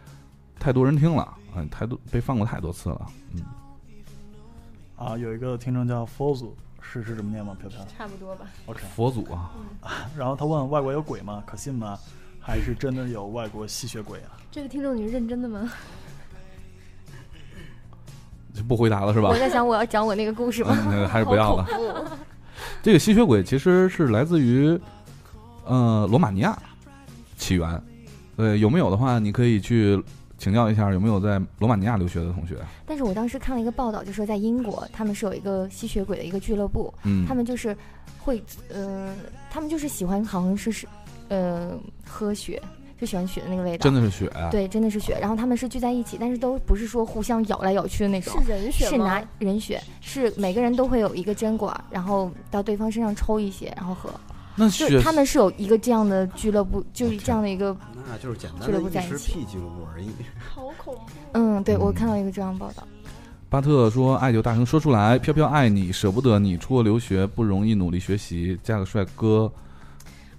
Speaker 1: 太多人听了，嗯，太多被放过太多次了，嗯，
Speaker 3: 啊，有一个听众叫 Fozu，是是这么念吗？飘飘
Speaker 5: 差不多吧，
Speaker 3: ，OK。
Speaker 1: 佛祖啊，
Speaker 3: 然后他问外国有鬼吗？可信吗？还是真的有外国吸血鬼啊？
Speaker 5: 这个听众你是认真的吗？
Speaker 1: 就不回答了是吧
Speaker 2: 我？在想我要讲我那个故事吗？
Speaker 1: 嗯，那个还是不要了。这个吸血鬼其实是来自于呃罗马尼亚起源，呃，有没有的话，你可以去请教一下有没有在罗马尼亚留学的同学，
Speaker 2: 但是我当时看了一个报道，就说在英国，他们是有一个吸血鬼的一个俱乐部，
Speaker 1: 嗯
Speaker 2: 他，们就是会，嗯、他们就是喜欢，好像是是，呃，喝血，就喜欢血的那个味道。
Speaker 1: 真的是血，啊
Speaker 2: 对，真的是血。然后他们是聚在一起，但是都不是说互相咬来咬去的那种
Speaker 7: 是，人血
Speaker 2: 是拿
Speaker 7: 吗？
Speaker 2: 人血，是每个人都会有一个针管，然后到对方身上抽一些，然后喝。
Speaker 1: 那
Speaker 2: 就
Speaker 1: 血
Speaker 2: 是他们是有一个这样的俱乐部，就是这样的一个，
Speaker 1: 嗯
Speaker 4: 那就是简单
Speaker 2: 俱
Speaker 4: 的
Speaker 2: 乐部
Speaker 4: 一
Speaker 2: 在一
Speaker 4: 时
Speaker 2: 起
Speaker 4: P 俱乐部而已。
Speaker 7: 好恐怖。
Speaker 2: 嗯，对我看到一个这样的报道。
Speaker 1: 巴特说：“爱就大声说出来，飘飘爱你，舍不得你。出国留学不容易，努力学习，嫁个帅哥。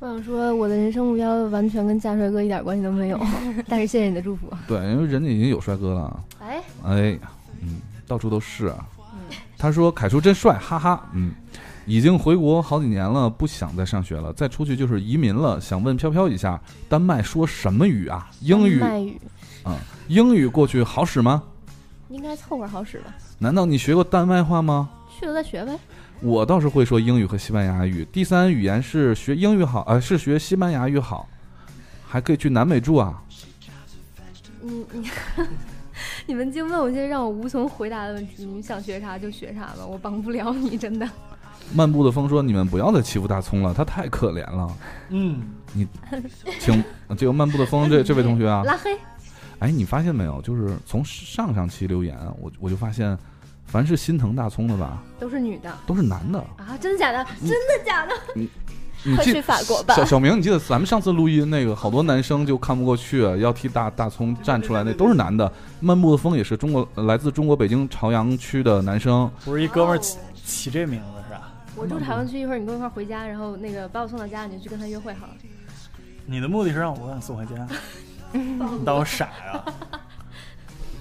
Speaker 5: 我想说，我的人生目标完全跟嫁帅哥一点关系都 没有，但是谢谢你的祝福。
Speaker 1: 对，因为人家已经有帅哥了。
Speaker 5: 哎，
Speaker 1: 哎，嗯，到处都是啊。他说：‘凯叔真帅，哈哈。’嗯，已经回国好几年了，不想再上学了，再出去就是移民了。想问飘飘一下，丹麦说什么语啊？ 英语，嗯
Speaker 5: 卖语
Speaker 1: 英语过去好使吗？
Speaker 5: 应该凑合好使吧，
Speaker 1: 难道你学过丹麦话吗？
Speaker 5: 去了再学呗。
Speaker 1: 我倒是会说英语和西班牙语。第三语言是学英语好，呃，是学西班牙语好，还可以去南美住啊。
Speaker 5: 你你 你们净问我些让我无从回答的问题，你想学啥就学啥吧，我帮不了你，真的。
Speaker 1: 漫步的风说：“你们不要再欺负大葱了，他太可怜了。
Speaker 3: 嗯，
Speaker 1: 请呃这个漫步的风这这位同学 啊，
Speaker 5: 拉黑，
Speaker 1: 哎，你发现没有？就是从上上期留言，我我就发现，凡是心疼大葱的吧，
Speaker 5: 都是女的
Speaker 1: 都是男的。嗯
Speaker 5: 啊？真的假的？真的假的？
Speaker 1: 你
Speaker 6: 快
Speaker 1: 记
Speaker 6: 去法国吧
Speaker 1: 小小明，你记得咱们上次录音那个，好多男生就看不过去，啊要替大大葱站出来，那都是男的。漫步的风也是中国来自中国北京朝阳区的男生，
Speaker 3: 不是一哥们儿起起这名字是吧？
Speaker 5: 我住朝阳区，一会儿你跟我一块儿回家，然后那个把我送到家，你就去跟他约会 好了。
Speaker 3: 你的目的是让我把你送回 家？你当我傻哎呀、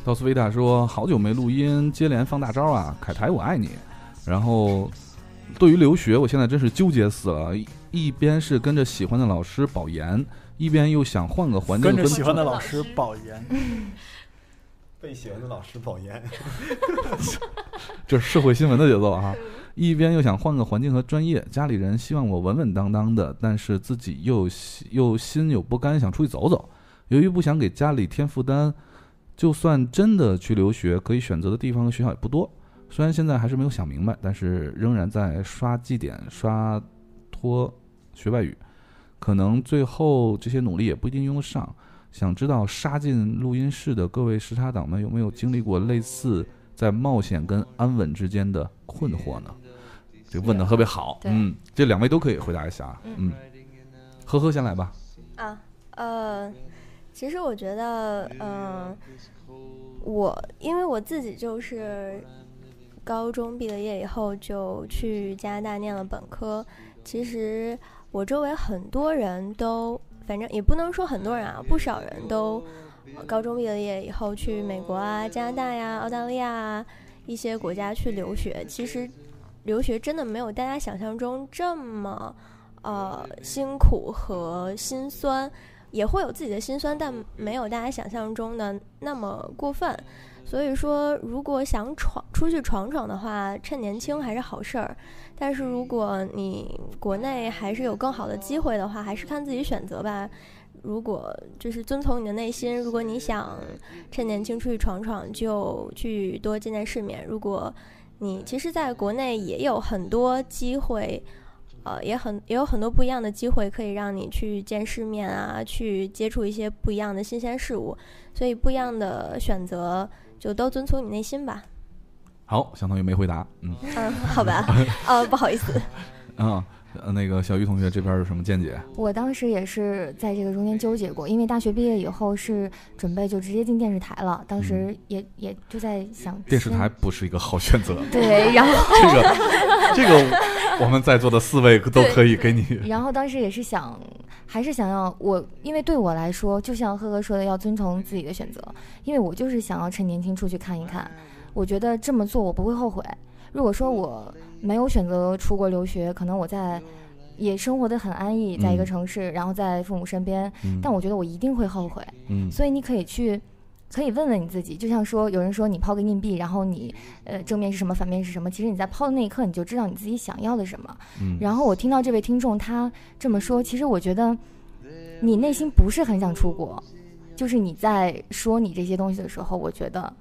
Speaker 1: 道斯维塔说：“好久没录音，接连放大招啊！凯台，我爱你。”然后，对于留学，我现在真是纠结死了。一一边是跟着喜欢的老师保研，一边又想换个环境
Speaker 3: 跟
Speaker 1: 跟
Speaker 3: 着喜欢的老师保研，
Speaker 4: 被喜欢的老师保研，
Speaker 1: 这是社会新闻的节奏啊！一边又想换个环境和专业，家里人希望我稳稳当当的，但是自己又喜又心有不甘，想出去走走。由于不想给家里添负担，就算真的去留学，可以选择的地方和学校也不多。虽然现在还是没有想明白，但是仍然在刷绩点、刷托学外语，可能最后这些努力也不一定用得上。想知道杀进录音室的各位时差党们有没有经历过类似在冒险跟安稳之间的困惑呢？这问的特别好，
Speaker 2: 对
Speaker 1: 嗯，这两位都可以回答一下啊，嗯，呵呵，先来吧，
Speaker 6: 啊，呃，其实我觉得，嗯、我因为我自己就是高中毕了业以后就去加拿大念了本科，其实我周围很多人都，反正也不能说很多人啊，不少人都呃高中毕了业以后去美国啊、加拿大呀、澳大利亚啊一些国家去留学，其实。留学真的没有大家想象中这么，呃辛苦和心酸，也会有自己的心酸，但没有大家想象中的那么过分。所以说，如果想闯出去闯闯的话，趁年轻还是好事儿。但是如果你国内还是有更好的机会的话，还是看自己选择吧。如果就是遵从你的内心，如果你想趁年轻出去闯闯，就去多见见世面。如果你其实，在国内也有很多机会，呃，也很也有很多不一样的机会可以让你去见世面啊，去接触一些不一样的新鲜事物，所以不一样的选择就都遵从你内心吧。
Speaker 1: 好，相当于没回答，嗯
Speaker 6: 嗯，好吧，呃，不好意思，
Speaker 1: 啊、呃那个小鱼同学这边有什么见解？
Speaker 2: 我当时也是在这个中间纠结过，因为大学毕业以后是准备就直接进电视台了，当时也、也就在想
Speaker 1: 嗯电视台
Speaker 2: 先。
Speaker 1: 不是一个好选择，
Speaker 2: 对，然后
Speaker 1: 这个这个我们在座的四位都可以给你，
Speaker 2: 然后当时也是想，还是想要我，因为对我来说，就像赫赫说的，要遵从自己的选择，因为我就是想要趁年轻出去看一看，我觉得这么做我不会后悔。如果说我没有选择出国留学，可能我在也生活的很安逸，在一个
Speaker 1: 嗯
Speaker 2: 城市，然后在父母身边，
Speaker 1: 嗯
Speaker 2: 但我觉得我一定会后悔。
Speaker 1: 嗯
Speaker 2: 所以你可以去，可以问问你自己，就像说有人说你抛个硬币，然后你呃正面是什么，反面是什么，其实你在抛的那一刻你就知道你自己想要的什么。
Speaker 1: 嗯
Speaker 2: 然后我听到这位听众他这么说，其实我觉得你内心不是很想出国，就是你在说你这些东西的时候，我觉得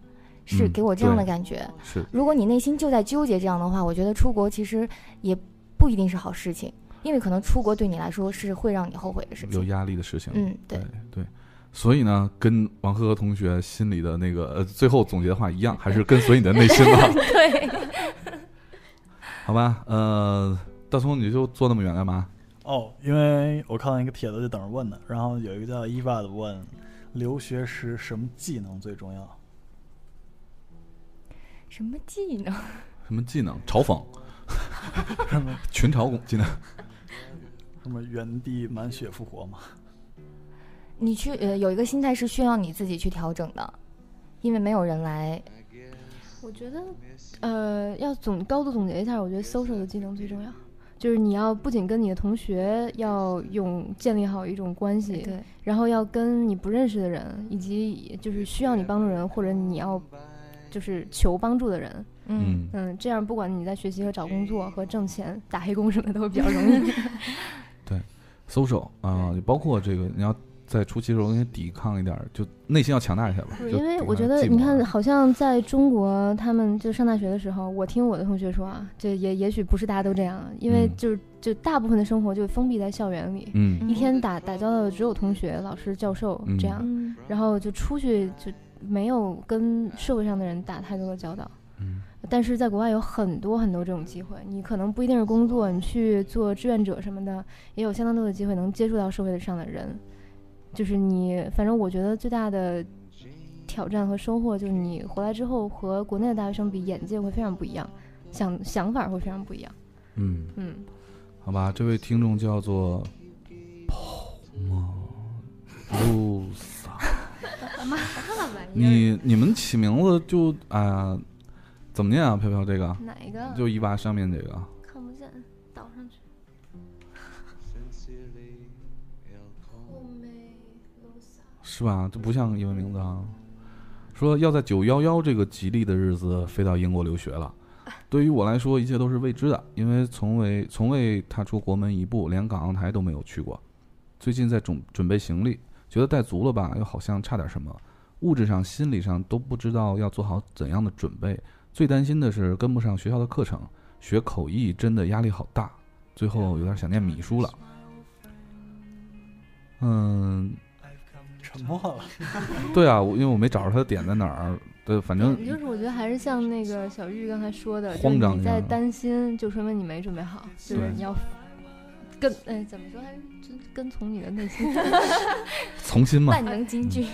Speaker 2: 是
Speaker 1: 嗯
Speaker 2: 给我这样的
Speaker 1: 对
Speaker 2: 感觉。
Speaker 1: 是
Speaker 2: 如果你内心就在纠结这样的话，我觉得出国其实也不一定是好事情，因为可能出国对你来说是会让你后悔的事
Speaker 1: 有
Speaker 2: 情。
Speaker 1: 压力的事情，
Speaker 2: 嗯，对，
Speaker 1: 对，所以呢，跟王赫和同学心里的那个呃，最后总结的话一样，还是跟随你的内心 吧，
Speaker 2: 对，
Speaker 1: 好吧？呃，大葱，你就坐那么远干嘛？
Speaker 3: 哦，因为我看到一个帖子就等着问呢，然后有一个叫伊娃的问，留学时什么技能最重要？
Speaker 2: 什么技能？
Speaker 1: 什么技能？嘲讽， 群嘲攻技能。
Speaker 3: 什么原地满血复活吗？
Speaker 2: 你去呃有一个心态是需要你自己去调整的，因为没有人来。
Speaker 5: 我觉得，呃，要总高度总结一下，我觉得 social 的技能最重要，就是你要不仅跟你的同学要用建立好一种关系，
Speaker 2: 对，
Speaker 5: 然后要跟你不认识的人，以及就是需要你帮助的人，或者你要就是求帮助的人，
Speaker 2: 嗯，
Speaker 1: 嗯，
Speaker 5: 嗯，这样不管你在学习和找工作和挣钱、打黑工什么的都会比较容易。
Speaker 1: social 啊、也包括这个，你要在初期的时候应该抵抗一点儿，就内心要强大一些吧。
Speaker 5: 是
Speaker 1: 就
Speaker 5: 因为
Speaker 1: 抵
Speaker 5: 我
Speaker 1: 抗
Speaker 5: 觉得，
Speaker 1: 寂
Speaker 5: 你
Speaker 1: 寞
Speaker 5: 看，好像在中国，他们就上大学的时候，我听我的同学说啊，这也也许不是大家都这样，啊因为
Speaker 1: 嗯
Speaker 5: 就是就大部分的生活就封闭在校园里，
Speaker 1: 嗯
Speaker 5: 一天打打交道的只有同学、老师、教授
Speaker 1: 嗯
Speaker 5: 这样，
Speaker 2: 嗯
Speaker 5: 然后就出去就没有跟社会上的人打太多的交道。
Speaker 1: 嗯
Speaker 5: 但是在国外有很多很多这种机会，你可能不一定是工作，你去做志愿者什么的，也有相当多的机会能接触到社会上的人。就是你，反正我觉得最大的挑战和收获就是你回来之后和国内的大学生比，眼界会非常不一样，想想法会非常不一样。
Speaker 1: 嗯，
Speaker 5: 嗯，
Speaker 1: 好吧，这位听众叫做 Poma
Speaker 5: 啊
Speaker 1: Lusa，你你们起名字就哎呀，怎么念啊？飘飘这个
Speaker 5: 哪一个？
Speaker 1: 就一娃上面这个，
Speaker 5: 看不见，倒上去。
Speaker 1: 是吧？这不像英文名字啊。说要在九幺幺这个吉利的日子飞到英国留学了。对于我来说，一切都是未知的，因为从未从未踏出国门一步，连港澳台都没有去过。最近在准准备行李，觉得带足了吧，又好像差点什么，物质上、心理上都不知道要做好怎样的准备。最担心的是跟不上学校的课程，学口译真的压力好大。最后有点想念米叔了。嗯，
Speaker 3: 沉默了。
Speaker 1: 对啊，我因为我没找着他的点在哪儿，对，反正
Speaker 5: 你就是我觉得还是像那个小玉刚才说的，就是
Speaker 1: 慌张
Speaker 5: 你
Speaker 1: 一
Speaker 5: 在
Speaker 1: 下
Speaker 5: 担心，就说明你没准备好，就是
Speaker 1: 对
Speaker 5: 你要跟哎怎么说还是真跟从你的内心，
Speaker 1: 从心嘛，
Speaker 2: 万能金句，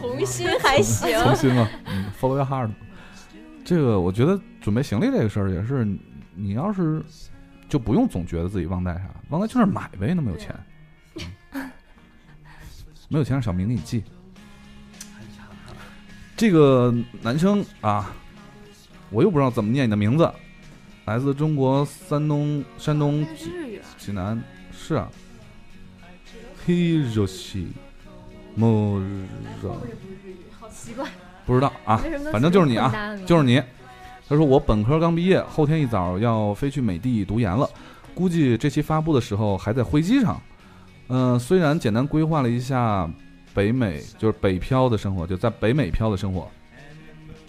Speaker 6: 童心还行
Speaker 1: 从心嘛，嗯，follow your heart。这个我觉得准备行李这个事儿也是，你要是就不用总觉得自己忘带啥，忘带去那儿买呗，那么有钱，
Speaker 5: 啊
Speaker 1: 嗯没有钱让小明给你寄。这个男生啊，我又不知道怎么念你的名字，来自中国山东山东济
Speaker 5: 日语啊，
Speaker 1: 济南，是啊，Hiroshi m u
Speaker 5: 好奇怪，
Speaker 1: 不知道啊，
Speaker 5: 为什么？
Speaker 1: 反正就是你啊，就是是你。他说我本科刚毕业，后天一早要飞去美帝读研了，估计这期发布的时候还在飞机上。嗯、虽然简单规划了一下北美，就是北漂的生活，就在北美漂的生活，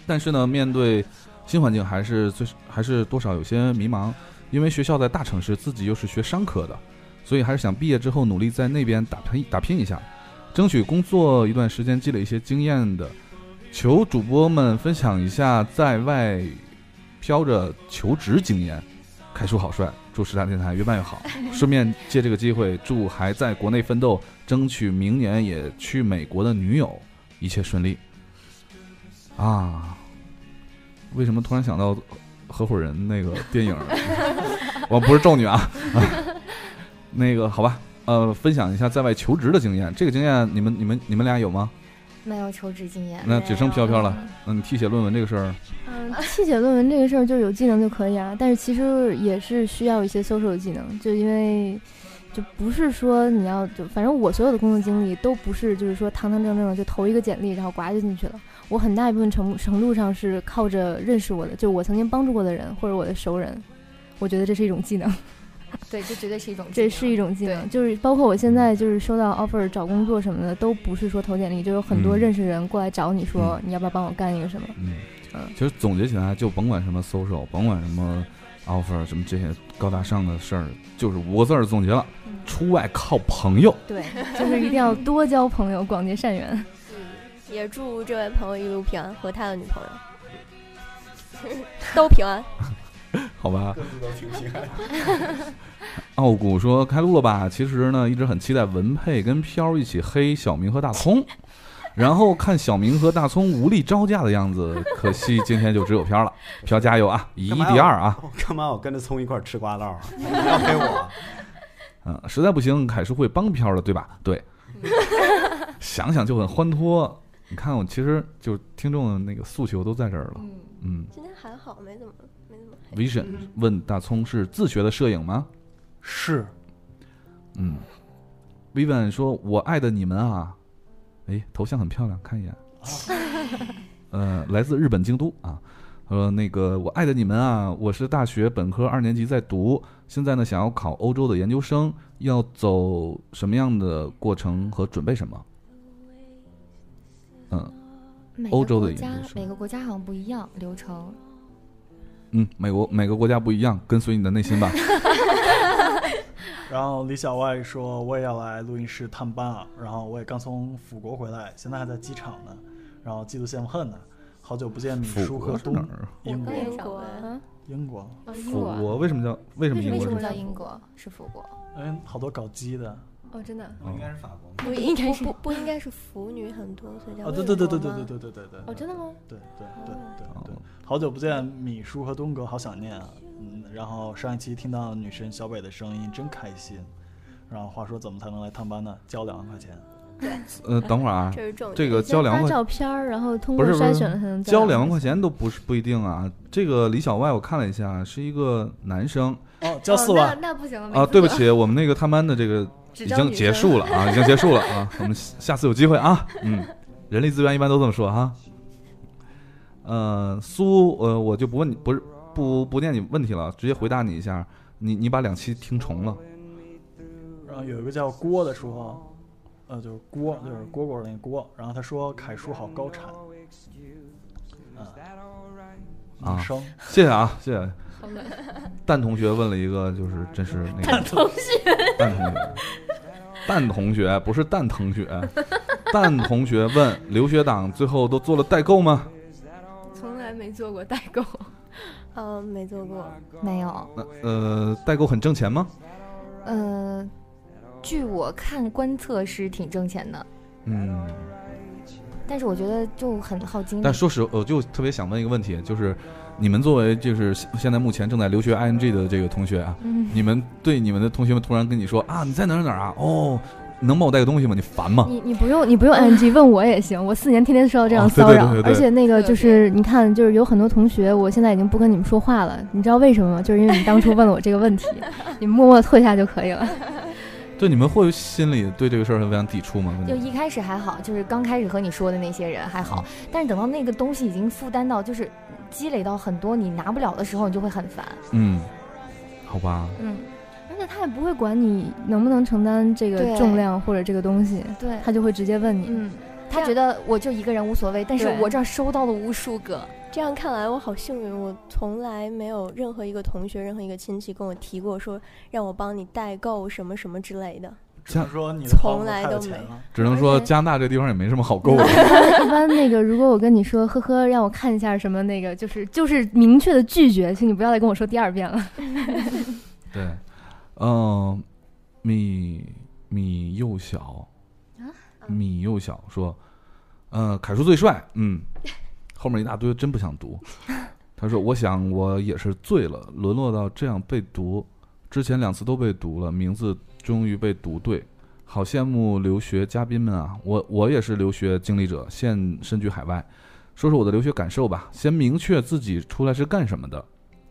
Speaker 1: 但是呢，面对新环境还是最还是多少有些迷茫，因为学校在大城市，自己又是学商科的，所以还是想毕业之后努力在那边打拼打拼一下，争取工作一段时间积累一些经验的。求主播们分享一下在外飘着求职经验。凯叔好帅，祝十大电台越办越好。顺便借这个机会，祝还在国内奋斗、争取明年也去美国的女友一切顺利。啊，为什么突然想到合伙人那个电影？我不是咒女啊， 啊那个好吧，呃，分享一下在外求职的经验。这个经验，你们、你们、你们俩有吗？
Speaker 2: 没有求职经验。
Speaker 1: 那只剩飘飘了。那你替写论文这个事儿，
Speaker 5: 嗯， 气写论文这个事儿就是有技能就可以啊，但是其实也是需要一些 social 的技能，就因为就不是说你要就反正我所有的工作经历都不是就是说堂堂正正的就投一个简历然后呱就进去了，我很大一部分程度程度上是靠着认识我的，就我曾经帮助过的人或者我的熟人，我觉得这是一种技能。
Speaker 2: 对，这绝对是一种技
Speaker 5: 这
Speaker 2: 能，
Speaker 5: 是一种技能，就是包括我现在就是收到 offer 找工作什么的，都不是说投简历，就有很多
Speaker 1: 嗯
Speaker 5: 认识人过来找你说、你要不要帮我干一个什么，
Speaker 1: 嗯
Speaker 5: 嗯，
Speaker 1: 其实总结起来，就甭管什么 social，甭管什么 offer，什么这些高大上的事儿，就是五个字儿总结了：出外靠朋友。
Speaker 5: 对，就是一定要多交朋友，广结善 缘。
Speaker 6: 也祝这位朋友一路平安和他的女朋友 都平安。
Speaker 1: 好吧，
Speaker 4: 各自都挺平安。
Speaker 1: 傲骨说开录了吧？其实呢，一直很期待文佩跟飘一起黑小明和大葱，然后看小明和大葱无力招架的样子，可惜今天就只有飘了。飘加油啊，以一敌二啊！
Speaker 4: 干嘛我跟着葱一块儿吃瓜唠啊？ 你要陪我？
Speaker 1: 嗯，实在不行，凯叔会帮飘的，对吧？对，想想就很欢脱。你看，我其实就听众的那个诉求都在这儿了。嗯
Speaker 6: 今天还好，没怎么没怎么黑。
Speaker 1: ，Vision
Speaker 2: 嗯
Speaker 1: 问大葱是自学的摄影吗？
Speaker 3: 是
Speaker 1: 嗯，Vivian 说：“我爱的你们啊，哎，头像很漂亮，看一 眼。呃，来自日本京都啊。呃，那个我爱的你们啊，我是大学本科二年级在读，现在呢想要考欧洲的研究生，要走什么样的过程和准备什么？嗯
Speaker 2: 每个
Speaker 1: 欧洲的
Speaker 2: 国
Speaker 1: 研究
Speaker 2: 家
Speaker 1: 生
Speaker 2: 每个国家好像不一样流程。
Speaker 1: 嗯，美国每个国家不一样，跟随你的内心吧。
Speaker 3: 然后李小外说我也要来录音室探班啊，然后我也刚从辅国回来，现在还在机场呢，然后嫉妒羡慕恨呢。好久不见，米
Speaker 1: 辅
Speaker 3: 叔和
Speaker 1: 国是
Speaker 3: 东
Speaker 1: 哪儿？啊
Speaker 3: 英
Speaker 6: 刚
Speaker 3: 国
Speaker 6: 也
Speaker 2: 找过
Speaker 6: 英
Speaker 5: 啊，
Speaker 3: 英国，
Speaker 5: 哦英
Speaker 1: 辅
Speaker 5: 国啊，
Speaker 1: 国为什么叫为什么英
Speaker 5: 为
Speaker 1: 国是
Speaker 5: 什么
Speaker 1: 辅
Speaker 5: 叫
Speaker 2: 叫
Speaker 1: 国？
Speaker 2: 英国是辅国，
Speaker 3: 嗯，好多搞基的
Speaker 5: 哦，真的啊，
Speaker 4: 应该是法国吗？
Speaker 6: 不应该是不不应该是腐女很多，所以叫
Speaker 3: 啊！对对对对对对
Speaker 6: 对
Speaker 3: 对对对对
Speaker 5: 哦，真的吗？
Speaker 3: 对对对对
Speaker 1: 哦
Speaker 3: 对，好久不见，米叔和东哥，好想念啊！嗯，然后上一期听到女神小北的声音，真开心。然后话说，怎么才能来探班呢？交两万块钱，
Speaker 1: 呃，等会儿啊
Speaker 6: 这，是重
Speaker 1: 这
Speaker 6: 点。
Speaker 1: 个交两
Speaker 5: 发
Speaker 1: 块
Speaker 5: 照片儿，然后通
Speaker 1: 不
Speaker 5: 过
Speaker 1: 是不是
Speaker 5: 筛选了才能
Speaker 1: 交两万块钱都不是不一定啊。这个李小外我看了一下，啊是一个男生
Speaker 3: 哦，交四万
Speaker 5: 哦，那那不行了
Speaker 1: 啊。对不，起，我们那个探班的这个
Speaker 5: 只
Speaker 1: 已
Speaker 5: 招女
Speaker 1: 经
Speaker 5: 生
Speaker 1: 结束了啊，已经结束了 啊。我们下下次有机会啊，嗯，人力资源一般都这么说哈。呃，苏，呃，我就不问你，不是不不念你问题了，直接回答你一下。你你把两期听重了，
Speaker 3: 然后有一个叫郭的说，呃，就是郭，就是蝈蝈那郭。然后他说凯叔好高产，
Speaker 1: 啊
Speaker 3: 女生，
Speaker 1: 谢谢啊，谢谢。蛋同学问了一个，就是真是那个
Speaker 5: 同学，
Speaker 1: 蛋同学，蛋同学不是蛋同学，蛋同学问留学党最后都做了代购吗？
Speaker 5: 从来没做过代购，
Speaker 6: 嗯、没做过。
Speaker 2: 没有。
Speaker 1: 那呃，代购很挣钱吗？
Speaker 2: 呃，据我看观测是挺挣钱的，
Speaker 1: 嗯，
Speaker 2: 但是我觉得就很耗精力
Speaker 1: 但。说实，我就特别想问一个问题，就是你们作为就是现现在目前正在留学 ING 的这个同学啊，
Speaker 2: 嗯，
Speaker 1: 你们对你们的同学们突然跟你说啊，你在哪儿哪儿啊？哦，能帮我带个东西吗？你烦吗？
Speaker 5: 你你不用你不 用 ing 问我也行，我四年天天受到这样
Speaker 1: 哦对
Speaker 5: 骚扰，
Speaker 1: 对对对对
Speaker 5: 而且那个
Speaker 2: 特别
Speaker 5: 就是你看，就是有很多同学，我现在已经不跟你们说话了，你知道为什么吗？就是因为你当初问了我这个 问题，你默默退下就可以了。
Speaker 1: 对，你们会心里对这个事儿非常抵触吗？
Speaker 2: 就一开始还好，就是刚开始和你说的那些人还
Speaker 1: 啊
Speaker 2: 好，但是等到那个东西已经负担到，就是积累到很多你拿不了的时候，你就会很烦。
Speaker 1: 嗯，好吧，
Speaker 2: 嗯，
Speaker 5: 而且他也不会管你能不能承担这个
Speaker 2: 对
Speaker 5: 重量或者这个东西，
Speaker 2: 对，
Speaker 5: 他就会直接问你。
Speaker 2: 嗯，他觉得我就一个人无所谓，但是
Speaker 5: 对
Speaker 2: 我这儿收到了无数个。
Speaker 6: 这样看来，我好幸运，我从来没有任何一个同学、任何一个亲戚跟我提过说让我帮你代购什么什么之类的。
Speaker 3: 只是说你的
Speaker 6: 从
Speaker 3: 朋友
Speaker 6: 来
Speaker 3: 太有
Speaker 6: 都
Speaker 3: 钱
Speaker 6: 没
Speaker 3: 了。
Speaker 1: 只能说
Speaker 5: 而且
Speaker 1: 加拿大这地方也没什么好 购的。
Speaker 5: 一般那个，如果我跟你说呵呵，让我看一下什么那个，就是就是明确的拒绝，请你不要再跟我说第二遍了。
Speaker 1: 对，嗯，米米幼小，米幼小说，嗯，凯叔最帅，嗯，后面一大堆真不想读。他说：“我想我也是醉了，沦落到这样被读，之前两次都被读了，名字终于被读对，好羡慕留学嘉宾们啊！我我也是留学经历者，现身居海外，说说我的留学感受吧。先明确自己出来是干什么的，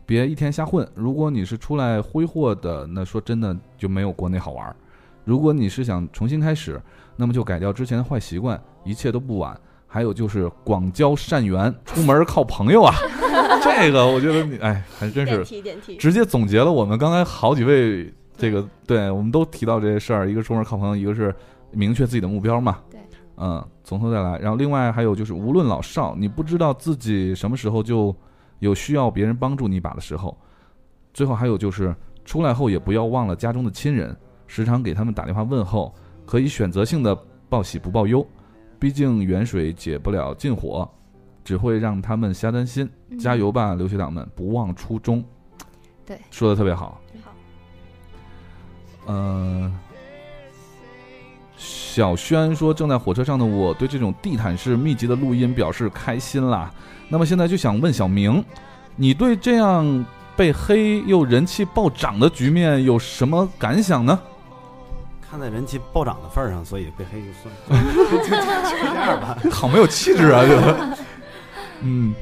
Speaker 1: 别一天瞎混。如果你是出来挥霍的，那说真的就没有国内好玩儿。如果你是想重新开始，那么就改掉之前的坏习惯，一切都不晚。还有就是广交善缘，出门靠朋友啊！这个我觉得你哎，还真是
Speaker 6: 电梯，电梯。
Speaker 1: 直接总结了我们刚才好几位这个，对我们都提到这些事儿，一个出门靠朋友，一个是明确自己的目标嘛。
Speaker 2: 对，
Speaker 1: 嗯，从头再来。然后另外还有就是，无论老少，你不知道自己什么时候就有需要别人帮助你一把的时候。最后还有就是，出来后也不要忘了家中的亲人，时常给他们打电话问候，可以选择性的报喜不报忧，毕竟远水解不了近火，只会让他们瞎担心。加油吧，留学党们，不忘初衷。
Speaker 2: 对，
Speaker 1: 说的特别好。
Speaker 6: 好，
Speaker 1: 嗯，小轩说，正在火车上的我对这种地毯式密集的录音表示开心啦。那么现在就想问小明，你对这样被黑又人气暴涨的局面有什么感想呢？
Speaker 4: 看在人气暴涨的份儿上，所以被黑就算了，就这样 吧。
Speaker 1: 好没有气质啊，这个。 嗯，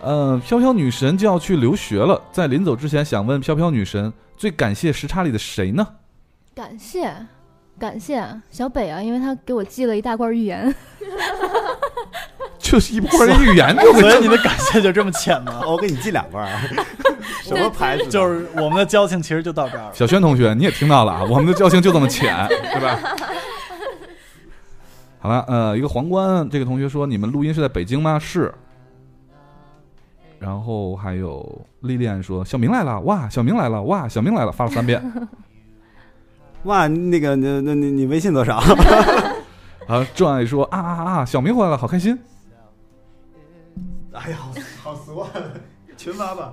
Speaker 1: 呃，飘飘女神就要去留学了，在临走之前，想问飘飘女神最感谢时差里的谁呢？
Speaker 5: 感谢，感谢小北啊，因为他给我寄了一大罐预言。
Speaker 1: 就是一块儿预言就
Speaker 3: 所以你的感谢就这么浅 吗？
Speaker 4: 哦我给你寄两罐儿， 什么牌子的？
Speaker 3: 就是我们的交情其实就到这儿了。
Speaker 1: 小轩同学，你也听到了 啊，我们的交情就这么浅，啊对吧？好了，呃，一个皇冠这个同学说，你们录音是在北京吗？是。然后还有丽丽说，小明来了，哇，小明来了，哇，小明来了，发了三遍。
Speaker 4: 哇，那个，那那你你微信多少？
Speaker 1: 啊，郑爱说啊啊啊，小明回来了，好开心。
Speaker 4: 哎呀，好俗啊！
Speaker 3: 群发吧，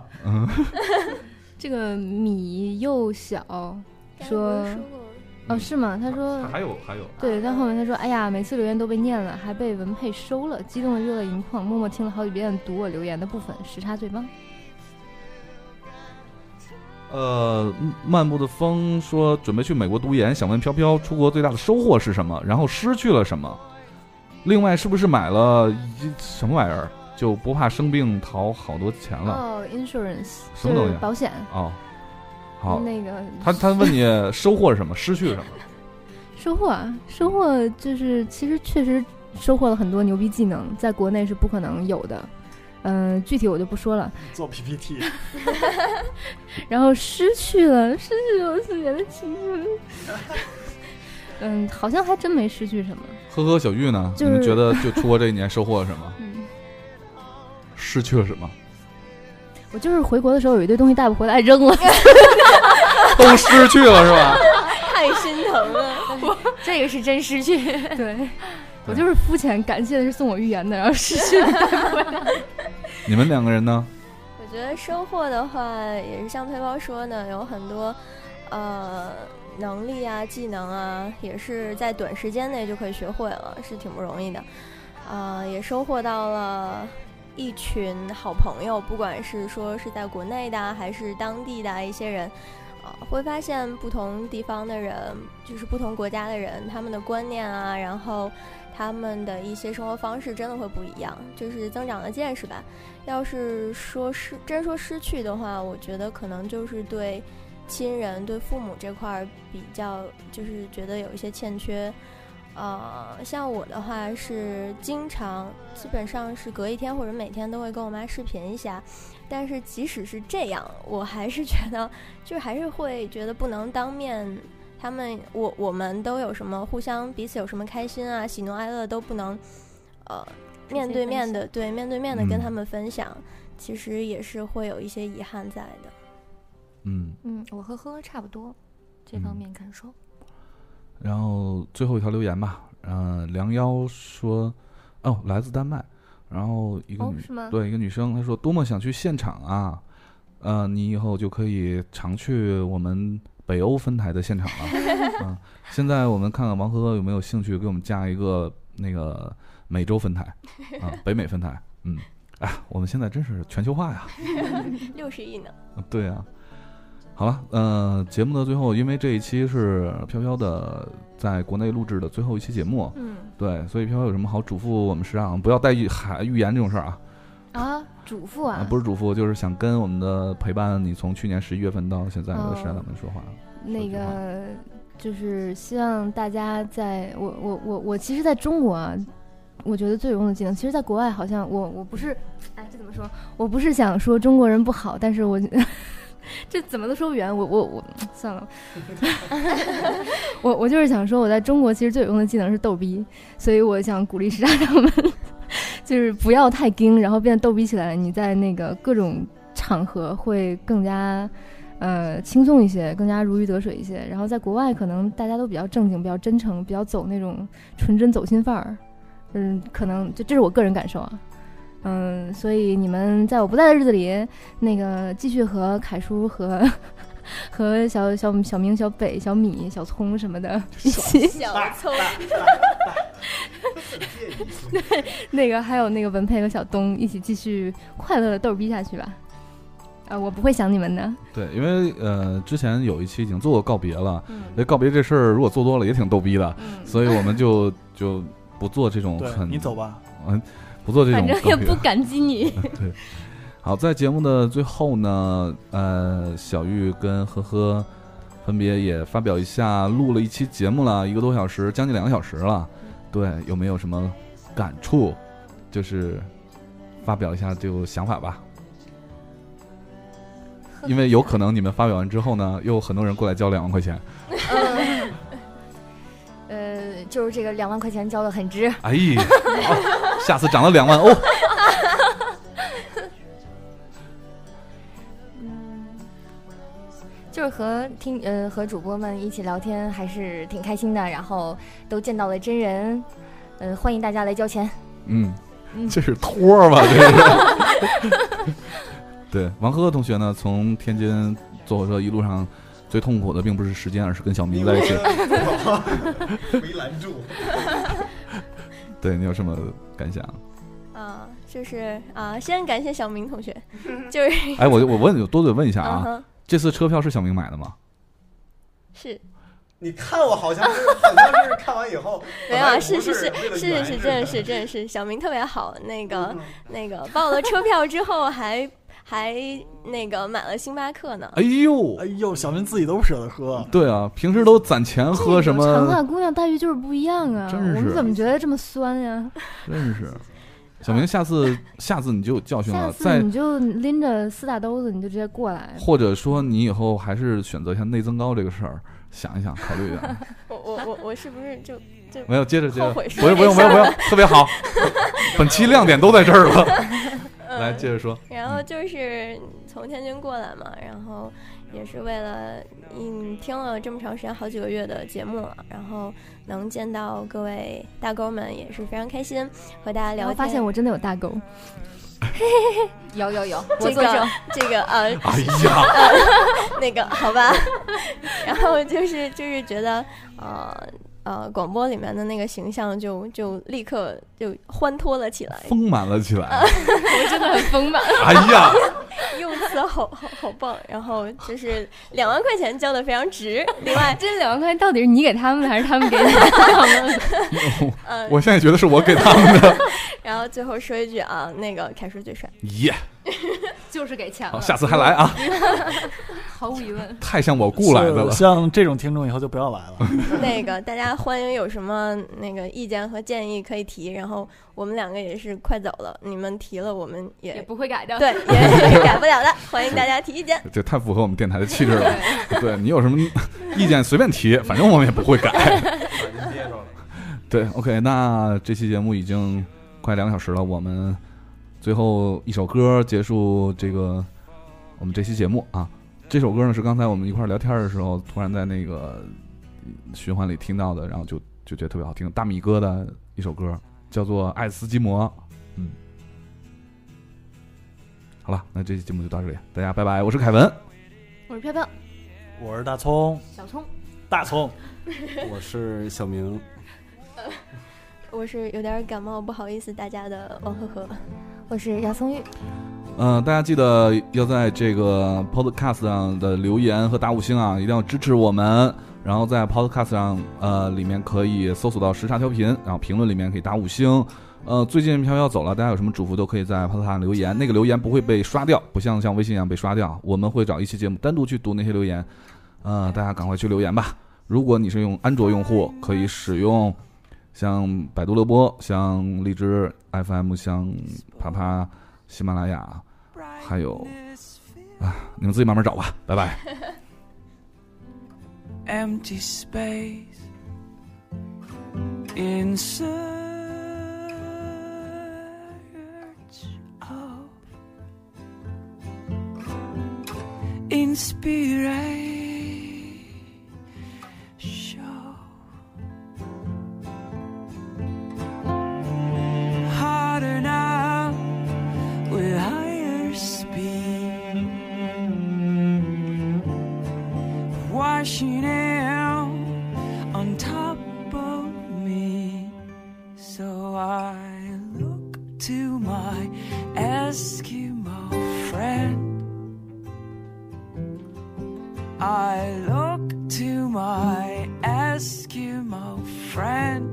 Speaker 5: 这个米又小，
Speaker 6: 刚才
Speaker 5: 说
Speaker 6: 不是说过
Speaker 5: 哦，是吗？他说
Speaker 1: 还有还有，
Speaker 5: 对，但后面他说：“哎呀，每次留言都被念了，还被文佩收了，激动的热泪盈眶。默默听了好几遍读我留言的部分，时差最棒。
Speaker 1: 呃，漫步的风说准备去美国读研，想问飘飘出国最大的收获是什么，然后失去了什么？另外，是不是买了一什么玩意儿就不怕生病逃好多钱了？
Speaker 5: 哦，insurance
Speaker 1: 什么
Speaker 5: 就
Speaker 1: 东
Speaker 5: 是
Speaker 1: 西
Speaker 5: 保险，
Speaker 1: 哦，好，
Speaker 5: 那个
Speaker 1: 他他问你收获是什么，失去是什么？
Speaker 5: 收获啊，收获就是其实确实收获了很多牛逼技能，在国内是不可能有的。嗯、具体我就不说了。
Speaker 3: 做 PPT，
Speaker 5: 然后失去了，失去了我四年的青春。 嗯，好像还真没失去什么。
Speaker 1: 呵呵，小玉呢？
Speaker 5: 就是
Speaker 1: 你们觉得就出国这一年收获了什么？
Speaker 5: 嗯。”
Speaker 1: 失去了什么？
Speaker 5: 我就是回国的时候有一堆东西带不回来，扔了。
Speaker 1: 都 失去了是吧？嗯
Speaker 6: 太心疼了。
Speaker 2: 这个是真失去。
Speaker 5: 啊对，我就是肤浅，感谢的是送我预言的，然后失去了带不回来。
Speaker 1: 你们两个人呢？
Speaker 6: 我觉得收获的话，也是像背包说呢，有很多，呃，能力啊、技能啊，也是在短时间内就可以学会了，是挺不容易的。呃，也收获到了一群好朋友，不管是说是在国内的啊，还是当地的啊一些人，呃，会发现不同地方的人，就是不同国家的人，他们的观念啊，然后他们的一些生活方式真的会不一样，就是增长了见识吧。要是说失，真说失去的话，我觉得可能就是对亲人、对父母这块儿比较，就是觉得有一些欠缺。呃，像我的话是经常，基本上是隔一天或者每天都会跟我妈视频一下。但是即使是这样，我还是觉得，就是还是会觉得不能当面。他们，我我们都有什么互相彼此有什么开心啊、喜怒哀乐都不能，呃，
Speaker 2: 直
Speaker 6: 面
Speaker 2: 接
Speaker 6: 对
Speaker 2: 分
Speaker 6: 面
Speaker 2: 享
Speaker 6: 的对面对面的跟
Speaker 1: 嗯
Speaker 6: 他们分享，其实也是会有一些遗憾在的。
Speaker 1: 嗯，
Speaker 2: 嗯，我和呵呵差不多，这方面感受。
Speaker 1: 然后最后一条留言吧。嗯、梁幺说，哦，来自丹麦，然后一个
Speaker 5: 哦
Speaker 1: 女，
Speaker 5: 是吗？
Speaker 1: 对一个女生，她说多么想去现场啊，呃，你以后就可以常去我们北欧分台的现场了。嗯、现在我们看看王呵呵有没有兴趣给我们加一个那个美洲分台啊、北美分台。嗯，哎，我们现在真是全球化呀。
Speaker 6: 六十亿呢？
Speaker 1: 对啊，好了，呃，节目的最后，因为这一期是飘飘的在国内录制的最后一期节目，
Speaker 5: 嗯
Speaker 1: 对，所以飘飘有什么好嘱咐我们时尚，不要带 预海预言这种事儿啊，
Speaker 5: 啊，嘱咐
Speaker 1: 啊
Speaker 5: 啊，
Speaker 1: 不是嘱咐，就是想跟我们的陪伴你从去年十一月份到现在的
Speaker 5: 哦
Speaker 1: 时尚党们说话，
Speaker 5: 那
Speaker 1: 说句话
Speaker 5: 个就是希望大家在我我我我其实在中国啊，我觉得最有用的技能，其实在国外好像我我不是，哎，这怎么说？我不是想说中国人不好，但是我这怎么都说不圆。我我我算了，我我就是想说，我在中国其实最有用的技能是逗逼，所以我想鼓励时尚党们，就是不要太精，然后变得逗逼起来，你在那个各种场合会更加。呃，轻松一些，更加如鱼得水一些。然后在国外，可能大家都比较正经，比较真诚，比较走那种纯真走心范儿。嗯，可能这这是我个人感受啊。嗯，所以你们在我不在的日子里，那个继续和凯叔和 和小小小明、小北、小米、小聪什么的一起，
Speaker 6: 小葱，
Speaker 5: 那个还有那个文佩和小东一起继续快乐的逗逼下去吧。啊，我不会想你们的。
Speaker 1: 对，因为呃之前有一期已经做过告别了，
Speaker 5: 嗯
Speaker 1: 那告别这事儿如果做多了也挺逗逼的，
Speaker 5: 嗯，
Speaker 1: 所以我们就就不做这种
Speaker 3: 对
Speaker 1: 很
Speaker 3: 你走吧，
Speaker 1: 嗯，不做这种
Speaker 5: 反正也
Speaker 1: 告别
Speaker 5: 不感激你。
Speaker 1: 对，好，在节目的最后呢，呃，小玉跟呵呵分别也发表一下，录了一期节目了，一个多小时，将近两个小时了。对，有没有什么感触？就是发表一下这个想法吧，因为有可能你们发表完之后呢，又有很多人过来交两万块钱。
Speaker 2: 呃，就是这个两万块钱交的很值。
Speaker 1: 哎 呀，好下次涨了两万哦。
Speaker 2: 就是和听呃和主播们一起聊天还是挺开心的，然后都见到了真人，呃，欢迎大家来交钱。
Speaker 1: 嗯， 这是托儿吧？这是。对，王赫同学呢，从天津坐火车一路上最痛苦的并不是时间，而是跟小明在一起。
Speaker 4: 没拦住。
Speaker 1: 对你有什么感想？
Speaker 6: 啊、就是啊、先感谢小明同学， 就是
Speaker 1: 哎，我我问多嘴问一下
Speaker 6: 嗯
Speaker 1: 啊，
Speaker 6: 哼，
Speaker 1: 这次车票是小明买的吗？
Speaker 6: 是
Speaker 4: 你看我好像是，好像是看完以后，
Speaker 6: 没有啊，
Speaker 4: 本来
Speaker 6: 是
Speaker 4: 不
Speaker 6: 是是
Speaker 4: 为了
Speaker 6: 是
Speaker 4: 圆嗯
Speaker 6: 是
Speaker 4: 似
Speaker 6: 真的
Speaker 4: 的
Speaker 6: 是真的是小明特别好，那个那个报了车票之后还还那个买了星巴克呢。
Speaker 1: 哎呦
Speaker 3: 哎，呦，小明自己都不舍得喝，
Speaker 1: 对啊，平时都攒钱喝什
Speaker 5: 长
Speaker 1: 么
Speaker 5: 发？姑娘待遇就是不一样啊！
Speaker 1: 真
Speaker 5: 我
Speaker 1: 是
Speaker 5: 们怎么觉得这么酸呀、
Speaker 1: 真是。小明，下次下次你就有教训
Speaker 5: 下
Speaker 1: 了，
Speaker 5: 次
Speaker 1: 再
Speaker 5: 你就拎着四大兜子，你就直接过来。
Speaker 1: 或者说你以后还是选择一下内增高这个事儿，想一想，考虑一 下。
Speaker 6: 我我我我是不是就
Speaker 1: 没有，接着接着，
Speaker 6: 后
Speaker 1: 不
Speaker 6: 悔
Speaker 1: 用
Speaker 6: 说
Speaker 1: 不用不
Speaker 6: 这事
Speaker 1: 用
Speaker 6: 儿
Speaker 1: 不用，特别 好。 本期亮点都在这儿了，
Speaker 6: 嗯
Speaker 1: 来接着说。
Speaker 6: 然后就是从天津过来嘛，然后也是为了嗯听了这么长时间好几个月的节目了，然后能见到各位大哥们也是非常开心，和大家
Speaker 5: 然
Speaker 6: 聊
Speaker 5: 后
Speaker 6: 天。
Speaker 5: 发现我真的有大沟，
Speaker 2: 有有有，
Speaker 6: 这个这个 呃
Speaker 1: 哎呀，
Speaker 6: 那个好吧，然后就是就是觉得呃呃广播里面的那个形象就就立刻就欢脱了起来，
Speaker 1: 丰满了起来。
Speaker 5: 真的很丰满。
Speaker 1: 哎呀，
Speaker 6: 用词好好好棒，然后就是两万块钱交的非常值，另 外
Speaker 5: 这两万块钱到底是你给他们的还是他们给你？
Speaker 6: 呃
Speaker 1: 我现在觉得是我给他们的。
Speaker 6: 然后最后说一句啊，那个凯叔最帅，
Speaker 1: 耶，
Speaker 5: 就是给钱
Speaker 1: 好，
Speaker 5: 了，
Speaker 1: 下次还来啊！
Speaker 5: 毫无 疑问。
Speaker 1: 太像我雇来的了
Speaker 3: 是。像这种听众以后就不要来了。
Speaker 6: 那个大家欢迎有什么那个意见和建议可以提，然后我们两个也是快走了，你们提了我们也
Speaker 5: 也不会改掉。
Speaker 6: 对也 改不了的，欢迎大家提意见。
Speaker 1: 这太符合我们电台的气质了。对你有什么意见随便提，反正我们也不会改。
Speaker 4: 把您接着了。
Speaker 1: 对，OK，那这期节目已经快两个小时了，我们最后一首歌结束这个我们这期节目啊。这首歌呢是刚才我们一块儿聊天的时候，突然在那个循环里听到的，然后就就觉得特别好听，大米哥的一首歌叫做《爱斯基摩》。嗯，好了，那这期节目就到这里，大家拜拜，我是凯文。
Speaker 5: 我是飘飘，
Speaker 3: 我是大葱，
Speaker 5: 小葱，
Speaker 3: 大葱，
Speaker 4: 我是小明，
Speaker 6: 我是有点感冒，不好意思大家的王呵呵。
Speaker 2: 我是姚松玉，
Speaker 1: 嗯，大家记得要在这个 Podcast 上的留言和打五星啊，一定要支持我们。然后在 Podcast 上，呃，里面可以搜索到时差调频，然后评论里面可以打五星。呃，最近飘飘走了，大家有什么嘱咐都可以在 Podcast 上留言，那个留言不会被刷掉，不像像微信一样被刷掉。我们会找一期节目单独去读那些留言，呃，大家赶快去留言吧。如果你是用安卓用户，可以使用像百度乐播、像荔枝 FM、像啪啪、喜马拉雅。还有啊，你们自己慢慢找吧，拜拜。
Speaker 8: empty space in search of inspiration. Harder now with higher speed. washing out on top of me. So I look to my Eskimo friend. I look to my Eskimo friend.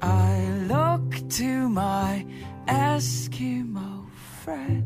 Speaker 8: I look to my Eskimo friend.